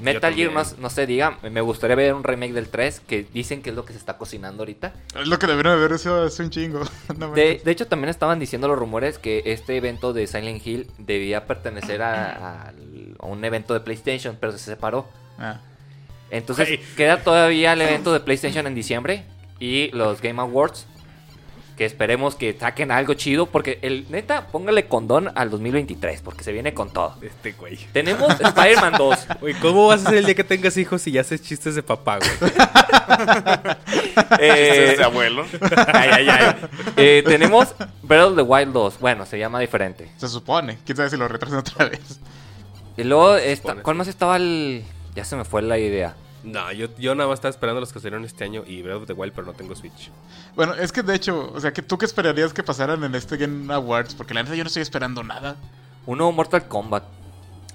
[SPEAKER 2] Metal Gear,
[SPEAKER 3] también.
[SPEAKER 2] no, no se diga, me gustaría ver un remake del 3, que dicen que es lo que se está cocinando ahorita.
[SPEAKER 4] Es lo que debieron haber hecho hace un chingo. No
[SPEAKER 2] De,
[SPEAKER 4] manches.
[SPEAKER 2] de hecho, también estaban diciendo los rumores que este evento de Silent Hill debía pertenecer a, al- a un evento de PlayStation, pero se separó.
[SPEAKER 4] Ah.
[SPEAKER 2] Entonces,
[SPEAKER 3] Güey.
[SPEAKER 2] queda todavía el evento de PlayStation en diciembre y los Game Awards. Que esperemos que saquen algo chido, porque el neta, póngale condón al 2023, porque se viene con todo.
[SPEAKER 3] Este güey.
[SPEAKER 2] Tenemos Spider-Man 2.
[SPEAKER 3] Güey, ¿cómo vas a ser el día que tengas hijos si ya haces chistes de papá, güey?
[SPEAKER 1] Este es
[SPEAKER 2] eh,
[SPEAKER 1] de abuelo.
[SPEAKER 2] ay, ay, ay. Eh, tenemos Breath of the Wild 2. Bueno, se llama diferente.
[SPEAKER 4] Se supone. Quién sabe si lo retrasan otra vez.
[SPEAKER 2] Y luego, esta,
[SPEAKER 3] Pobre.
[SPEAKER 2] ¿cuál más estaba el.? Ya se me fue la idea.
[SPEAKER 3] No, yo, yo nada más estaba esperando los que salieron este año y Breath of the Wild, pero no tengo Switch.
[SPEAKER 4] Bueno, es que de hecho, o sea, que ¿tú qué esperarías que pasaran en este Game Awards? Porque la neta yo no estoy esperando nada.
[SPEAKER 2] Un nuevo Mortal Kombat.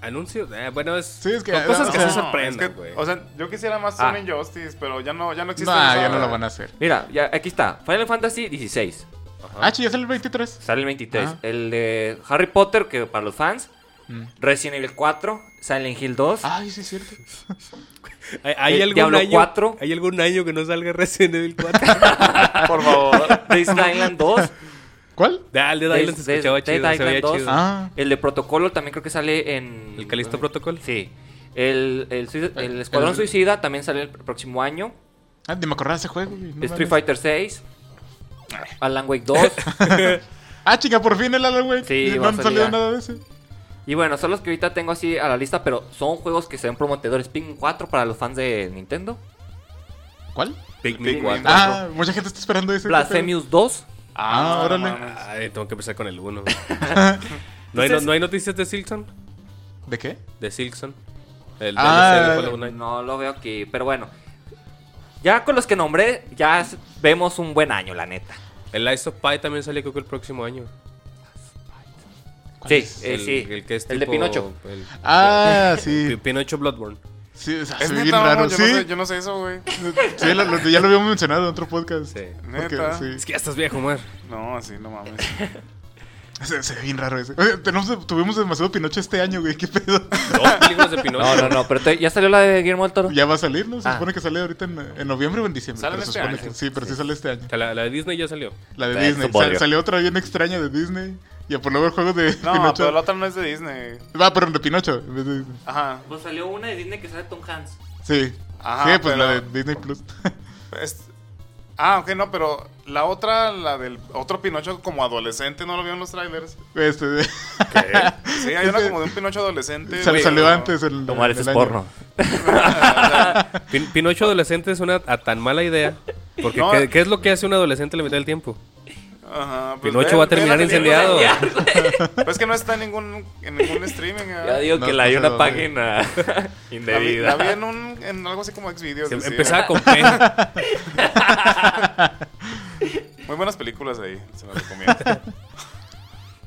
[SPEAKER 3] Anuncios, eh, bueno, es,
[SPEAKER 4] Sí, es que-
[SPEAKER 3] son cosas
[SPEAKER 4] no,
[SPEAKER 3] que
[SPEAKER 4] no,
[SPEAKER 3] se
[SPEAKER 1] es
[SPEAKER 3] sorprenden,
[SPEAKER 1] que,
[SPEAKER 3] güey.
[SPEAKER 1] o sea, yo quisiera más
[SPEAKER 2] Ah.
[SPEAKER 1] un Injustice, pero ya no, ya no existe.
[SPEAKER 4] Nah,
[SPEAKER 1] esa-
[SPEAKER 4] ya no lo van a hacer.
[SPEAKER 2] Mira, ya, aquí está. Final Fantasy 16.
[SPEAKER 4] Ah, sí, ya sale el 23.
[SPEAKER 2] Sale el 23.
[SPEAKER 4] Ajá.
[SPEAKER 2] El de Harry Potter, que para los fans.
[SPEAKER 4] Ah. Mm.
[SPEAKER 2] Resident Evil 4. Silent Hill 2.
[SPEAKER 4] Ay, sí es cierto.
[SPEAKER 3] ¿Hay, hay
[SPEAKER 2] Eh,
[SPEAKER 3] algún
[SPEAKER 2] Diablo
[SPEAKER 3] año,
[SPEAKER 2] 4.
[SPEAKER 3] ¿Hay algún año que no salga Resident Evil 4?
[SPEAKER 4] Ah,
[SPEAKER 1] Por favor.
[SPEAKER 2] Dead Island 2.
[SPEAKER 4] ¿Cuál?
[SPEAKER 3] Da, Ah, el Dead Island se
[SPEAKER 2] Dead-
[SPEAKER 3] escuchaba
[SPEAKER 2] Dead
[SPEAKER 3] chido, se
[SPEAKER 2] Island
[SPEAKER 3] veía
[SPEAKER 2] 2.
[SPEAKER 3] chido.
[SPEAKER 4] Ah,
[SPEAKER 2] El de Protocolo también creo que sale en.
[SPEAKER 3] ¿El Callisto Protocol?
[SPEAKER 2] Sí. El, el sui- el
[SPEAKER 4] El-
[SPEAKER 2] Escuadrón
[SPEAKER 4] Eh, el-
[SPEAKER 2] Suicida también sale el próximo año.
[SPEAKER 4] ah, ni me acordaba de ese juego. güey, no
[SPEAKER 2] Street
[SPEAKER 4] mames.
[SPEAKER 2] Fighter 6. Alan Wake 2.
[SPEAKER 4] Ah, chica, por fin el Alan Wake.
[SPEAKER 2] Sí, va
[SPEAKER 4] no
[SPEAKER 2] a
[SPEAKER 4] han
[SPEAKER 2] salir
[SPEAKER 4] salido
[SPEAKER 2] ya.
[SPEAKER 4] nada de ese.
[SPEAKER 2] Y bueno, son los que ahorita tengo así a la lista, pero son juegos que se ven prometedores. Ping 4 para los fans de Nintendo.
[SPEAKER 4] ¿Cuál?
[SPEAKER 3] Pikmin
[SPEAKER 1] Pikmin.
[SPEAKER 3] 4.
[SPEAKER 1] Ah.
[SPEAKER 4] Ah, mucha gente está esperando ese.
[SPEAKER 2] Blasphemous 2.
[SPEAKER 4] Ah,
[SPEAKER 1] no
[SPEAKER 4] órale.
[SPEAKER 1] mames.
[SPEAKER 3] Ay, tengo que empezar con el 1. ¿No, hay, no, no hay noticias de Silkson?
[SPEAKER 4] ¿De qué?
[SPEAKER 3] De Silkson. El
[SPEAKER 4] Ah,
[SPEAKER 3] DLC de
[SPEAKER 4] el-
[SPEAKER 3] Hollow Knight.
[SPEAKER 2] Pues, No lo veo aquí, pero bueno. Ya con los que nombré, ya s- vemos un buen año, la neta.
[SPEAKER 3] El Ice of Pie también sale creo que el próximo año.
[SPEAKER 2] Sí,
[SPEAKER 4] es?
[SPEAKER 2] eh,
[SPEAKER 3] el,
[SPEAKER 2] sí.
[SPEAKER 3] El, que es
[SPEAKER 2] El de
[SPEAKER 3] tipo-
[SPEAKER 2] Pinocho.
[SPEAKER 3] el-
[SPEAKER 4] Ah,
[SPEAKER 3] Pi-
[SPEAKER 4] sí.
[SPEAKER 3] Pinocho Bloodborne.
[SPEAKER 4] Sí, o sea,
[SPEAKER 1] Es
[SPEAKER 4] se
[SPEAKER 1] neta,
[SPEAKER 4] ve bien
[SPEAKER 1] mamón,
[SPEAKER 4] raro.
[SPEAKER 1] yo,
[SPEAKER 4] Sí,
[SPEAKER 1] no sé, yo no sé eso, güey.
[SPEAKER 4] sí, lo- lo- ya lo habíamos mencionado en otro podcast.
[SPEAKER 3] Sí.
[SPEAKER 4] Porque,
[SPEAKER 1] Neta.
[SPEAKER 4] sí.
[SPEAKER 3] Es que ya estás viejo, Mar.
[SPEAKER 1] No, así no mames.
[SPEAKER 4] Se, se ve bien raro ese. Oye, tenemos- tuvimos demasiado Pinocho este año, güey. ¿Qué pedo?
[SPEAKER 3] Dos películas de Pinocho.
[SPEAKER 2] No, no, no, pero te- ya salió la de Guillermo del Toro.
[SPEAKER 4] Ya va a salir, ¿no? Se
[SPEAKER 2] Ah.
[SPEAKER 4] supone que sale ahorita en, en noviembre o en diciembre.
[SPEAKER 1] Sale
[SPEAKER 4] pero
[SPEAKER 1] este
[SPEAKER 4] se supone
[SPEAKER 1] año.
[SPEAKER 4] que- sí, pero sí. sale este año.
[SPEAKER 3] O sea, la, la de Disney ya salió.
[SPEAKER 4] La de
[SPEAKER 2] Está
[SPEAKER 4] Disney.
[SPEAKER 2] supongo.
[SPEAKER 4] Sal- salió otra bien extraña de Disney. Y por luego el juego de
[SPEAKER 1] No,
[SPEAKER 4] Pinocho.
[SPEAKER 1] pero la otra no es de Disney.
[SPEAKER 4] Va, pero de Pinocho. en vez de Disney.
[SPEAKER 1] Ajá.
[SPEAKER 2] Pues salió una de Disney que sale Tom Hanks.
[SPEAKER 4] Sí.
[SPEAKER 1] Ajá,
[SPEAKER 4] sí, pues la de
[SPEAKER 1] pero-
[SPEAKER 4] Disney Plus.
[SPEAKER 1] Es- Ah, ok, no, pero la otra, la del otro Pinocho como adolescente, ¿no lo vieron los trailers?
[SPEAKER 4] Este,
[SPEAKER 1] Sí, hay una como de un Pinocho adolescente.
[SPEAKER 4] sal-
[SPEAKER 1] güey,
[SPEAKER 4] salió
[SPEAKER 1] pero-
[SPEAKER 4] antes el.
[SPEAKER 2] Tomar
[SPEAKER 4] el
[SPEAKER 2] ese es
[SPEAKER 4] año.
[SPEAKER 2] porno.
[SPEAKER 3] Pin- Pinocho adolescente es una a tan mala idea. Porque
[SPEAKER 1] No.
[SPEAKER 3] ¿qué, qué es lo que hace un adolescente la mitad del tiempo?
[SPEAKER 1] Ajá, pues
[SPEAKER 3] Pinocho
[SPEAKER 1] ve-
[SPEAKER 3] va a
[SPEAKER 1] ve
[SPEAKER 3] terminar
[SPEAKER 1] la película.
[SPEAKER 3] incendiado.
[SPEAKER 1] Pues que no está en ningún, en ningún streaming. ¿eh?
[SPEAKER 2] Ya digo
[SPEAKER 4] No,
[SPEAKER 2] que
[SPEAKER 4] no
[SPEAKER 2] la hay
[SPEAKER 4] se
[SPEAKER 2] una
[SPEAKER 4] lo
[SPEAKER 2] página
[SPEAKER 1] La vi,
[SPEAKER 2] indebida.
[SPEAKER 1] la vi en, un, en algo así como Xvideos.
[SPEAKER 3] Se-
[SPEAKER 1] decía.
[SPEAKER 3] empezaba con P.
[SPEAKER 1] Muy buenas películas ahí, se las recomiendo.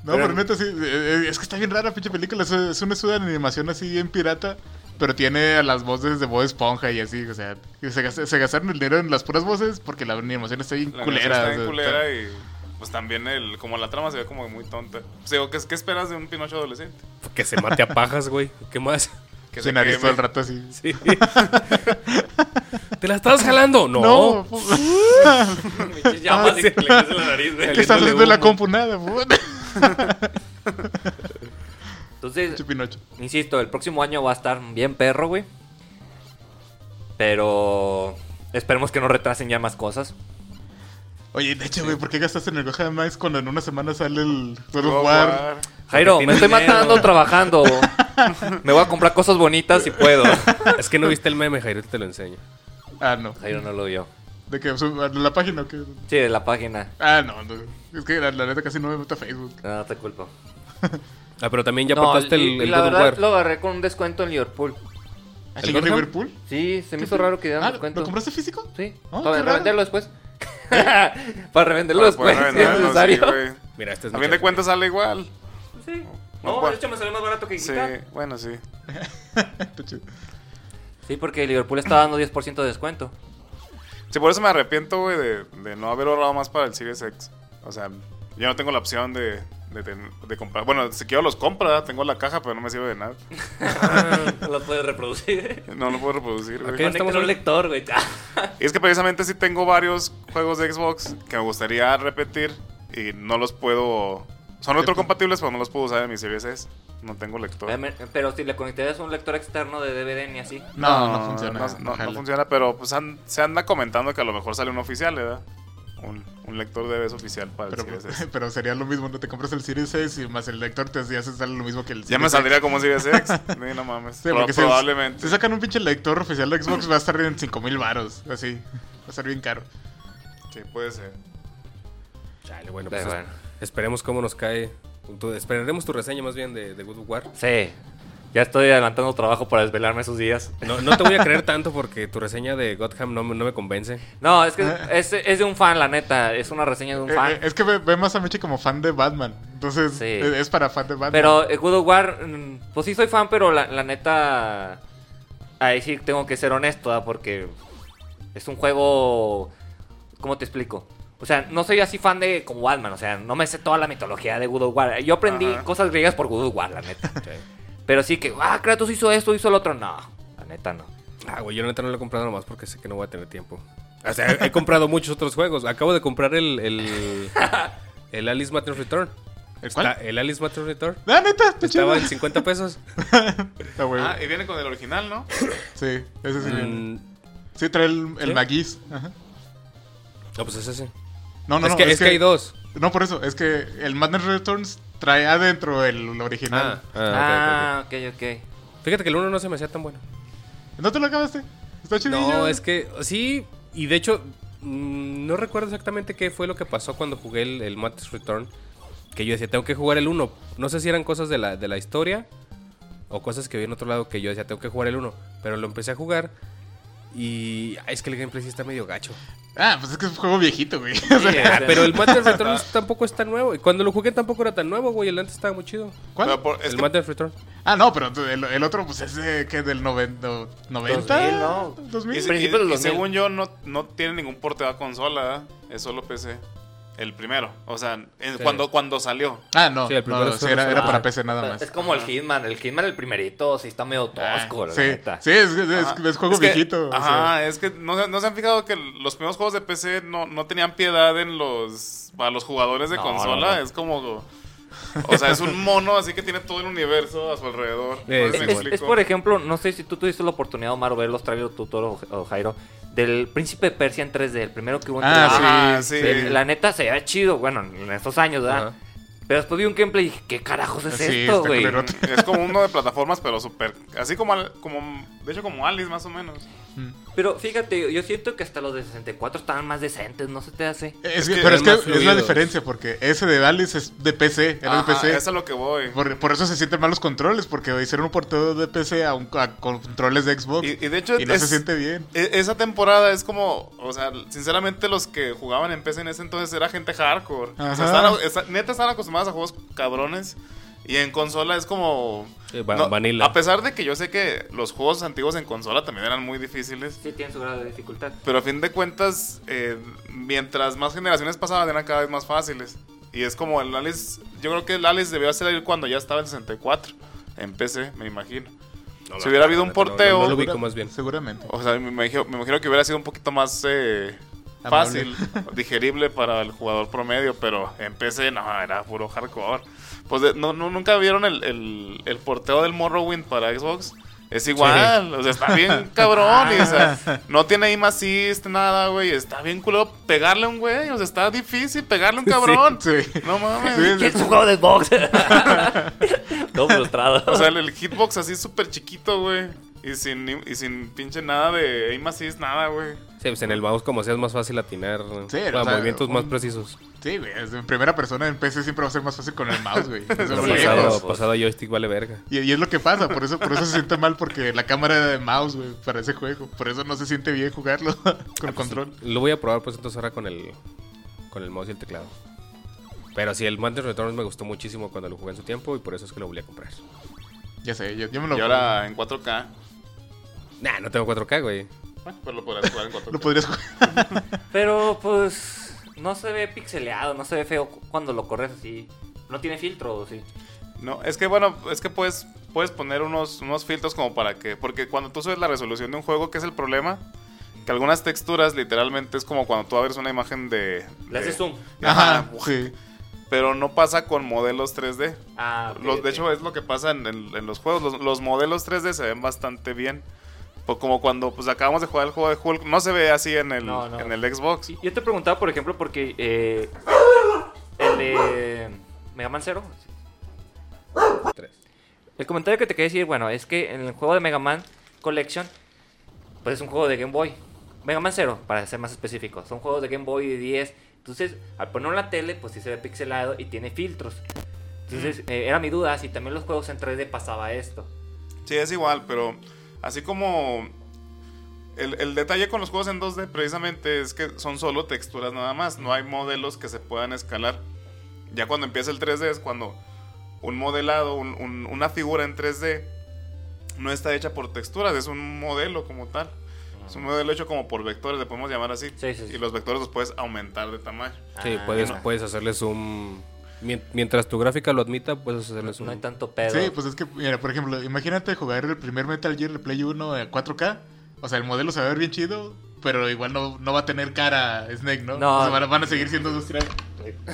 [SPEAKER 4] No, pero neta, sí. eh, eh, Es que está bien rara, pinche película. Es, es una estudio de animación así bien pirata. Pero tiene a las voces de Bob Esponja y así. O sea, y se, gast- se gastaron el dinero en las puras voces porque la animación está bien
[SPEAKER 1] La
[SPEAKER 4] culera.
[SPEAKER 1] culera, está
[SPEAKER 4] o
[SPEAKER 1] bien
[SPEAKER 4] sea,
[SPEAKER 1] culera
[SPEAKER 4] está-
[SPEAKER 1] y pues también el, como la trama se ve como muy tonta. O sea, ¿qué, qué esperas de un Pinocho adolescente?
[SPEAKER 3] que se mate a pajas, güey. ¿Qué más?
[SPEAKER 1] Que
[SPEAKER 4] Sin
[SPEAKER 1] se
[SPEAKER 4] nariz
[SPEAKER 1] queme.
[SPEAKER 4] todo el rato así.
[SPEAKER 3] Sí. ¿Te la estabas jalando? No.
[SPEAKER 4] No,
[SPEAKER 2] Llamas y le quitas la nariz, güey.
[SPEAKER 4] que está haciendo la compunada. puta.
[SPEAKER 2] Entonces,
[SPEAKER 4] Pinche Pinocho.
[SPEAKER 2] insisto, el próximo año va a estar bien perro, güey. Pero esperemos que no retrasen ya más cosas.
[SPEAKER 4] Oye, de hecho, güey, ¿por qué gastaste en el Goja Max cuando en una semana sale el God of
[SPEAKER 1] God of
[SPEAKER 4] War?
[SPEAKER 1] War.
[SPEAKER 2] Jairo,
[SPEAKER 3] Porque
[SPEAKER 2] me estoy
[SPEAKER 3] tiene dinero.
[SPEAKER 2] matando trabajando. Me voy a comprar cosas bonitas si puedo.
[SPEAKER 3] Es que no viste el meme, Jairo, te lo enseño.
[SPEAKER 4] Ah, no.
[SPEAKER 2] Jairo no lo vio.
[SPEAKER 4] ¿De que sub- a la página o qué?
[SPEAKER 2] Sí, de la página.
[SPEAKER 4] Ah, no, no. Es que la, la neta casi no me meto a Facebook.
[SPEAKER 2] No, no te culpo.
[SPEAKER 3] Ah, pero también ya
[SPEAKER 2] No,
[SPEAKER 3] portaste
[SPEAKER 2] y-
[SPEAKER 3] el,
[SPEAKER 2] y
[SPEAKER 3] el
[SPEAKER 2] la
[SPEAKER 3] God of
[SPEAKER 2] verdad
[SPEAKER 3] War.
[SPEAKER 2] lo agarré con un descuento en Liverpool.
[SPEAKER 4] ¿Ah,
[SPEAKER 3] ¿El
[SPEAKER 4] sí, en
[SPEAKER 3] Gotham?
[SPEAKER 4] Liverpool?
[SPEAKER 2] Sí, se me hizo raro que dieran
[SPEAKER 4] Ah,
[SPEAKER 2] descuento.
[SPEAKER 4] ¿Lo compraste físico?
[SPEAKER 2] Sí,
[SPEAKER 4] Oh,
[SPEAKER 2] para
[SPEAKER 4] qué raro.
[SPEAKER 2] revenderlo después. para revenderlo
[SPEAKER 1] Para
[SPEAKER 2] después,
[SPEAKER 1] poder
[SPEAKER 2] si
[SPEAKER 1] revenderlo,
[SPEAKER 2] es
[SPEAKER 1] sí,
[SPEAKER 2] necesario.
[SPEAKER 1] güey.
[SPEAKER 3] Mira, este es
[SPEAKER 1] A
[SPEAKER 3] mi
[SPEAKER 1] fin de
[SPEAKER 3] chance.
[SPEAKER 1] cuentas sale igual.
[SPEAKER 2] Sí.
[SPEAKER 1] No,
[SPEAKER 2] No,
[SPEAKER 1] bueno.
[SPEAKER 2] de hecho me salió más barato que
[SPEAKER 1] Sí,
[SPEAKER 2] Guitar. Sí.
[SPEAKER 1] bueno, sí.
[SPEAKER 4] Está chido.
[SPEAKER 2] porque Liverpool está dando 10% de descuento.
[SPEAKER 1] Sí, por eso me arrepiento, güey, de, de no haber ahorrado más para el Series X. O sea, yo no tengo la opción de, de, ten- de comprar. Bueno, si quiero los compra, tengo la caja, pero no me sirve de nada.
[SPEAKER 2] No lo puedes reproducir.
[SPEAKER 1] No lo puedo reproducir, güey.
[SPEAKER 3] Ok. estamos
[SPEAKER 2] Conecta un
[SPEAKER 3] hablando-
[SPEAKER 2] lector, güey.
[SPEAKER 1] Y es que precisamente sí tengo varios juegos de Xbox que me gustaría repetir y no los puedo... Son retrocompatibles, pero no los puedo usar en mi Series S. No tengo lector.
[SPEAKER 2] Pero si le conectas un lector externo de DVD ni así.
[SPEAKER 4] No, no, funciona.
[SPEAKER 1] No, no- no
[SPEAKER 4] Ojalá.
[SPEAKER 1] funciona, pero pues an- se anda comentando que a lo mejor sale un oficial, ¿verdad? Un, un lector de BS oficial para
[SPEAKER 4] Pero, pues,
[SPEAKER 1] el Series S.
[SPEAKER 4] pero sería lo mismo, no te compras el Series 6 y más el lector te hace hace sale lo mismo que el
[SPEAKER 1] Ya
[SPEAKER 4] Series
[SPEAKER 1] me
[SPEAKER 4] X.
[SPEAKER 1] saldría como un Series X. Sí, no mames.
[SPEAKER 4] Sí,
[SPEAKER 1] Pro-
[SPEAKER 4] porque si-
[SPEAKER 1] probablemente.
[SPEAKER 4] Si sacan un pinche lector oficial de Xbox va a estar en 5000 varos, así. Va a ser bien caro.
[SPEAKER 1] Sí, puede ser.
[SPEAKER 3] Chale, bueno,
[SPEAKER 2] Pero
[SPEAKER 3] pues
[SPEAKER 2] bueno.
[SPEAKER 3] es- esperemos cómo nos cae. Tu- esperaremos tu reseña más bien de, de Good War.
[SPEAKER 2] Sí. Ya estoy adelantando trabajo para desvelarme esos días.
[SPEAKER 3] No, no te voy a creer tanto porque tu reseña de Gotham no, me- no me convence.
[SPEAKER 2] No, es que es, es de un fan, la neta. Es una reseña de un
[SPEAKER 4] Eh,
[SPEAKER 2] fan.
[SPEAKER 4] eh, es que ve, ve más a Michi como fan de Batman. Entonces,
[SPEAKER 2] Sí.
[SPEAKER 4] eh, es, para fan de Batman.
[SPEAKER 2] Pero eh, God of War, mm, pues sí soy fan, pero la, la neta. Ahí sí tengo que ser honesto, ¿ah? porque es un juego. ¿Cómo te explico? O sea, no soy así fan de como Batman, o sea, no me sé toda la mitología de God of War. Yo aprendí
[SPEAKER 1] Ajá.
[SPEAKER 2] cosas griegas por God of War, la neta.
[SPEAKER 3] Sí.
[SPEAKER 2] Pero sí que, ah, Kratos hizo esto, hizo lo otro. No, la neta no.
[SPEAKER 3] Ah, güey, yo la neta no lo he comprado nomás porque sé que no voy a tener tiempo. O sea, he comprado muchos otros juegos. Acabo de comprar el. El, el Alice Matter Return.
[SPEAKER 4] ¿El cuál?
[SPEAKER 3] Está- el Alice Matter Return.
[SPEAKER 4] Ah, neta, está chido.
[SPEAKER 3] Estaba en 50 pesos.
[SPEAKER 4] Está bueno.
[SPEAKER 1] Ah, y viene con el original, ¿no?
[SPEAKER 4] Sí, ese sí viene.
[SPEAKER 3] Mm,
[SPEAKER 4] Sí, trae el, el
[SPEAKER 3] ¿Sí?
[SPEAKER 4] Maguís. Ajá.
[SPEAKER 3] no, pues es ese.
[SPEAKER 4] No, no,
[SPEAKER 3] es,
[SPEAKER 4] no.
[SPEAKER 3] que, es que hay dos.
[SPEAKER 4] No, por eso. Es que el Madness Returns trae adentro el original.
[SPEAKER 3] Ah,
[SPEAKER 2] Ah,
[SPEAKER 3] ok, ok, ok.
[SPEAKER 2] ok, ok.
[SPEAKER 3] Fíjate que el uno no se me hacía tan bueno.
[SPEAKER 4] ¿No te lo acabaste? Está chidillo.
[SPEAKER 3] No, es que sí, y de hecho, mm, no recuerdo exactamente qué fue lo que pasó cuando jugué el, el Matrix Return. Que yo decía, tengo que jugar el 1. No sé si eran cosas de la, de la historia o cosas que vi en otro lado que yo decía, tengo que jugar el 1. Pero lo empecé a jugar y ay, es que el gameplay sí está medio gacho.
[SPEAKER 4] Ah, pues es que es un juego viejito, güey.
[SPEAKER 2] Sí,
[SPEAKER 1] Ah,
[SPEAKER 2] este,
[SPEAKER 3] Pero el Matrix Return tampoco es tan nuevo. Y cuando lo jugué tampoco era tan nuevo, güey. El antes estaba muy chido.
[SPEAKER 1] Pero
[SPEAKER 4] ¿Cuál?
[SPEAKER 1] por- es
[SPEAKER 3] el
[SPEAKER 1] que-
[SPEAKER 3] Matrix Return.
[SPEAKER 4] Ah, no, pero tú- el, el otro, pues es de, ¿qué? Del noven- no- 90.
[SPEAKER 2] 2000, ¿no?
[SPEAKER 4] 2000.
[SPEAKER 1] y, se-
[SPEAKER 2] principio
[SPEAKER 1] y-
[SPEAKER 2] del
[SPEAKER 1] y
[SPEAKER 2] 2000.
[SPEAKER 1] según yo, no, no tiene ningún porte a consola, ¿verdad? Es solo PC. El primero. O sea, en-
[SPEAKER 3] Sí.
[SPEAKER 1] cuando, cuando salió.
[SPEAKER 4] Ah, no.
[SPEAKER 3] Sí, el primero
[SPEAKER 4] no,
[SPEAKER 3] es
[SPEAKER 4] sí, era,
[SPEAKER 3] solo-
[SPEAKER 4] era
[SPEAKER 2] ah,
[SPEAKER 4] para PC nada
[SPEAKER 2] pero
[SPEAKER 4] más.
[SPEAKER 2] Es como el Hitman, el Hitman, el primerito, sí está medio
[SPEAKER 4] Ah,
[SPEAKER 2] tosco, la
[SPEAKER 4] sí,
[SPEAKER 2] neta.
[SPEAKER 4] sí, es, es-
[SPEAKER 1] Ajá.
[SPEAKER 4] es juego
[SPEAKER 1] Ah, que-
[SPEAKER 4] viejito. o
[SPEAKER 1] ajá, es que no, se- no se han fijado que los primeros juegos de PC no, no tenían piedad en los. para los jugadores de
[SPEAKER 2] No,
[SPEAKER 1] consola.
[SPEAKER 2] no, no.
[SPEAKER 1] Es como. O sea, es un mono, así que tiene todo el universo a su alrededor.
[SPEAKER 3] Eh,
[SPEAKER 1] No sé si
[SPEAKER 2] Es,
[SPEAKER 1] me
[SPEAKER 2] es-
[SPEAKER 1] explico.
[SPEAKER 2] es, por ejemplo, no sé si tú tuviste la oportunidad, Omar, o ver los trailers tú, Toro o- o Jairo, del Príncipe de Persia en 3D, el primero que hubo en
[SPEAKER 4] Ah,
[SPEAKER 2] 3D.
[SPEAKER 1] Ajá, sí.
[SPEAKER 2] El- La neta se veía chido, bueno, en estos años, ¿verdad?
[SPEAKER 3] Ajá.
[SPEAKER 2] Pero después vi un gameplay y dije, ¿qué carajos es
[SPEAKER 4] Sí,
[SPEAKER 2] esto,
[SPEAKER 4] está
[SPEAKER 2] güey?
[SPEAKER 4] culero.
[SPEAKER 1] Es como uno de plataformas, pero súper. Así como, al- como. De hecho, como Alice, más o menos.
[SPEAKER 4] sea. Mm.
[SPEAKER 2] Pero fíjate, yo siento que hasta los de 64 estaban más decentes, no se te hace.
[SPEAKER 4] Es
[SPEAKER 1] Es
[SPEAKER 4] que-
[SPEAKER 1] que
[SPEAKER 4] pero
[SPEAKER 3] eran
[SPEAKER 4] es que
[SPEAKER 3] más
[SPEAKER 4] es la
[SPEAKER 3] fluidos.
[SPEAKER 4] diferencia, porque ese de Alice es de PC, era
[SPEAKER 1] Ajá,
[SPEAKER 4] de PC.
[SPEAKER 1] Eso es lo que voy.
[SPEAKER 4] Por, por eso se sienten mal los controles, porque hicieron un porteo de PC a, un, a controles de Xbox.
[SPEAKER 1] Y,
[SPEAKER 4] Y,
[SPEAKER 1] y de hecho,
[SPEAKER 4] no
[SPEAKER 1] es-
[SPEAKER 4] se siente bien.
[SPEAKER 1] e- esa temporada es como. O sea, sinceramente, los que jugaban en PC en ese entonces era gente hardcore. O sea,
[SPEAKER 4] Ajá.
[SPEAKER 1] estaban- esta- neta, estaban acostumbrados a juegos cabrones. Y en consola es como.
[SPEAKER 3] Sí, va-
[SPEAKER 1] eh, no,
[SPEAKER 3] vanilla.
[SPEAKER 1] A pesar de que yo sé que los juegos antiguos en consola también eran muy difíciles.
[SPEAKER 2] Sí, tienen su grado de dificultad.
[SPEAKER 1] Pero a fin de cuentas, eh, mientras más generaciones pasaban, eran cada vez más fáciles. Y es como el Alice. Yo creo que el Alice debió salir cuando ya estaba el 64. En PC, me imagino. Si hubiera habido un
[SPEAKER 3] No, no,
[SPEAKER 1] porteo-
[SPEAKER 3] No, lo ubico más bien.
[SPEAKER 4] Seguramente.
[SPEAKER 1] O sea, me imagino, me imagino que hubiera sido un poquito más eh,
[SPEAKER 4] Amable.
[SPEAKER 1] fácil, digerible para el jugador promedio. Pero en PC, no, era puro hardcore. Pues de- no, no- nunca vieron el, el- el porteo del Morrowind para Xbox. Es igual, o sea, está bien cabrón. y, o sea, no tiene aim assist, nada, güey. Está bien culo pegarle a un güey. O sea, está difícil pegarle a un cabrón.
[SPEAKER 4] Sí, sí.
[SPEAKER 1] No mames.
[SPEAKER 4] Sí,
[SPEAKER 2] ¿Quién es un juego de Xbox? Todo frustrado.
[SPEAKER 1] O sea, el, el hitbox así súper chiquito, güey. Y sin, y sin pinche nada de aim assist, nada, güey.
[SPEAKER 3] Sí, pues en el mouse como sea es más fácil atinar. ¿no?
[SPEAKER 4] Sí,
[SPEAKER 3] Bueno,
[SPEAKER 4] o sea,
[SPEAKER 3] movimientos más
[SPEAKER 4] un-
[SPEAKER 3] precisos.
[SPEAKER 4] Sí, güey. es En primera persona en PC siempre va a ser más fácil con el mouse, güey. Eso es
[SPEAKER 1] Pero
[SPEAKER 4] lo
[SPEAKER 1] lejos.
[SPEAKER 3] Pasado,
[SPEAKER 2] pues.
[SPEAKER 3] pasado a joystick vale verga.
[SPEAKER 4] Y, y es lo que pasa, por eso, por eso se siente mal, porque la cámara era de mouse, güey, para ese juego. Por eso no se siente bien jugarlo con control.
[SPEAKER 3] Lo voy a probar pues entonces ahora con el con el mouse y el teclado. Pero sí, el Mantis Returns me gustó muchísimo cuando lo jugué en su tiempo y por eso es que lo volví a comprar.
[SPEAKER 4] Ya sé, yo, yo me lo,
[SPEAKER 1] Y ahora en 4K.
[SPEAKER 3] Nah, no tengo 4K, güey.
[SPEAKER 1] Bueno, Pues lo podrás jugar en
[SPEAKER 4] lo
[SPEAKER 1] 4K.
[SPEAKER 4] podrías jugar.
[SPEAKER 2] Pero pues no se ve pixeleado, no se ve feo cu- cuando lo corres así. No tiene filtro, ¿o sí.
[SPEAKER 1] No, es que bueno, es que puedes, puedes poner unos, unos filtros como para que. Porque cuando tú subes la resolución de un juego, ¿qué es el problema? Que algunas texturas literalmente es como cuando tú abres una imagen de.
[SPEAKER 2] Le
[SPEAKER 1] de-
[SPEAKER 2] haces zoom.
[SPEAKER 1] Ajá.
[SPEAKER 4] Ajá, sí.
[SPEAKER 1] Pero no pasa con modelos 3D.
[SPEAKER 2] Ah, ok,
[SPEAKER 1] Los,
[SPEAKER 2] ok.
[SPEAKER 1] de hecho, es lo que pasa en, en- en los juegos. Los, los modelos 3D se ven bastante bien. Po- Como cuando pues, acabamos de jugar el juego de Hulk, no se ve así en el,
[SPEAKER 2] No, no.
[SPEAKER 1] En el Xbox.
[SPEAKER 2] Sí, Yo te preguntaba, por ejemplo, porque eh, el de Mega Man Zero.
[SPEAKER 3] Tres.
[SPEAKER 2] El comentario que te quería decir, bueno, es que en el juego de Mega Man Collection, pues es un juego de Game Boy. Mega Man Zero, para ser más específico. Son juegos de Game Boy de 10. Entonces, al ponerlo en la tele, pues sí se ve pixelado y tiene filtros. Entonces, eh, era mi duda si también los juegos en 3D pasaba esto.
[SPEAKER 1] Sí, es igual, pero así como el, el detalle con los juegos en 2D precisamente es que son solo texturas nada más, no hay modelos que se puedan escalar. Ya cuando empieza el 3D es cuando un modelado, un- un- una figura en 3D no está hecha por texturas, es un modelo como tal. Es un modelo hecho como por vectores, le podemos llamar así.
[SPEAKER 2] Sí, sí, sí.
[SPEAKER 1] Y los vectores los puedes aumentar de tamaño.
[SPEAKER 3] Sí,
[SPEAKER 2] Ah,
[SPEAKER 3] puedes,
[SPEAKER 2] no,
[SPEAKER 3] puedes hacerle zoom. Mien- Mientras tu gráfica lo admita, puedes hacerle zoom.
[SPEAKER 2] no hay tanto pedo.
[SPEAKER 4] Sí, pues es que, mira, por ejemplo, imagínate jugar el primer Metal Gear de Play 1 a 4K. O sea, el modelo se va a ver bien chido, pero igual no, no va a tener cara Snake, ¿no?
[SPEAKER 2] No.
[SPEAKER 4] O sea, van, a- van a seguir siendo dos, triángulos-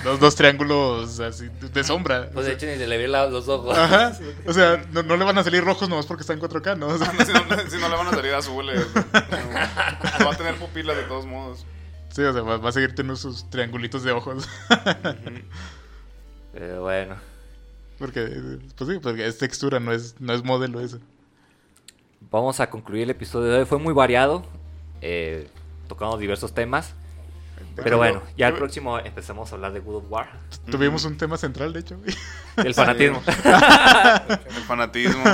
[SPEAKER 4] dos, dos triángulos así de sombra.
[SPEAKER 2] Pues de hecho ni se le ve la- los ojos.
[SPEAKER 4] eh. Ajá. O sea, no, no le van a salir rojos nomás porque está en 4K, ¿no? O sea,
[SPEAKER 1] si, no, si no le van a salir azules. no. va a tener pupilas de todos modos.
[SPEAKER 4] sí, o sea, va, va a seguir teniendo sus triangulitos de ojos.
[SPEAKER 2] Pero bueno.
[SPEAKER 4] Porque, eh, pues sí, porque es textura, no es, no es modelo eso.
[SPEAKER 2] Vamos a concluir el episodio de hoy. Fue muy variado. eh, tocamos diversos temas. Pero bueno, ya el próximo empezamos a hablar de Good of War.
[SPEAKER 4] Tuvimos un tema central, de hecho. güey.
[SPEAKER 2] El fanatismo.
[SPEAKER 1] El fanatismo.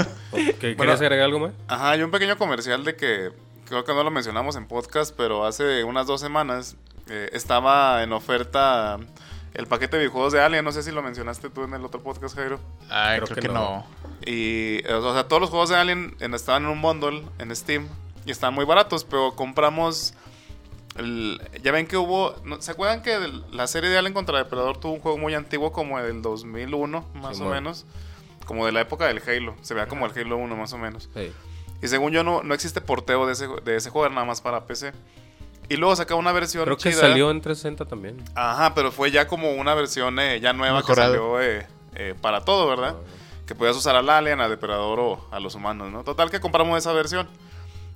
[SPEAKER 3] ¿Qué- ¿Querías agregar algo más?
[SPEAKER 1] Ajá, y un pequeño comercial de que creo que no lo mencionamos en podcast, pero hace unas dos semanas eh, estaba en oferta el paquete de videojuegos de Alien. No sé si lo mencionaste tú en el otro podcast, Jairo.
[SPEAKER 4] Ay,
[SPEAKER 3] Creo
[SPEAKER 4] creo,
[SPEAKER 3] que
[SPEAKER 4] que,
[SPEAKER 3] no.
[SPEAKER 4] no.
[SPEAKER 1] Y, eh, o sea, todos los juegos de Alien en- estaban en un bundle en Steam y estaban muy baratos, pero compramos. el- ya ven que hubo. ¿no- ¿Se acuerdan que del- la serie de Alien contra Depredador tuvo un juego muy antiguo, como del 2001, más o
[SPEAKER 3] Simón.
[SPEAKER 1] menos? Como de la época del Halo. Se vea como el Halo 1, más o menos.
[SPEAKER 3] Sí.
[SPEAKER 1] Y según yo, no, no existe porteo de ese, de ese juego, era nada más para PC. Y luego saca una versión
[SPEAKER 3] Creo que
[SPEAKER 1] chida.
[SPEAKER 3] salió en 360 también.
[SPEAKER 1] Ajá, pero fue ya como una versión eh, ya nueva
[SPEAKER 4] Mejorada.
[SPEAKER 1] que salió eh, eh, para todo, ¿verdad? Que podías usar al alien, al depredador o a los humanos, ¿no? Total que compramos esa versión.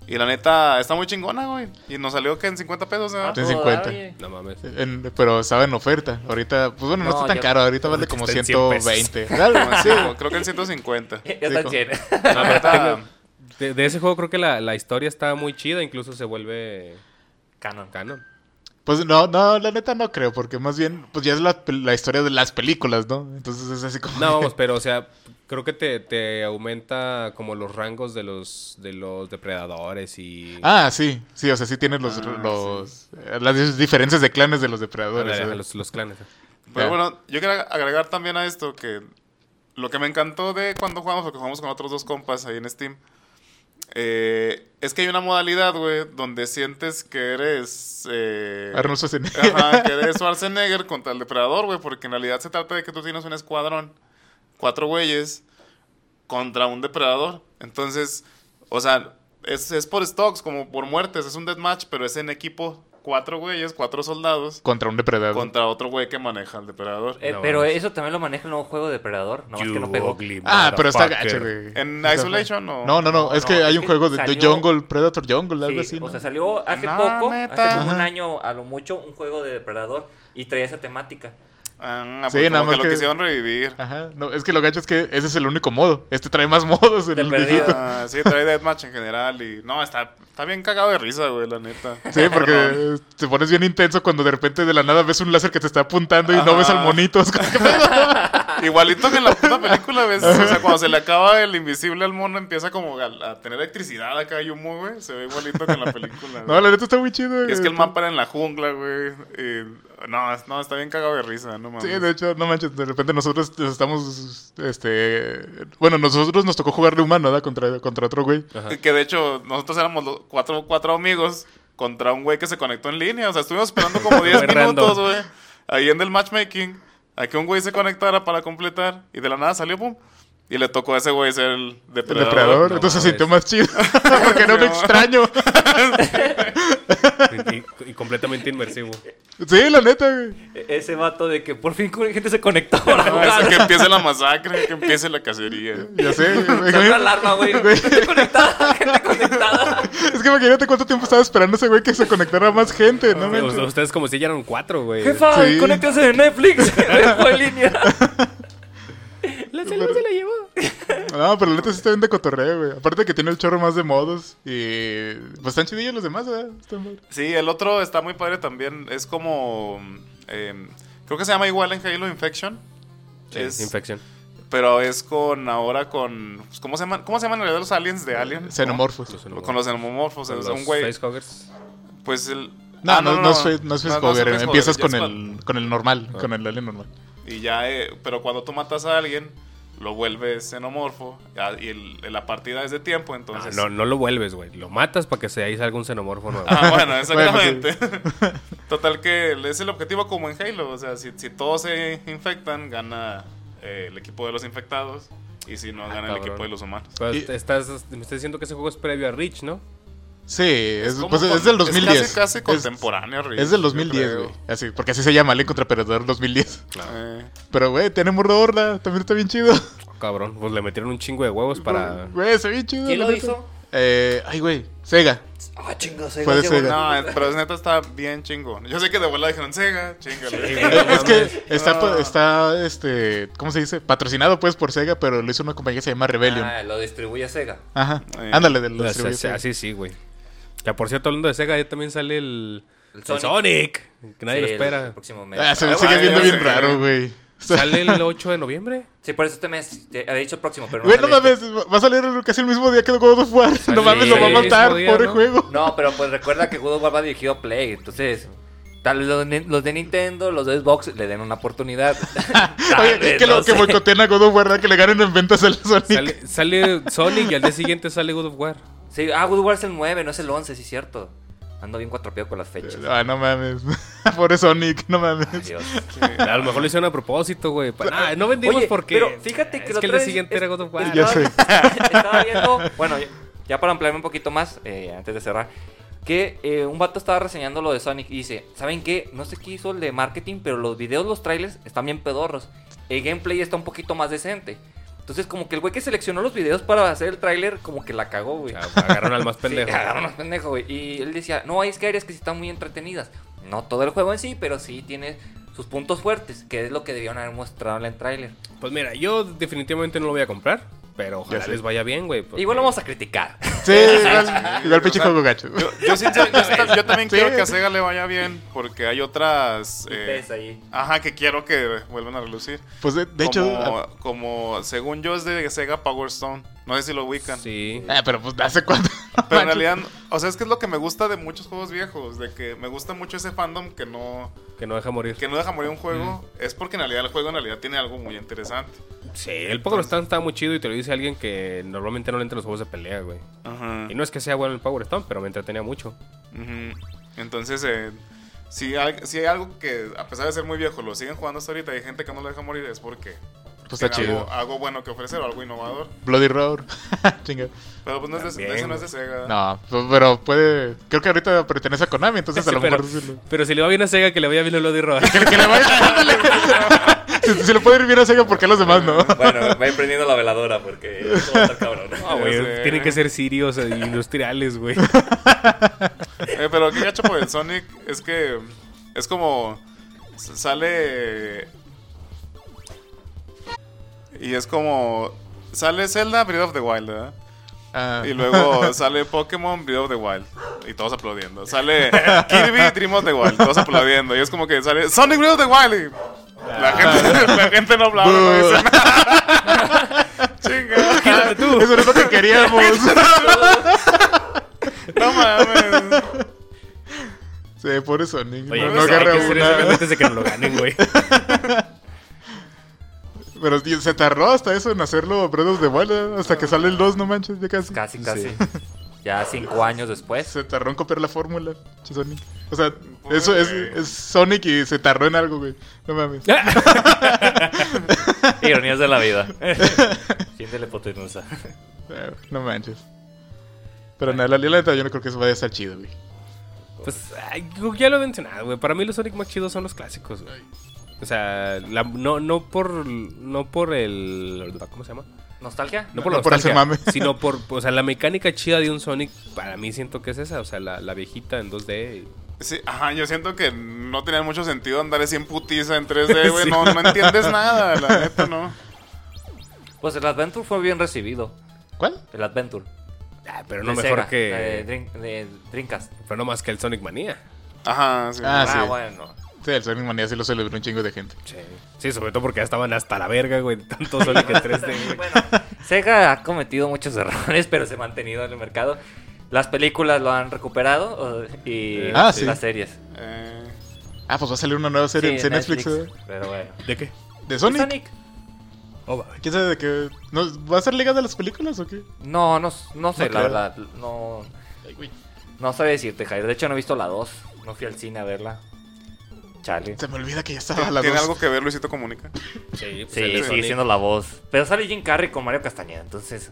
[SPEAKER 1] Y la neta, está muy chingona, güey. Y nos salió que en 50 pesos, ¿verdad?
[SPEAKER 4] Entonces, 50.
[SPEAKER 3] No mames.
[SPEAKER 4] En- pero estaba en oferta. Ahorita, pues bueno, no,
[SPEAKER 2] No,
[SPEAKER 4] está tan
[SPEAKER 2] ya-
[SPEAKER 4] caro. Ahorita vale como
[SPEAKER 3] Está en 100 pesos.
[SPEAKER 4] 120. Claro, sí, güey.
[SPEAKER 1] Creo que en 150.
[SPEAKER 2] Ya están
[SPEAKER 4] Sí,
[SPEAKER 2] 100.
[SPEAKER 1] La neta,
[SPEAKER 3] De, de ese juego creo que la, la historia está muy chida, incluso se vuelve
[SPEAKER 2] Canon.
[SPEAKER 3] canon.
[SPEAKER 4] Pues no, no, la neta no creo, porque más bien, pues ya es la, la historia de las películas, ¿no? Entonces es así como.
[SPEAKER 3] No, vamos, pero o sea, creo que te, te aumenta como los rangos de los de los depredadores y
[SPEAKER 4] Ah, sí, sí, o sea, sí tienes los, los eh, las diferencias de clanes de los
[SPEAKER 3] Ándale,
[SPEAKER 4] depredadores.
[SPEAKER 3] ajá,
[SPEAKER 4] ¿eh?
[SPEAKER 3] los, los clanes.
[SPEAKER 1] Pero
[SPEAKER 4] Ya.
[SPEAKER 1] bueno, yo quiero agregar también a esto que lo que me encantó de cuando jugamos, porque jugamos con otros dos compas ahí en Steam, eh, es que hay una modalidad, güey, donde sientes que eres... eh,
[SPEAKER 4] Arnold Schwarzenegger.
[SPEAKER 1] Ajá, que eres Schwarzenegger contra el depredador, güey, porque en realidad se trata de que tú tienes un escuadrón, cuatro güeyes, contra un depredador. Entonces, o sea, es, es por stocks, como por muertes, es un deathmatch, pero es en equipo, cuatro güeyes, cuatro soldados,
[SPEAKER 4] Contra un depredador.
[SPEAKER 1] contra otro güey que maneja al depredador.
[SPEAKER 2] Eh,
[SPEAKER 3] No
[SPEAKER 2] pero
[SPEAKER 3] mames.
[SPEAKER 2] eso también lo maneja el nuevo juego de Depredador. No más que no pegó.
[SPEAKER 4] Ah, pero está gacho, güey.
[SPEAKER 1] ¿En
[SPEAKER 4] O sea,
[SPEAKER 1] Isolation o...?
[SPEAKER 4] No, no, no. Es
[SPEAKER 2] No,
[SPEAKER 4] que
[SPEAKER 2] es
[SPEAKER 4] hay un
[SPEAKER 2] que
[SPEAKER 4] juego de, de
[SPEAKER 2] salió-
[SPEAKER 4] Jungle, Predator Jungle, algo
[SPEAKER 2] Sí,
[SPEAKER 4] así. ¿no?
[SPEAKER 2] O sea, salió hace
[SPEAKER 1] No,
[SPEAKER 2] poco,
[SPEAKER 1] neta.
[SPEAKER 2] hace como un
[SPEAKER 4] Ajá.
[SPEAKER 2] año a lo mucho, un juego de Depredador y traía esa temática.
[SPEAKER 1] Ah,
[SPEAKER 4] Sí,
[SPEAKER 1] pues
[SPEAKER 4] nada
[SPEAKER 1] como que
[SPEAKER 4] más
[SPEAKER 1] lo
[SPEAKER 4] que- Ah,
[SPEAKER 1] quisieron revivir.
[SPEAKER 4] Ajá. No, es que lo gacho es que ese es el único modo. Este trae más modos en
[SPEAKER 2] De
[SPEAKER 4] el
[SPEAKER 2] perdido.
[SPEAKER 4] viejito.
[SPEAKER 1] Ah, sí, trae Deathmatch en general y... No, está, está bien cagado de risa, güey, la neta.
[SPEAKER 4] Sí, porque te pones bien intenso cuando de repente de la nada ves un láser que te está apuntando y
[SPEAKER 1] Ajá.
[SPEAKER 4] no ves al monito. Es como, ¿qué pedo?
[SPEAKER 1] Igualito que en la puta película, ¿ves? O sea, cuando se le acaba el invisible al mono, empieza como a, a tener electricidad acá y humo, güey. Se ve igualito que en la película.
[SPEAKER 4] No,
[SPEAKER 1] güey.
[SPEAKER 4] la neta está muy chido.
[SPEAKER 1] y es
[SPEAKER 4] güey.
[SPEAKER 1] que el mapa era en la jungla, güey. y- no, es- no, está bien cagado de risa, no mames.
[SPEAKER 4] Sí, de hecho, no manches, de repente nosotros nos estamos, este, bueno, nosotros nos tocó jugar de humano, ¿verdad? Contra, contra otro güey.
[SPEAKER 1] Que de hecho, nosotros éramos los cuatro, cuatro amigos contra un güey que se conectó en línea. O sea, estuvimos esperando como 10
[SPEAKER 3] Fue
[SPEAKER 1] minutos,
[SPEAKER 3] random.
[SPEAKER 1] güey. Ahí en el matchmaking, a que un güey se conectara para completar. Y de la nada salió, pum. Y le tocó a ese güey ser el
[SPEAKER 4] El
[SPEAKER 1] depredador.
[SPEAKER 4] depredador,
[SPEAKER 3] no
[SPEAKER 4] entonces se
[SPEAKER 3] mames.
[SPEAKER 4] sintió más chido, porque era un
[SPEAKER 1] Sí,
[SPEAKER 4] extraño.
[SPEAKER 3] Y, y completamente inmersivo.
[SPEAKER 4] Sí, la neta, güey.
[SPEAKER 2] E- ese vato de que por fin gente se conectó para
[SPEAKER 1] No, es el
[SPEAKER 2] jugar.
[SPEAKER 1] que empiece la masacre, que empiece la cacería.
[SPEAKER 4] Ya sé. güey.
[SPEAKER 2] Sonó la alarma, güey. Gente conectada, gente conectada.
[SPEAKER 4] Es que imagínate cuánto tiempo estaba esperando ese güey que se conectara más gente, ¿no?
[SPEAKER 3] Pero
[SPEAKER 4] manches.
[SPEAKER 3] ustedes como si ya eran cuatro, güey.
[SPEAKER 2] Jefa,
[SPEAKER 4] Sí.
[SPEAKER 2] conéctense de Netflix. Dejó en línea.
[SPEAKER 3] La celular se la llevó.
[SPEAKER 4] No, pero la neta sí está bien de cotorreo, güey. Aparte que tiene el chorro más de modos y... Pues están chidillos los demás, ¿verdad? Están padre.
[SPEAKER 1] Sí, el otro está muy padre también. Es como. eh, creo que se llama igual en Halo Infection. Es-
[SPEAKER 3] Infección.
[SPEAKER 1] pero es con ahora con. pues, ¿Cómo se llaman? ¿Cómo se llaman en realidad los aliens de Alien?
[SPEAKER 4] Xenomorfos.
[SPEAKER 3] Los
[SPEAKER 1] Con los xenomorfos.
[SPEAKER 3] Con
[SPEAKER 1] es
[SPEAKER 3] los
[SPEAKER 1] un güey.
[SPEAKER 3] facehuggers.
[SPEAKER 1] Pues el.
[SPEAKER 4] No,
[SPEAKER 1] Ah,
[SPEAKER 4] no, no, es fe- no es Ah.
[SPEAKER 1] no es
[SPEAKER 4] Fescover.
[SPEAKER 1] Facehugger,
[SPEAKER 4] Empiezas
[SPEAKER 1] ya
[SPEAKER 4] con
[SPEAKER 1] es
[SPEAKER 4] el, con el normal, con el alien normal.
[SPEAKER 1] cuando- Y ya, eh, pero cuando tú matas a alguien, lo vuelves xenomorfo. ah, Y el- la partida es de tiempo,
[SPEAKER 3] No,
[SPEAKER 1] entonces.
[SPEAKER 3] Ah, no, no lo vuelves, güey. Lo matas para que seáis algún xenomorfo nuevo.
[SPEAKER 1] Ah, bueno, exactamente.
[SPEAKER 4] Bueno,
[SPEAKER 1] Total que es el objetivo como en Halo. O sea, si, si todos se infectan, gana eh, el equipo de los infectados. Y si no, gana el
[SPEAKER 3] Ah, cabrón.
[SPEAKER 1] equipo de los humanos.
[SPEAKER 3] Pero
[SPEAKER 4] Y-
[SPEAKER 3] estás, me estás diciendo que ese juego es previo a Reach, ¿no?
[SPEAKER 4] Sí, es,
[SPEAKER 1] como
[SPEAKER 4] pues,
[SPEAKER 1] con-
[SPEAKER 4] es del
[SPEAKER 1] Es
[SPEAKER 4] 2010.
[SPEAKER 1] casi, casi
[SPEAKER 4] Es-
[SPEAKER 1] contemporáneo, Reach,
[SPEAKER 4] Es, del
[SPEAKER 1] yo
[SPEAKER 4] 2010,
[SPEAKER 1] creo.
[SPEAKER 4] güey. Así, porque así se llama Alien contra Predator 2010.
[SPEAKER 1] Eh,
[SPEAKER 4] Pero, güey, tiene morro de horda. También está bien chido.
[SPEAKER 3] Cabrón, pues le metieron un chingo de huevos para...
[SPEAKER 4] Güey, está bien chido.
[SPEAKER 2] ¿Quién
[SPEAKER 4] la
[SPEAKER 2] lo
[SPEAKER 4] neta.
[SPEAKER 2] hizo?
[SPEAKER 4] Eh, ay, güey. Sega.
[SPEAKER 2] Ah, chinga, Sega.
[SPEAKER 4] Puede ser.
[SPEAKER 1] no, eh, pero neta está bien chingón. Yo sé que de vuelta dijeron Sega, chingale.
[SPEAKER 4] Eh, es que
[SPEAKER 1] No.
[SPEAKER 4] está, pa- está, este, ¿cómo se dice? Patrocinado, pues, por Sega, pero lo hizo una compañía que se llama Rebellion.
[SPEAKER 2] Ah, lo distribuye Sega.
[SPEAKER 4] Ajá.
[SPEAKER 1] Eh.
[SPEAKER 4] Ándale, de los
[SPEAKER 3] Así, así- Pues, así sí, güey. Ya, por cierto, hablando de Sega, ya también sale el...
[SPEAKER 2] El
[SPEAKER 3] el
[SPEAKER 2] Sonic.
[SPEAKER 3] Sonic. que nadie lo
[SPEAKER 2] Sí, el-
[SPEAKER 3] espera.
[SPEAKER 2] el próximo mes.
[SPEAKER 4] Ah, se me
[SPEAKER 1] Ah,
[SPEAKER 4] sigue
[SPEAKER 1] bueno,
[SPEAKER 4] viendo
[SPEAKER 1] ya
[SPEAKER 4] bien
[SPEAKER 1] sé.
[SPEAKER 4] raro, güey.
[SPEAKER 3] Sale el 8 de noviembre.
[SPEAKER 2] Sí, por eso este mes. Te había dicho próximo, pero no.
[SPEAKER 4] Güey, no
[SPEAKER 2] sale
[SPEAKER 4] mames, va a salir casi el mismo día que God of War. No mames, lo va a
[SPEAKER 2] el
[SPEAKER 4] matar,
[SPEAKER 3] mismo día,
[SPEAKER 4] pobre
[SPEAKER 3] ¿no?
[SPEAKER 4] juego.
[SPEAKER 2] No, pero pues recuerda que God of War va dirigido a Play, entonces tal vez los de, los de Nintendo, los de Xbox le den una oportunidad. Tal
[SPEAKER 4] Oye,
[SPEAKER 2] vez,
[SPEAKER 4] que
[SPEAKER 2] no
[SPEAKER 4] lo que
[SPEAKER 2] sé.
[SPEAKER 4] boicoteen a God of War, ¿verdad? que le ganen en ventas al Sonic.
[SPEAKER 3] Sale, sale Sonic y al día siguiente sale God of War.
[SPEAKER 2] Sí, ah, God of War es el 9, no es el 11, sí es cierto. Ando bien cuatropeado con las fechas.
[SPEAKER 4] Ah, no mames. pobre Sonic, no mames.
[SPEAKER 2] Dios.
[SPEAKER 3] Eh, A lo mejor lo hicieron a propósito, güey. para- Ah, no vendimos
[SPEAKER 2] Oye,
[SPEAKER 3] porque...
[SPEAKER 2] pero fíjate que
[SPEAKER 3] es
[SPEAKER 2] lo
[SPEAKER 3] que el día siguiente era God of War.
[SPEAKER 4] Ya sé.
[SPEAKER 2] Estaba viendo, bueno, ya para ampliarme un poquito más, eh, antes de cerrar, que eh, un vato estaba reseñando lo de Sonic y dice, ¿saben qué? No sé qué hizo el de marketing, pero los videos, los trailers están bien pedorros. El gameplay está un poquito más decente. Entonces, como que el güey que seleccionó los videos para hacer el trailer, como que la cagó, güey.
[SPEAKER 3] O sea, pues, agarraron al más
[SPEAKER 2] Sí,
[SPEAKER 3] Ah, pendejo.
[SPEAKER 2] agarraron al pendejo, güey. Y él decía, no, es que hay áreas que sí están muy entretenidas. No todo el juego en sí, pero sí tiene sus puntos fuertes, que es lo que debieron haber mostrado en el trailer.
[SPEAKER 3] Pues mira, yo definitivamente no lo voy a comprar. Pero ojalá
[SPEAKER 4] sé.
[SPEAKER 3] les vaya bien, güey. porque-
[SPEAKER 2] Igual lo vamos a criticar.
[SPEAKER 4] Sí, igual, igual pinche
[SPEAKER 1] o sea,
[SPEAKER 4] juego gacho.
[SPEAKER 1] Yo, yo, sincer- yo esta- yo también
[SPEAKER 4] Sí.
[SPEAKER 1] quiero que a Sega le vaya bien, porque hay otras. eh,
[SPEAKER 2] Ves ahí.
[SPEAKER 1] ajá, que quiero que vuelvan a relucir.
[SPEAKER 4] Pues de, de hecho.
[SPEAKER 1] como,
[SPEAKER 4] ah,
[SPEAKER 1] como, según yo, es de Sega Power Stone. No sé si lo ubican.
[SPEAKER 3] Sí.
[SPEAKER 4] Ah, pero pues hace cuánto.
[SPEAKER 1] Pero en realidad, o sea, es que es lo que me gusta de muchos juegos viejos. De que me gusta mucho ese fandom que no,
[SPEAKER 3] Que no deja morir.
[SPEAKER 1] que no deja morir un juego. Es porque en realidad el juego en realidad tiene algo muy interesante.
[SPEAKER 3] Sí, el Power Stone está muy chido y te lo dice alguien que normalmente no le entra en los juegos de pelea, güey.
[SPEAKER 1] Ajá.
[SPEAKER 3] Y no es que sea bueno el Power Stone, pero me entretenía mucho.
[SPEAKER 1] Ujú. Entonces, eh, si, hay, si hay algo que, a pesar de ser muy viejo, lo siguen jugando hasta ahorita y hay gente que no lo deja morir, es porque
[SPEAKER 4] Pues está
[SPEAKER 1] tiene
[SPEAKER 4] chido.
[SPEAKER 1] Algo, algo bueno que ofrecer o algo innovador.
[SPEAKER 4] Bloody Roar. Chinga.
[SPEAKER 1] Pero pues no es de,
[SPEAKER 3] También,
[SPEAKER 1] ese no es de Sega.
[SPEAKER 4] No, pues, pero puede. Creo que ahorita pertenece a Konami, entonces a lo
[SPEAKER 3] pero,
[SPEAKER 4] mejor. sí lo-
[SPEAKER 3] pero si le va bien a Sega, que le vaya bien a Bloody Roar.
[SPEAKER 4] Que, que le vaya. ándale. si, si le puede ir bien a Sega, ¿por qué a los demás no?
[SPEAKER 2] Bueno, va prendiendo la veladora porque eso va a estar cabrón.
[SPEAKER 3] No, güey,
[SPEAKER 1] Ya sé.
[SPEAKER 3] tienen que ser sirios e industriales, güey.
[SPEAKER 1] Eh, pero qué gacho por el Sonic es que es como s- sale y es como sale Zelda Breath of the Wild, ¿verdad?
[SPEAKER 4] Ah,
[SPEAKER 1] Y luego sale Pokémon Breath of the Wild y todos aplaudiendo. Sale Kirby Dream of the Wild, todos aplaudiendo. Y es como que sale Sonic Breath of the Wild. y la, gente,
[SPEAKER 4] Ah.
[SPEAKER 1] la gente no aplaude, no dice nada. Chinga.
[SPEAKER 4] Eso no es lo que queríamos.
[SPEAKER 1] No mames.
[SPEAKER 4] sí, pobre Sonic.
[SPEAKER 3] Oye,
[SPEAKER 4] no
[SPEAKER 3] no
[SPEAKER 4] no agarra
[SPEAKER 3] que ser
[SPEAKER 4] una.
[SPEAKER 3] antes de que no lo ganen, güey.
[SPEAKER 4] Pero tío, se tardó hasta eso en hacerlo Breath of the Wild, ¿eh? hasta que sale el 2, no manches, ya casi.
[SPEAKER 2] Casi, casi. Ya cinco años después.
[SPEAKER 4] Se tardó en copiar la fórmula, che, Sonic. O sea, eso es, es Sonic y se tardó en algo, güey. No mames.
[SPEAKER 2] Ironías de la vida. Fin de la hipotenusa.
[SPEAKER 4] Eh, No manches. Pero nada, la la neta yo no creo que eso vaya a estar chido, güey.
[SPEAKER 3] Pues ay, yo ya lo he mencionado, güey. Para mí los Sonic más chidos son los clásicos, güey. O sea, la- no, no por no por el ¿cómo se llama?
[SPEAKER 2] ¿Nostalgia?
[SPEAKER 3] No por la
[SPEAKER 4] No por ese
[SPEAKER 3] nostalgia,
[SPEAKER 4] mame.
[SPEAKER 3] sino por o sea, la mecánica chida de un Sonic para mí siento que es esa, o sea, la, la viejita en 2D. y-
[SPEAKER 1] Sí, ajá, yo siento que no tenía mucho sentido andar así en putiza en 3D, güey.
[SPEAKER 3] Sí.
[SPEAKER 1] No, no entiendes nada, la neta, ¿no?
[SPEAKER 2] Pues el Adventure fue bien recibido.
[SPEAKER 4] ¿Cuál?
[SPEAKER 2] El Adventure.
[SPEAKER 3] Ah, pero no
[SPEAKER 2] De
[SPEAKER 3] mejor
[SPEAKER 2] Sega, De,
[SPEAKER 3] que
[SPEAKER 2] Dream- de Dreamcast.
[SPEAKER 3] pero no más que el Sonic Manía.
[SPEAKER 1] Ajá, sí.
[SPEAKER 4] Ah, sí.
[SPEAKER 2] bueno.
[SPEAKER 4] Sí, el Sonic Manía sí lo celebró un chingo de gente.
[SPEAKER 3] Sí. sobre todo porque ya estaban hasta la verga, güey, de tanto Sonic en 3D. güey.
[SPEAKER 2] Bueno, Sega ha cometido muchos errores, pero se ha mantenido en el mercado. Las películas lo han recuperado o- y
[SPEAKER 4] Ah,
[SPEAKER 2] las
[SPEAKER 4] sí.
[SPEAKER 2] series.
[SPEAKER 1] Eh,
[SPEAKER 4] Ah, pues va a salir una nueva serie
[SPEAKER 2] Sí,
[SPEAKER 4] en Netflix, ¿eh?
[SPEAKER 2] Pero bueno.
[SPEAKER 3] ¿De qué?
[SPEAKER 4] ¿De Sonic?
[SPEAKER 2] Sonic?
[SPEAKER 3] Oh, va, güey.
[SPEAKER 4] ¿Quién sabe de qué? ¿No, ¿Va a ser ligada a las películas o qué?
[SPEAKER 2] No, no, no sé, la
[SPEAKER 4] No creo.
[SPEAKER 2] verdad. No, no sabe decirte, Jair. De hecho, no he visto la 2. No fui al cine a verla. Chale.
[SPEAKER 4] Se me olvida que ya estaba la
[SPEAKER 1] ¿Tiene
[SPEAKER 4] 2.
[SPEAKER 1] algo que ver Luisito Comunica?
[SPEAKER 3] Sí, pues, el
[SPEAKER 2] Sí,
[SPEAKER 3] de
[SPEAKER 2] sigue
[SPEAKER 3] Sonic.
[SPEAKER 2] siendo la voz. Pero sale Jim Carrey con Mario Castañeda, entonces.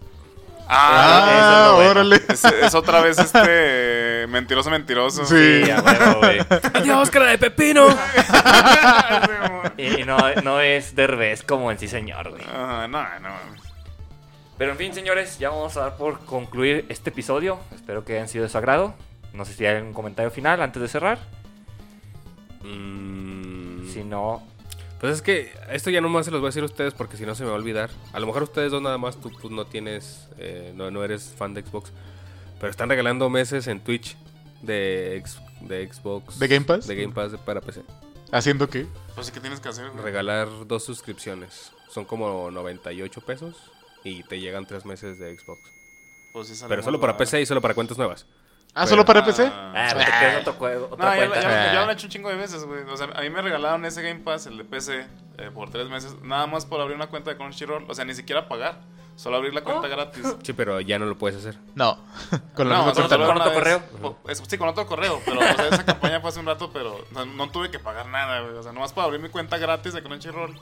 [SPEAKER 4] Ah,
[SPEAKER 2] Eso es lo bueno.
[SPEAKER 4] órale.
[SPEAKER 1] Es, es otra vez este mentiroso mentiroso.
[SPEAKER 4] Sí.
[SPEAKER 2] Sí, a huevo, güey.
[SPEAKER 3] Adiós, cara de pepino.
[SPEAKER 2] Y, y no, no es Derbez como en sí, señor, güey.
[SPEAKER 1] Ajá, no, no. mames.
[SPEAKER 2] Pero en fin, señores, ya vamos a dar por concluir este episodio. Espero que hayan sido de su agrado. No sé si hay algún comentario final antes de cerrar.
[SPEAKER 3] Mm.
[SPEAKER 2] Si no,
[SPEAKER 3] Pues es que esto ya nomás se los voy a decir a ustedes porque si no se me va a olvidar. A lo mejor ustedes dos nada más, tú pues, no tienes, eh, no, no eres fan de Xbox. Pero están regalando meses en Twitch de, ex- de Xbox.
[SPEAKER 4] ¿De Game Pass?
[SPEAKER 3] De Game Pass de- para PC.
[SPEAKER 4] ¿Haciendo qué?
[SPEAKER 1] Pues sí que tienes que hacer, güey.
[SPEAKER 3] Regalar dos suscripciones. Son como 98 pesos y te llegan tres meses de Xbox.
[SPEAKER 1] Pues sí sale
[SPEAKER 3] Pero
[SPEAKER 1] muy
[SPEAKER 3] solo para
[SPEAKER 1] barato.
[SPEAKER 3] PC y solo para cuentas nuevas.
[SPEAKER 4] Ah,
[SPEAKER 3] Pero-
[SPEAKER 4] ¿solo para PC?
[SPEAKER 1] Ah.
[SPEAKER 2] ah, pues te quedas otro juego, otra
[SPEAKER 1] No, ya, lo-
[SPEAKER 2] cuenta.
[SPEAKER 1] ya lo- ya lo han
[SPEAKER 4] Ah.
[SPEAKER 1] hecho un chingo de veces, güey. O sea, a mí me regalaron ese Game Pass, el de PC, eh, por tres meses, nada más por abrir una cuenta de Crunchyroll. O sea, ni siquiera pagar, solo abrir la cuenta gratis.
[SPEAKER 3] Sí, pero ya no lo puedes hacer.
[SPEAKER 4] No. Con la
[SPEAKER 1] No, solo
[SPEAKER 4] misma cuenta,
[SPEAKER 2] no,
[SPEAKER 4] ¿no?
[SPEAKER 1] una
[SPEAKER 2] ¿Con otro
[SPEAKER 1] vez.
[SPEAKER 2] correo?
[SPEAKER 1] Po- es- sí, con otro correo, pero o sea, esa campaña fue hace un rato, pero no, no tuve que pagar nada, güey. O sea, nomás para abrir mi cuenta gratis de Crunchyroll.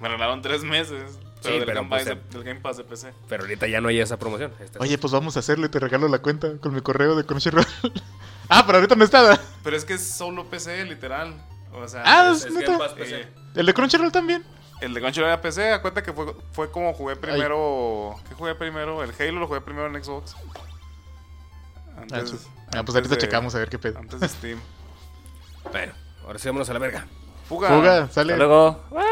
[SPEAKER 1] Me regalaron tres meses. Pero,
[SPEAKER 3] Sí,
[SPEAKER 1] del,
[SPEAKER 3] pero,
[SPEAKER 1] Game Pass
[SPEAKER 3] pues,
[SPEAKER 1] de, del Game Pass de PC.
[SPEAKER 3] Pero ahorita ya no hay esa promoción. Este Esta-
[SPEAKER 4] Oye, pues vamos a hacerlo y te regalo la cuenta con mi correo de Crunchyroll. ah, pero ahorita no está.
[SPEAKER 1] Pero es que es solo PC, literal. O sea,
[SPEAKER 4] Ah,
[SPEAKER 1] pues es-
[SPEAKER 4] es neta.
[SPEAKER 1] PC.
[SPEAKER 4] El de Crunchyroll también.
[SPEAKER 1] el de Crunchyroll era PC. Acuérdate que fue, fue como jugué primero. ¿Qué jugué primero? El Halo lo jugué primero en Xbox.
[SPEAKER 4] Ah,
[SPEAKER 1] Antes,
[SPEAKER 4] sí. Ah,
[SPEAKER 1] antes
[SPEAKER 4] pues ahorita
[SPEAKER 1] de-
[SPEAKER 4] checamos a ver qué pedo.
[SPEAKER 1] Antes de Steam.
[SPEAKER 3] Bueno, ahora sí vámonos a la verga.
[SPEAKER 1] Fuga.
[SPEAKER 4] Fuga, sale.
[SPEAKER 2] Hasta luego. Bye.